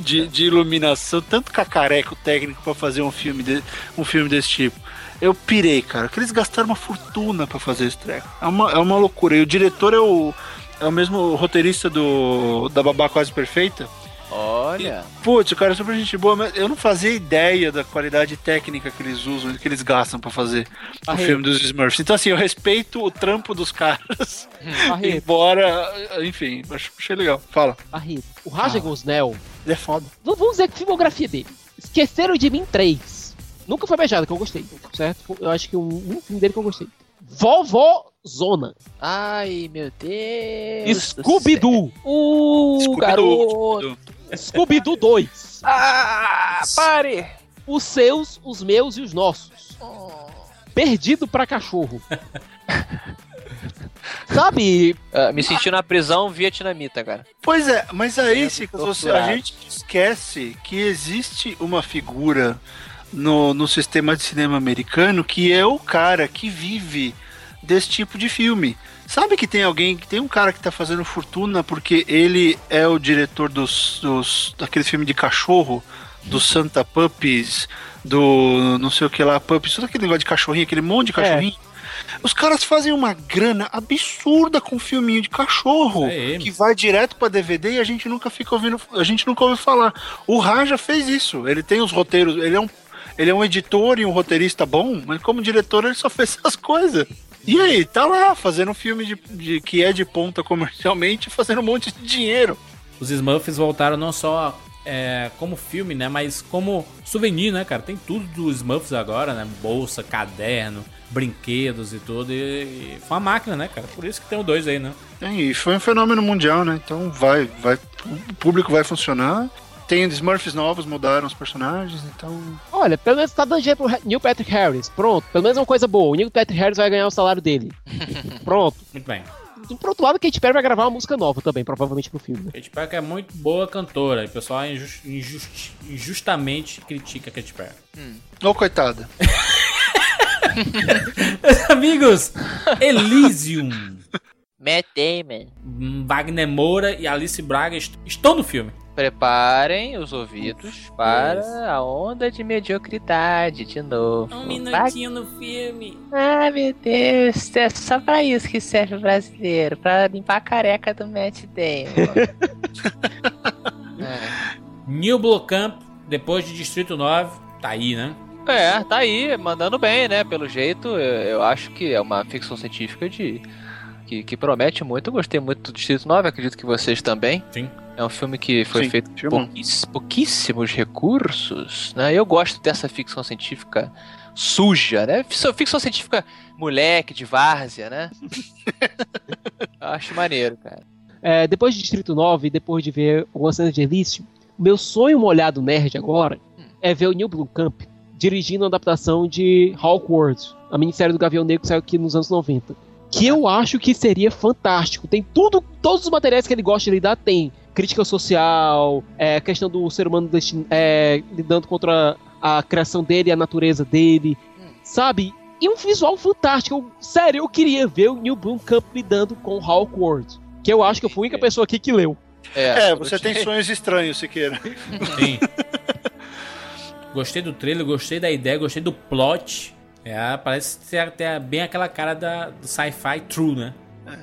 Speaker 2: de, de iluminação, tanto cacareco técnico pra fazer um filme, de- um filme desse tipo. Eu pirei, cara, que eles gastaram uma fortuna pra fazer esse treco. É uma, é uma loucura. E o diretor é o, é o mesmo roteirista do, da Babá Quase Perfeita.
Speaker 3: Olha.
Speaker 2: Putz, o cara é super gente boa, mas eu não fazia ideia da qualidade técnica que eles usam, que eles gastam pra fazer o
Speaker 5: Barreto.
Speaker 2: filme dos Smurfs. Então, assim, eu respeito o trampo dos caras,
Speaker 5: Barreto,
Speaker 2: embora, enfim, acho- achei legal. Fala.
Speaker 5: Barreto. O
Speaker 3: Ah.
Speaker 5: Raja Gosnell,
Speaker 2: Ele é foda.
Speaker 5: v- vamos dizer que a filmografia dele. Esqueceram de mim 3. Nunca foi beijada, que eu gostei, certo? Eu acho que um, um filme dele que eu gostei. Vovó Zona.
Speaker 3: Ai, meu Deus. do
Speaker 5: Scooby-Doo.
Speaker 3: céu. Uh,
Speaker 2: Scooby-Doo,
Speaker 3: garoto.
Speaker 5: Scooby-Doo 2.
Speaker 3: Ah, pare. Oh.
Speaker 5: Os seus, os meus e os nossos. Perdido pra cachorro. Sabe,
Speaker 3: Ah, me senti na prisão vietnamita, cara.
Speaker 2: Pois é, mas aí,
Speaker 3: Sendo
Speaker 2: Cicas, você,
Speaker 3: torturado.
Speaker 2: a gente esquece que existe uma figura no, no sistema de cinema americano que é o cara que vive desse tipo de filme. Sabe que tem alguém, que tem um cara que tá fazendo fortuna porque ele é o diretor dos, dos daquele filme de cachorro, do Santa Puppies, do não sei o que lá, Puppies, todo aquele negócio de cachorrinho, aquele monte de cachorrinho. Os caras fazem uma grana absurda com um filminho de cachorro
Speaker 1: É,
Speaker 2: que vai direto pra DVD e a gente nunca fica ouvindo, a gente nunca ouve falar. O Raja fez isso. Ele tem os roteiros, ele é um ele é um editor e um roteirista bom, mas como diretor ele só fez essas coisas. E aí, tá lá fazendo um filme de, de- que é de ponta comercialmente, fazendo um monte de dinheiro.
Speaker 1: Os Smurfs voltaram não só é, como filme, né? Mas como souvenir, né, cara? Tem tudo dos Smurfs agora, né? Bolsa, caderno, brinquedos e tudo. E, e foi uma máquina, né, cara? Por isso que tem o dois aí, né?
Speaker 2: E foi um fenômeno mundial, né? Então vai, vai, o público vai funcionar. Tem os Smurfs novos, mudaram os personagens, então
Speaker 5: Olha, pelo menos tá dando dinheiro pro Ha- Neil Patrick Harris. Pronto, pelo menos é uma coisa boa. O Neil Patrick Harris vai ganhar o salário dele. Pronto.
Speaker 1: Muito bem.
Speaker 5: Do pro outro lado, Kate Perry vai gravar uma música nova também, provavelmente pro filme.
Speaker 1: Katy Perry que é muito boa cantora. E o pessoal injust- injust- injustamente critica a Katy Perry.
Speaker 2: Ô, coitada.
Speaker 1: Meus amigos, Elysium.
Speaker 6: Matt Damon.
Speaker 1: Wagner Moura e Alice Braga est- estão no filme.
Speaker 3: Preparem os ouvidos para a onda de mediocridade de novo. Vai-
Speaker 6: no filme.
Speaker 3: Ah, meu Deus, é só pra isso que serve o brasileiro, pra limpar a careca do Matt Damon. É.
Speaker 1: Neil Blomkamp, depois de Distrito 9, tá aí, né?
Speaker 3: é, tá aí, mandando bem, né? Pelo jeito, eu, eu acho que é uma ficção científica de que, que promete muito. Eu gostei muito do Distrito 9, acredito que vocês também.
Speaker 1: Sim.
Speaker 3: É um filme que foi
Speaker 2: Sim,
Speaker 3: feito
Speaker 2: filmão.
Speaker 3: pouquíss- pouquíssimos recursos, né? Eu gosto dessa ficção científica suja, né? Ficção, ficção científica moleque de várzea, né? Acho maneiro, cara.
Speaker 5: É, depois de Distrito 9, depois de ver algumas cenas de Elício, meu sonho molhado nerd agora é ver o Neil Blomkamp dirigindo a adaptação de Hawkworth, a minissérie do Gavião Negro que saiu aqui nos anos 90. Que eu acho que seria fantástico. Tem tudo, todos os materiais que ele gosta de lidar tem. Crítica social, é, questão do ser humano destin- é, lidando contra a criação dele, a natureza dele, sabe? E um visual fantástico. Eu- sério, eu queria ver o Neil Blomkamp lidando com Hawkworth. Que eu acho que eu fui a única pessoa aqui que leu.
Speaker 2: É, você tem
Speaker 3: gostei.
Speaker 2: sonhos estranhos, Siqueira.
Speaker 1: Sim. gostei do trailer, gostei da ideia, gostei do plot. É, parece ser até bem aquela cara da, do sci-fi true, né?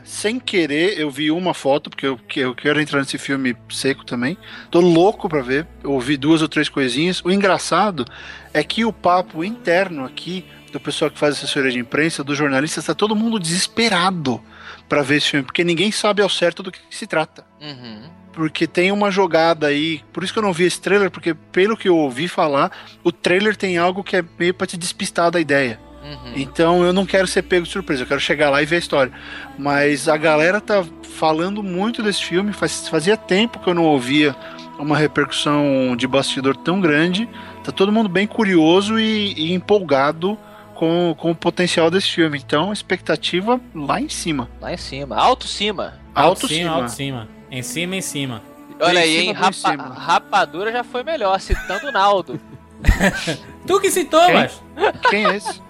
Speaker 2: Sem querer, eu vi uma foto, porque eu, que- eu quero entrar nesse filme seco também. Tô louco pra ver. Eu ouvi duas ou três coisinhas. O engraçado é que o papo interno aqui, do pessoal que faz assessoria de imprensa, dos jornalistas, tá todo mundo desesperado pra ver esse filme, porque ninguém sabe ao certo do que se trata.
Speaker 3: Uhum.
Speaker 2: Porque tem uma jogada aí. Por isso que eu não vi esse trailer, porque pelo que eu ouvi falar, o trailer tem algo que é meio pra te despistar da ideia.
Speaker 3: Uhum.
Speaker 2: Então eu não quero ser pego de surpresa, eu quero chegar lá e ver a história. Mas a galera tá falando muito desse filme, faz- fazia tempo que eu não ouvia uma repercussão de bastidor tão grande. Tá todo mundo bem curioso e, e empolgado com, com o potencial desse filme. Então, expectativa lá em cima.
Speaker 3: Lá em cima, alto cima.
Speaker 2: Alto
Speaker 1: cima,
Speaker 2: cima.
Speaker 1: alto cima. Em cima, em cima.
Speaker 3: Olha aí,
Speaker 2: cima,
Speaker 3: hein?
Speaker 2: bem
Speaker 3: Rapa-
Speaker 2: cima.
Speaker 3: Rapadura já foi melhor, citando o Naldo.
Speaker 1: Tu que citou,
Speaker 2: Quem?
Speaker 1: Baixo.
Speaker 2: Quem é esse?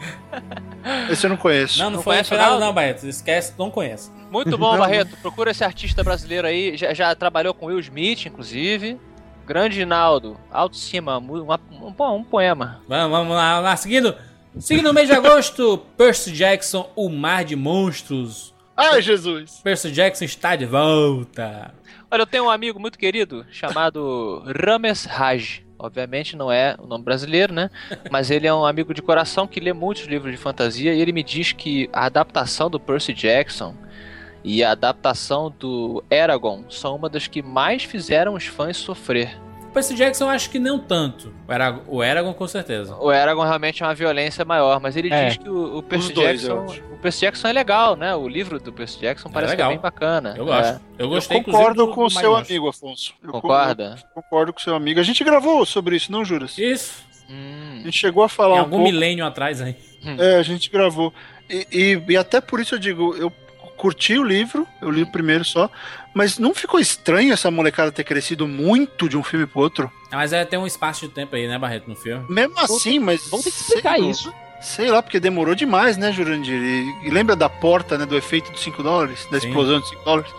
Speaker 2: esse eu não conheço.
Speaker 1: Não, não,
Speaker 3: Não
Speaker 1: foi
Speaker 3: conhece
Speaker 1: referado,
Speaker 3: nada?
Speaker 1: não, Barreto. Esquece, não conhece.
Speaker 3: Muito bom, Barreto. Procura esse artista brasileiro aí. Já, já trabalhou com Will Smith, inclusive. Grande Naldo. Alto cima, mu- uma- um, po- um poema.
Speaker 1: Vamos, vamos lá, vamos lá. Seguindo, seguindo o mês de agosto, Percy Jackson, O Mar de Monstros.
Speaker 2: Ai, Jesus!
Speaker 1: Percy Jackson está de volta.
Speaker 3: Olha, eu tenho um amigo muito querido chamado Rames Raj. Obviamente não é o nome brasileiro, né? Mas ele é um amigo de coração que lê muitos livros de fantasia e ele me diz que a adaptação do Percy Jackson e a adaptação do Eragon são uma das que mais fizeram os fãs sofrer.
Speaker 1: Percy Jackson, eu acho que não tanto. O Arag- O Eragon, com certeza.
Speaker 3: O Eragon realmente é uma violência maior, mas ele
Speaker 5: É.
Speaker 3: diz que o, o Percy
Speaker 2: dois, eu
Speaker 3: Jackson, o Percy Jackson é legal, né? O livro do Percy Jackson parece
Speaker 1: legal.
Speaker 3: que é bem bacana.
Speaker 1: Eu
Speaker 3: É.
Speaker 1: gosto. Eu gostei
Speaker 2: eu concordo
Speaker 1: inclusive, do-
Speaker 2: com o
Speaker 1: do Mar de
Speaker 2: seu
Speaker 1: Monstros.
Speaker 2: amigo, Afonso. Eu
Speaker 3: Concorda?
Speaker 2: con- concordo com o seu amigo. A gente gravou sobre isso, não juras?
Speaker 1: Isso.
Speaker 3: Hum.
Speaker 2: A gente chegou a
Speaker 1: Em
Speaker 2: falar um
Speaker 1: algum
Speaker 2: pouco.
Speaker 1: milênio atrás aí.
Speaker 5: Uhum.
Speaker 2: É, a gente gravou. E, e- e até por isso eu digo, eu curti o livro, eu li o primeiro só, mas não ficou estranho essa molecada ter crescido muito de um filme pro outro?
Speaker 1: Ah, Mas é, tem um espaço de tempo aí, né, Barreto, no filme?
Speaker 2: Mesmo assim, mas...
Speaker 5: Vamos ter que explicar
Speaker 2: sei,
Speaker 5: isso.
Speaker 2: Sei lá, porque demorou demais, né, Jurandir? E, e lembra da porta, né, do efeito dos 5 dólares? Da
Speaker 1: Sim.
Speaker 2: explosão dos 5 dólares?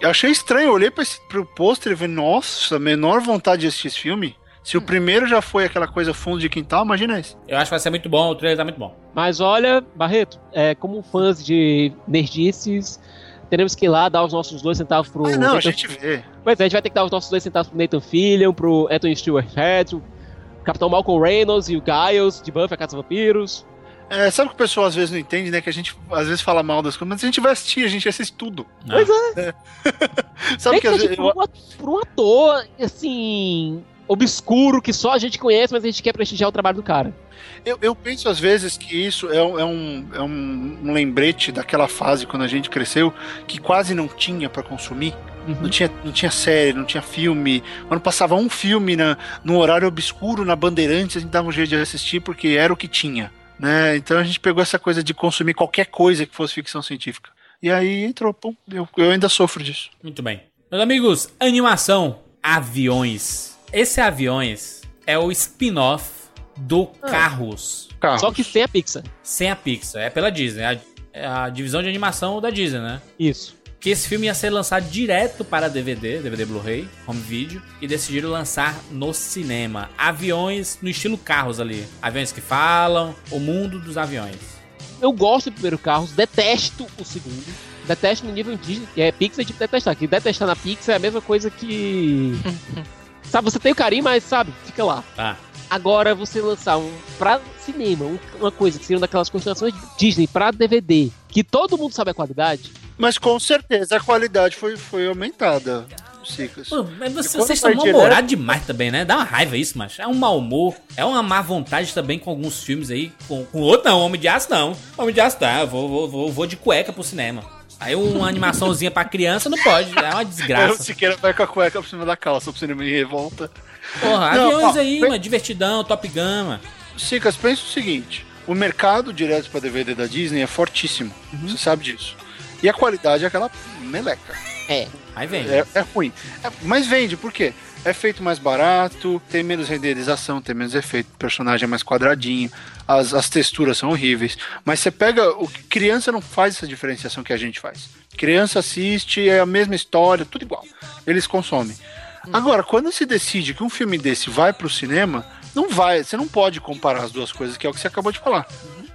Speaker 2: Eu achei estranho, eu olhei pra esse, pro pôster e falei, nossa, menor vontade de assistir esse filme. Se o
Speaker 5: Hum.
Speaker 2: primeiro já foi aquela coisa fundo de quintal, imagina esse.
Speaker 1: Eu acho que vai ser muito bom, o trailer tá muito bom.
Speaker 5: Mas olha, Barreto, é, como fãs de nerdices, teremos que ir lá dar os nossos dois centavos pro.
Speaker 2: Ah, não, a
Speaker 5: Nathan-
Speaker 2: gente vê.
Speaker 5: Pois é, a gente vai ter que dar os nossos dois centavos pro Nathan Fillion, pro Anthony Stewart Head, o Capitão Malcolm Reynolds e o Giles de Buffy a Casa dos Vampiros.
Speaker 2: É, sabe o que o pessoal às vezes não entende, né? Que a gente às vezes fala mal das coisas, mas a gente vai assistir, a gente assiste tudo.
Speaker 1: Pois
Speaker 2: é. sabe
Speaker 5: Bem
Speaker 2: que às
Speaker 5: seja
Speaker 2: vezes.
Speaker 5: por, um at- por um ator, assim, obscuro, que só a gente conhece, mas a gente quer prestigiar o trabalho do cara.
Speaker 2: Eu, eu penso às vezes que isso é, um- é um, é um- um lembrete daquela fase quando a gente cresceu, que quase não tinha pra consumir. Não, tinha, não tinha série, não tinha filme. Quando passava um filme na, num horário obscuro na Bandeirantes, a gente dava um jeito de assistir porque era o que tinha. Né? Então a gente pegou essa coisa de consumir qualquer coisa que fosse ficção científica. E aí entrou, pum, eu, eu ainda sofro disso.
Speaker 1: Muito bem. Meus amigos, animação Aviões. Esse Aviões é o spin-off do Carros,
Speaker 3: Ah.
Speaker 2: Carros.
Speaker 5: Só que sem a Pixar.
Speaker 1: sem a Pixar. É pela Disney, é a- é a divisão de animação da Disney, né?
Speaker 5: Isso.
Speaker 1: que esse filme ia ser lançado direto para DVD, DVD Blu-ray, home video, e decidiram lançar no cinema. Aviões no estilo carros ali. Aviões que falam, o mundo dos aviões.
Speaker 5: Eu gosto do primeiro Carros, detesto o segundo. Detesto no nível Disney, que é Pixar tipo detestar. Que detestar na Pixar é a mesma coisa que. sabe, você tem o carinho, mas sabe, fica lá.
Speaker 1: Tá.
Speaker 5: Agora você lançar um pra cinema, um- uma coisa que seria uma daquelas continuações Disney pra DVD, que todo mundo sabe a qualidade.
Speaker 2: Mas com certeza a qualidade foi, foi aumentada, Cicas.
Speaker 1: Pô, mas você-
Speaker 2: Quando
Speaker 1: vocês estão
Speaker 2: vai direto-
Speaker 1: mal-humorados demais também, né? Dá uma raiva isso, macho. É um mau humor, é uma má vontade também com alguns filmes aí. Com, com outro não, Homem de Aço não. Homem de Aço tá, eu vou, vou, vou, vou de cueca pro cinema. Aí uma animaçãozinha pra criança não pode, é uma
Speaker 2: Eu
Speaker 1: desgraça.
Speaker 2: sequer vai com a cueca por cima da calça, por cima de revolta.
Speaker 1: Porra,
Speaker 2: Não,
Speaker 1: aviões
Speaker 2: ó,
Speaker 1: aí,
Speaker 2: bem-
Speaker 1: mano, divertidão, Top Gun, mano.
Speaker 2: Sicas, pensa o seguinte: o mercado direto pra DVD da Disney é fortíssimo. Você sabe disso. E a qualidade é aquela meleca.
Speaker 1: Aí vem.
Speaker 2: É, é ruim. É- mas vende, por quê? É feito mais barato, tem menos renderização, tem menos efeito, o personagem é mais quadradinho, as, as texturas são horríveis. Mas você pega. O, criança não faz essa diferenciação que a gente faz. Criança assiste, é a mesma história, tudo igual. Eles consomem. Agora, quando se decide que um filme desse vai pro cinema, não vai, você não pode comparar as duas coisas, que é o que você acabou de falar.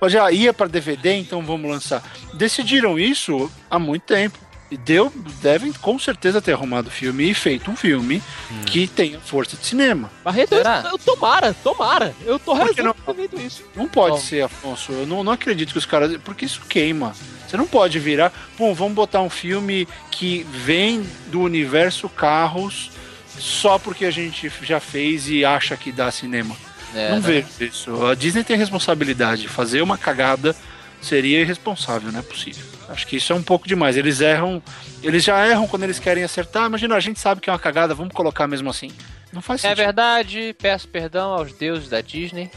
Speaker 2: Mas já ia pra DVD, então vamos lançar. Decidiram isso há muito tempo. E deu, devem com certeza ter arrumado o filme e feito um filme que tenha força de cinema.
Speaker 5: Barreto, eu,
Speaker 3: Será?
Speaker 5: eu- tomara, tomara. Eu tô
Speaker 2: Por que
Speaker 5: rezando
Speaker 2: não?
Speaker 5: pra ter feito isso.
Speaker 2: Não pode
Speaker 5: Bom.
Speaker 2: ser, Afonso. Eu não, não acredito que os caras. Porque isso queima. Você não pode virar. Bom, vamos botar um filme que vem do universo carros só porque a gente já fez e acha que dá cinema.
Speaker 3: É,
Speaker 2: não
Speaker 3: né?
Speaker 2: vejo isso. A Disney tem responsabilidade. Fazer uma cagada seria irresponsável, não é possível. Acho que isso é um pouco demais. Eles erram. Eles já erram quando eles querem acertar. Imagina, a gente sabe que é uma cagada, vamos colocar mesmo assim. Não faz
Speaker 3: É
Speaker 2: sentido.
Speaker 3: verdade, peço perdão aos deuses da Disney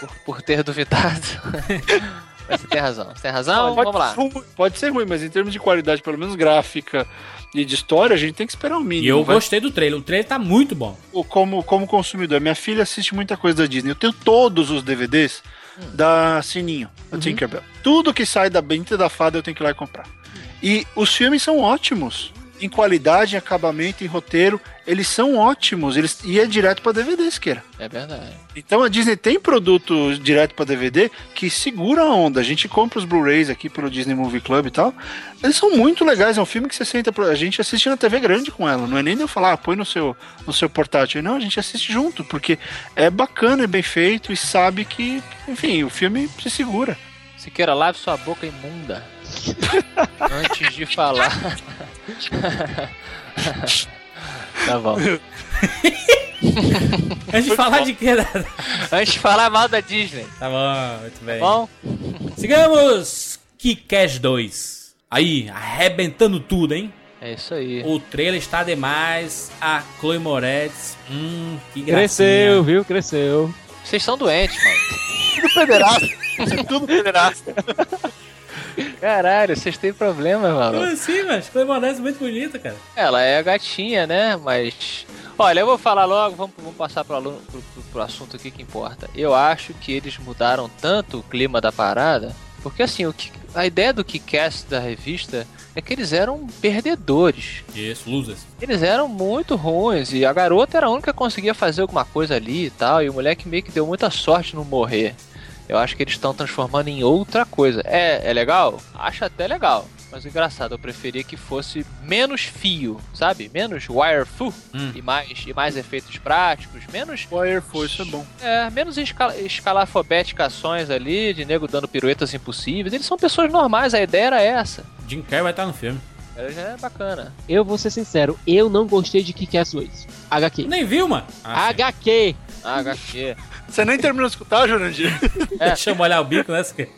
Speaker 3: por, por ter duvidado. Mas você tem razão, você tem razão,
Speaker 2: pode,
Speaker 3: vamos lá.
Speaker 2: ser ruim, pode ser ruim, mas em termos de qualidade, pelo menos gráfica e de história, a gente tem que esperar o mínimo.
Speaker 1: E eu
Speaker 2: vai.
Speaker 1: gostei do trailer. O trailer tá muito bom.
Speaker 2: como, como consumidor, minha filha assiste muita coisa da Disney. Eu tenho todos os DVDs da Sininho, da Tinkerbell. Tudo que sai da Benta e da Fada eu tenho que ir lá e comprar. E os filmes são ótimos. Em qualidade, em acabamento, em roteiro, eles são ótimos. Eles, e é direto pra DVD, Siqueira.
Speaker 3: É verdade.
Speaker 2: Então a Disney tem produto direto pra DVD que segura a onda. A gente compra os Blu-rays aqui pelo Disney Movie Club e tal. Eles são muito legais. É um filme que você senta. pra- A gente assiste na TV grande com ela. Não é nem de eu falar, ah, põe no seu, no seu portátil. Não, a gente assiste junto, porque é bacana, é bem feito e sabe que, enfim, o filme se segura.
Speaker 3: Siqueira, lave sua boca imunda. Antes de falar. tá bom.
Speaker 1: Antes de falar de quê? Tá
Speaker 3: Antes de falar mal da Disney, tá
Speaker 1: bom, muito bem.
Speaker 3: bom?
Speaker 1: Sigamos! Kick-Ass 2. Aí, arrebentando tudo, hein?
Speaker 3: É isso aí.
Speaker 1: O trailer está demais. A Chloe Moretz. Hum, que gracinha.
Speaker 5: Cresceu, viu? Cresceu.
Speaker 3: Vocês são doentes, mano.
Speaker 2: Federado. é tudo federado.
Speaker 3: Caralho, vocês têm problema,
Speaker 1: Como
Speaker 3: mano.
Speaker 1: assim, mas Chloe Moretz é muito bonita, cara.
Speaker 3: Ela é gatinha, né? Mas. Olha, eu vou falar logo, vamos, vamos passar pro, aluno, pro, pro- pro assunto aqui que importa. Eu acho que eles mudaram tanto o clima da parada, porque assim, o que, a ideia do que da revista é que eles eram perdedores.
Speaker 1: Isso, losers.
Speaker 3: Eles eram muito ruins e a garota era a única que conseguia fazer alguma coisa ali e tal. E o moleque meio que deu muita sorte no morrer. Eu acho que eles estão transformando em outra coisa. É, é legal? Acho até legal. Mas engraçado, eu preferia que fosse menos fio, sabe? Menos wirefoo
Speaker 1: Hum.
Speaker 3: e, mais, e mais efeitos práticos, menos
Speaker 2: Wire foi, isso é bom.
Speaker 3: é, menos escala, escalafobeticações ali, de nego dando piruetas impossíveis. Eles são pessoas normais, a ideia era essa.
Speaker 1: Jim Carrey vai estar no filme.
Speaker 3: Era já é bacana.
Speaker 5: Eu vou ser sincero, eu não gostei de Kick-Ass 2. HQ.
Speaker 1: Nem viu, mano? Ah, sim.
Speaker 5: HQ!
Speaker 3: Ah, HQ.
Speaker 2: Você nem terminou de escutar, Jurandir?
Speaker 1: Deixa eu molhar o bico, né? Siqueira?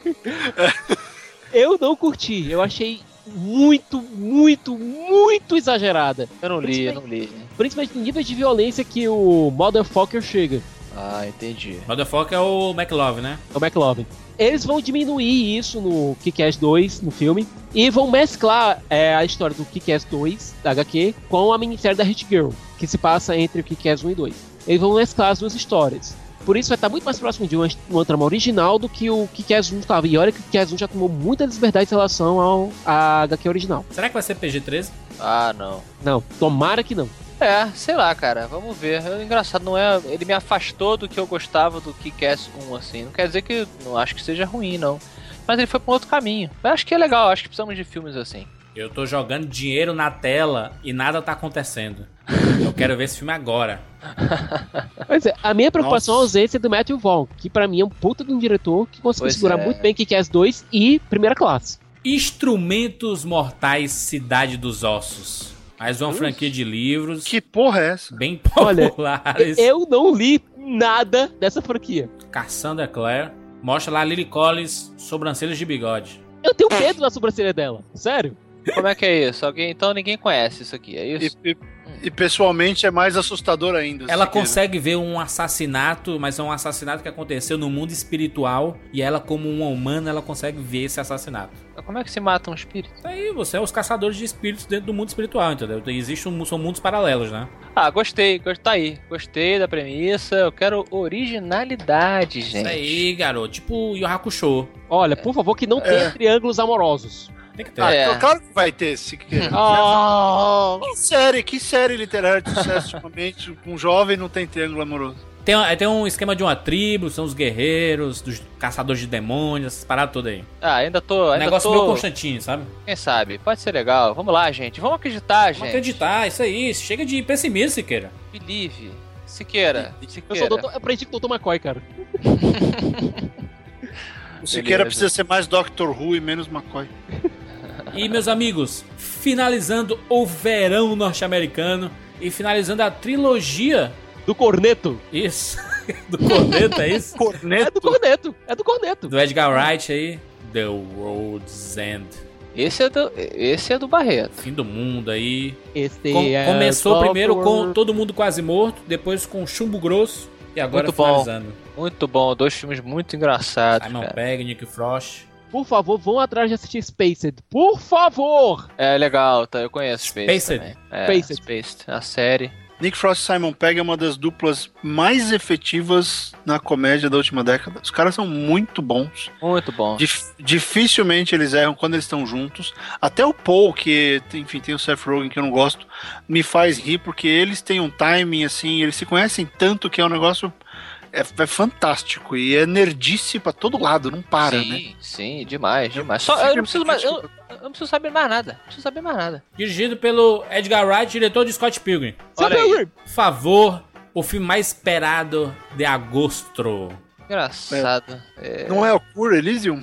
Speaker 5: Eu não curti, eu achei muito, muito, muito exagerada.
Speaker 3: Eu não li, eu não li.
Speaker 5: Principalmente no nível de violência que o Motherfucker chega.
Speaker 3: Ah, entendi.
Speaker 1: Motherfucker é o McLove, né?
Speaker 5: É o McLovin. Eles vão diminuir isso no Kick-Ass 2, no filme, e vão mesclar é, a história do Kick-Ass 2, da HQ, com a minissérie da Hit Girl, que se passa entre o Kick-Ass 1 e 2. Eles vão mesclar as duas histórias. Por isso vai estar muito mais próximo de uma, uma trama original do que o Kick-Ass 1 estava. E olha que o Kick-Ass 1 já tomou muitas liberdades em relação ao, à HQ original.
Speaker 1: Será que vai ser PG-13?
Speaker 3: Ah, não.
Speaker 5: Não, tomara que não.
Speaker 3: É, sei lá, cara. Vamos ver. É engraçado, não é. Ele me afastou do que eu gostava do Kick-Ass 1, assim. Não quer dizer que eu não acho que seja ruim, não. Mas ele foi pra um outro caminho. Mas acho que é legal, acho que precisamos de filmes assim.
Speaker 1: Eu tô jogando dinheiro na tela e nada tá acontecendo. Eu quero ver esse filme agora.
Speaker 5: Pois é, a minha preocupação é
Speaker 2: Nossa.
Speaker 5: a ausência do Matthew Vaughn, que pra mim é um puta de um diretor que conseguiu
Speaker 3: Pois
Speaker 5: segurar
Speaker 3: é.
Speaker 5: muito bem Kick-Ass 2 e Primeira Classe.
Speaker 1: Instrumentos Mortais Cidade dos Ossos. Mais uma
Speaker 3: Ux.
Speaker 1: franquia de livros
Speaker 2: Que porra é essa?
Speaker 1: bem
Speaker 5: Olha,
Speaker 1: populares.
Speaker 5: Eu não li nada dessa franquia.
Speaker 1: Cassandra Clare. Mostra lá a Lily Collins, sobrancelhas de bigode.
Speaker 5: Eu tenho medo da sobrancelha dela, sério.
Speaker 3: Como é que é isso? Alguém, então ninguém conhece isso aqui, é
Speaker 2: E,
Speaker 3: isso?
Speaker 2: e- e pessoalmente é mais assustador ainda.
Speaker 1: Ela
Speaker 2: assim,
Speaker 1: consegue ver um assassinato, mas é um assassinato que aconteceu no mundo espiritual. E ela, como uma humana, ela consegue ver esse assassinato.
Speaker 3: Como é que se mata um espírito?
Speaker 1: Aí você é os caçadores de espíritos dentro do mundo espiritual, entendeu? Existem um- são mundos paralelos, né?
Speaker 3: Ah, gostei, gostei, tá aí. Gostei da premissa. Eu quero originalidade,
Speaker 1: Isso
Speaker 3: gente.
Speaker 1: aí, garoto. Tipo Yu Hakusho.
Speaker 5: Olha, por favor, que não tenha triângulos amorosos.
Speaker 1: Tem que ter.
Speaker 2: Ah,
Speaker 3: É.
Speaker 2: então claro que vai ter esse que
Speaker 5: Ah,
Speaker 2: Que série, que série literária de sucesso ultimamente um jovem não tem triângulo amoroso?
Speaker 1: Tem, é, tem um esquema de uma tribo, são os guerreiros, dos caçadores de demônios, essas paradas todas aí.
Speaker 3: Ah, ainda tô. Ainda
Speaker 1: Negócio
Speaker 3: tô...
Speaker 1: meio Constantino, sabe?
Speaker 3: Quem sabe? Pode ser legal. Vamos lá, gente. Vamos acreditar,
Speaker 1: Vamos
Speaker 3: gente.
Speaker 1: acreditar, isso aí. Chega de pessimismo, Siqueira.
Speaker 3: Believe. Siqueira. Siqueira.
Speaker 5: eu sou doutor, eu aprendi com o Dr. McCoy, cara.
Speaker 2: O
Speaker 3: Beleza.
Speaker 2: Siqueira precisa ser mais Doctor Who e menos McCoy.
Speaker 1: E, meus amigos, finalizando o verão norte-americano e finalizando a trilogia.
Speaker 5: Do Corneto.
Speaker 1: Isso. Do Corneta, é isso?
Speaker 5: É do Corneto. É do Corneto.
Speaker 1: Do Edgar Wright aí. The World's End.
Speaker 3: Esse é do. Esse é do Barreto.
Speaker 1: Fim do mundo aí.
Speaker 5: Este
Speaker 1: Com-
Speaker 5: é
Speaker 1: começou
Speaker 5: só
Speaker 1: primeiro
Speaker 5: por-
Speaker 1: com Todo Mundo Quase Morto, depois com Chumbo Grosso e agora
Speaker 3: Muito bom. Tá
Speaker 1: finalizando.
Speaker 3: Muito bom. Dois filmes muito engraçados.
Speaker 1: Simon
Speaker 3: cara.
Speaker 1: Pegg, Nick Frost.
Speaker 5: Por favor, vão atrás de assistir Spaced. Por favor!
Speaker 3: É legal, tá? Eu conheço Space.
Speaker 1: Spaced.
Speaker 3: também. É,
Speaker 5: Spaced.
Speaker 3: Spaced. A série.
Speaker 2: Nick Frost e Simon Pegg é uma das duplas mais efetivas na comédia da última década. Os caras são muito bons.
Speaker 3: Muito bom.
Speaker 2: Dif- dificilmente eles erram quando eles estão juntos. Até o Paul, que enfim, tem o Seth Rogen que eu não gosto, me faz rir porque eles têm um timing assim, eles se conhecem tanto que é um negócio é, é fantástico e é nerdice pra todo lado, não para,
Speaker 3: sim,
Speaker 2: né?
Speaker 3: sim, demais, demais. Só, eu não preciso mais. Eu, eu não preciso saber mais nada. Não preciso saber mais nada.
Speaker 1: Dirigido pelo Edgar Wright, diretor de Scott Pilgrim.
Speaker 3: Olha aí.
Speaker 1: Por favor, o filme mais esperado de agosto.
Speaker 3: Engraçado. É,
Speaker 2: Não é o Cura Elysium?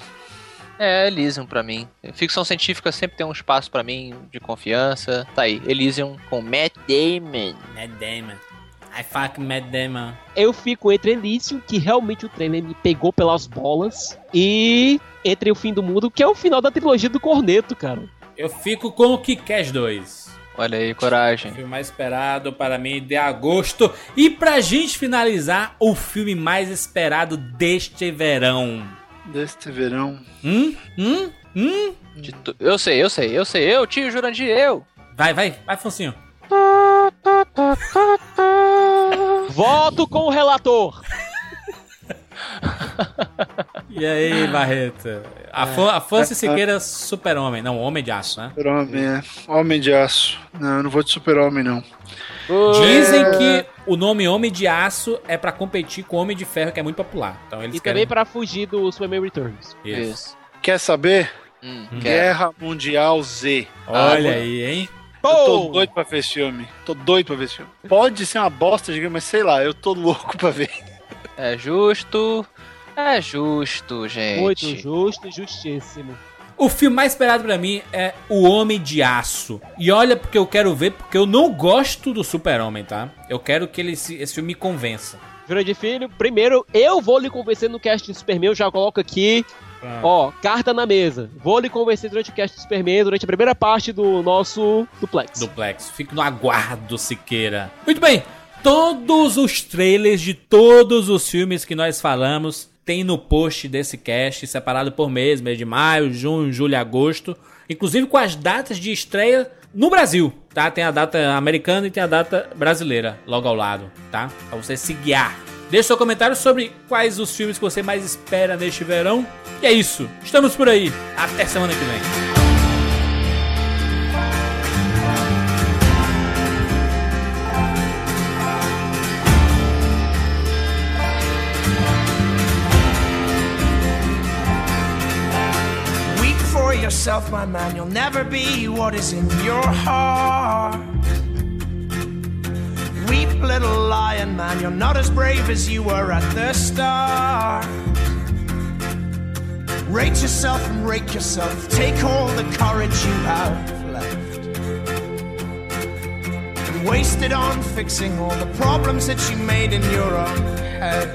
Speaker 3: é Elysium pra mim. Ficção científica sempre tem um espaço pra mim de confiança. Tá aí, Elysium com Matt Damon.
Speaker 1: Mad Damon. I fuck Mad Damon.
Speaker 5: Eu fico entre Elysium, que realmente o trailer me pegou pelas bolas, e entre o fim do mundo, que é o final da trilogia do Corneto, cara.
Speaker 1: Eu fico com o Kick-Ass 2.
Speaker 3: Olha aí,
Speaker 1: O
Speaker 3: coragem.
Speaker 1: filme mais esperado para mim de agosto. E pra gente finalizar, o filme mais esperado deste verão.
Speaker 2: Deste verão.
Speaker 1: Hum? Hum? Hum?
Speaker 3: De tu- Eu sei, eu sei, eu sei. Eu, tio Jurandir, eu.
Speaker 1: Vai, vai, vai, Foncinho.
Speaker 5: Voto com o relator!
Speaker 1: E aí, Barreto? A fã, a fã se Siqueira super-homem, não, homem de aço, né?
Speaker 2: Super-homem, é. Homem de aço. Não, eu não vou de super-homem, não.
Speaker 1: Dizem que o nome Homem de Aço é pra competir com Homem de Ferro, que é muito popular. Então eles
Speaker 5: E
Speaker 1: querem...
Speaker 5: também pra fugir do Superman Returns.
Speaker 1: Isso.
Speaker 2: Quer saber?
Speaker 3: Hum,
Speaker 2: Uhum.
Speaker 3: quero.
Speaker 2: Guerra Mundial Z. Ah,
Speaker 1: Olha aí, hein?
Speaker 2: Eu tô
Speaker 5: Oh!
Speaker 2: doido pra ver esse filme. Tô doido pra ver esse filme. Pode ser uma bosta de game, mas sei lá, eu tô louco pra ver.
Speaker 3: É justo. É justo, gente.
Speaker 5: Muito justo e justíssimo.
Speaker 1: O filme mais esperado pra mim é O Homem de Aço. E olha porque eu quero ver, porque eu não gosto do Super-Homem, tá? Eu quero que ele, se- esse filme me convença.
Speaker 5: Jurandir Filho, primeiro eu vou lhe convencer no cast de Superman, eu já coloco aqui, ó, carta na mesa. Vou lhe convencer durante o cast de Superman, durante a primeira parte do nosso duplex.
Speaker 1: Duplex. Fico no aguardo, Siqueira. Muito bem. Todos os trailers de todos os filmes que nós falamos tem no post desse cast, separado por mês, mês de maio, junho, julho, e agosto. Inclusive com as datas de estreia no Brasil, tá? Tem a data americana e tem a data brasileira logo ao lado, tá? Pra você se guiar. Deixe seu comentário sobre quais os filmes que você mais espera neste verão. E é isso. Estamos por aí. Até semana que vem.
Speaker 7: Weak for yourself, my man. You'll never be what is in your heart. Weep, little lion man. You're not as brave as you were at the start. Rate yourself and rake yourself. Take all the courage you have left. And waste it on fixing all the problems that you made in your own head.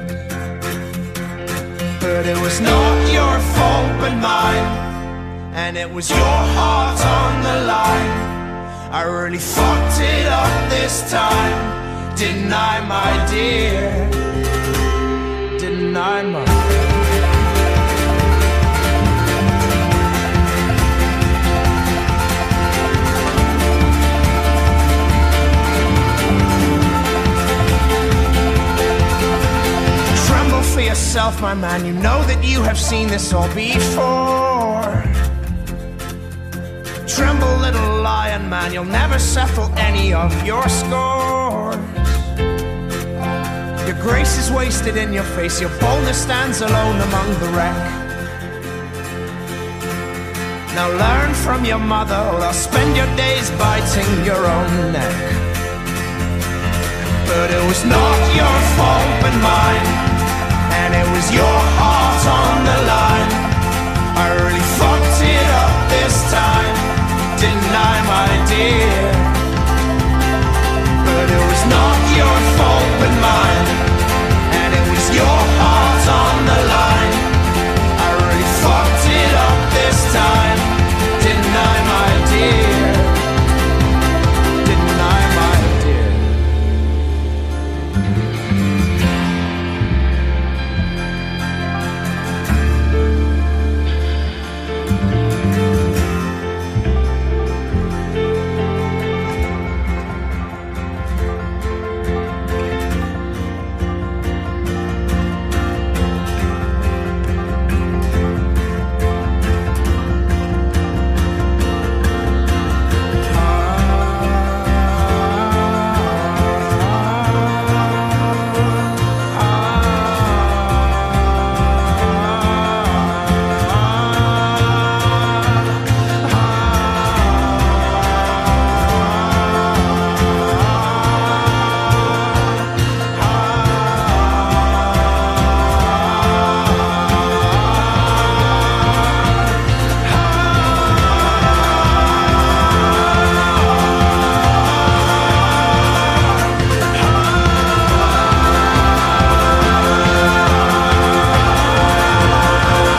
Speaker 7: But it was not your fault but mine. And it was your heart on the line. I really fucked it up this time. Didn't I, my dear? Didn't I, my Tremble for yourself, my man. You know that you have seen this all before. Tremble, little lion man. You'll never settle any of your scores. Your grace is wasted in your face. Your boldness stands alone among the wreck. Now learn from your mother, or else spend your days biting your own neck. But it was not your fault, but mine. And it was your heart on the line. I really fucked it up this time. Didn't I, my dear? But it was not your fault, but mine. And it was your heart on the line. I really fucked it up this time. Didn't I, my dear? Didn't I, my dear?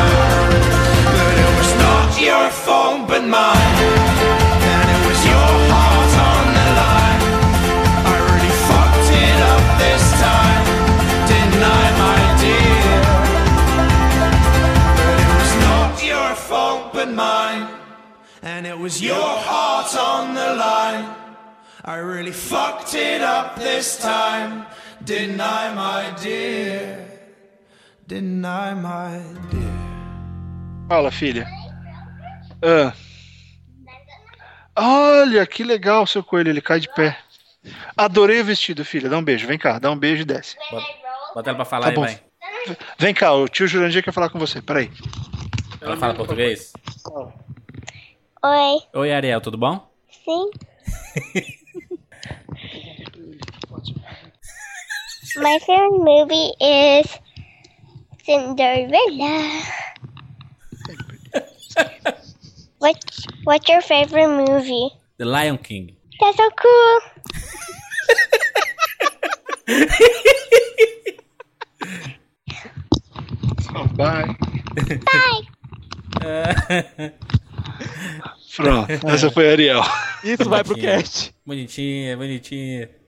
Speaker 7: But it was not your fault, but mine. And it was your heart on the line. I really fucked it up this time. Didn't I, my dear? But it was not your fault, but mine. And it was your heart on the line. I really fucked it up this time. Didn't I, my dear? Didn't I, my dear?
Speaker 2: Fala, filha. Ah. Olha, que legal seu coelho, ele cai de pé. Adorei o vestido, filha. Dá um beijo, vem cá, dá um beijo e desce.
Speaker 1: Bota ela pra falar
Speaker 2: Tá
Speaker 1: aí,
Speaker 2: bom.
Speaker 1: vai.
Speaker 2: Vem cá, o tio Jurandir quer falar com você, peraí.
Speaker 1: Ela fala português?
Speaker 7: Oi,
Speaker 1: Oi, Ariel, tudo bom?
Speaker 7: sim? My favorite movie is Cinderella. what What's your favorite movie?
Speaker 1: The Lion King.
Speaker 7: That's so cool.
Speaker 2: Bye. Pronto, essa foi a Ariel.
Speaker 8: Isso vai pro cast.
Speaker 1: Bonitinha, bonitinha.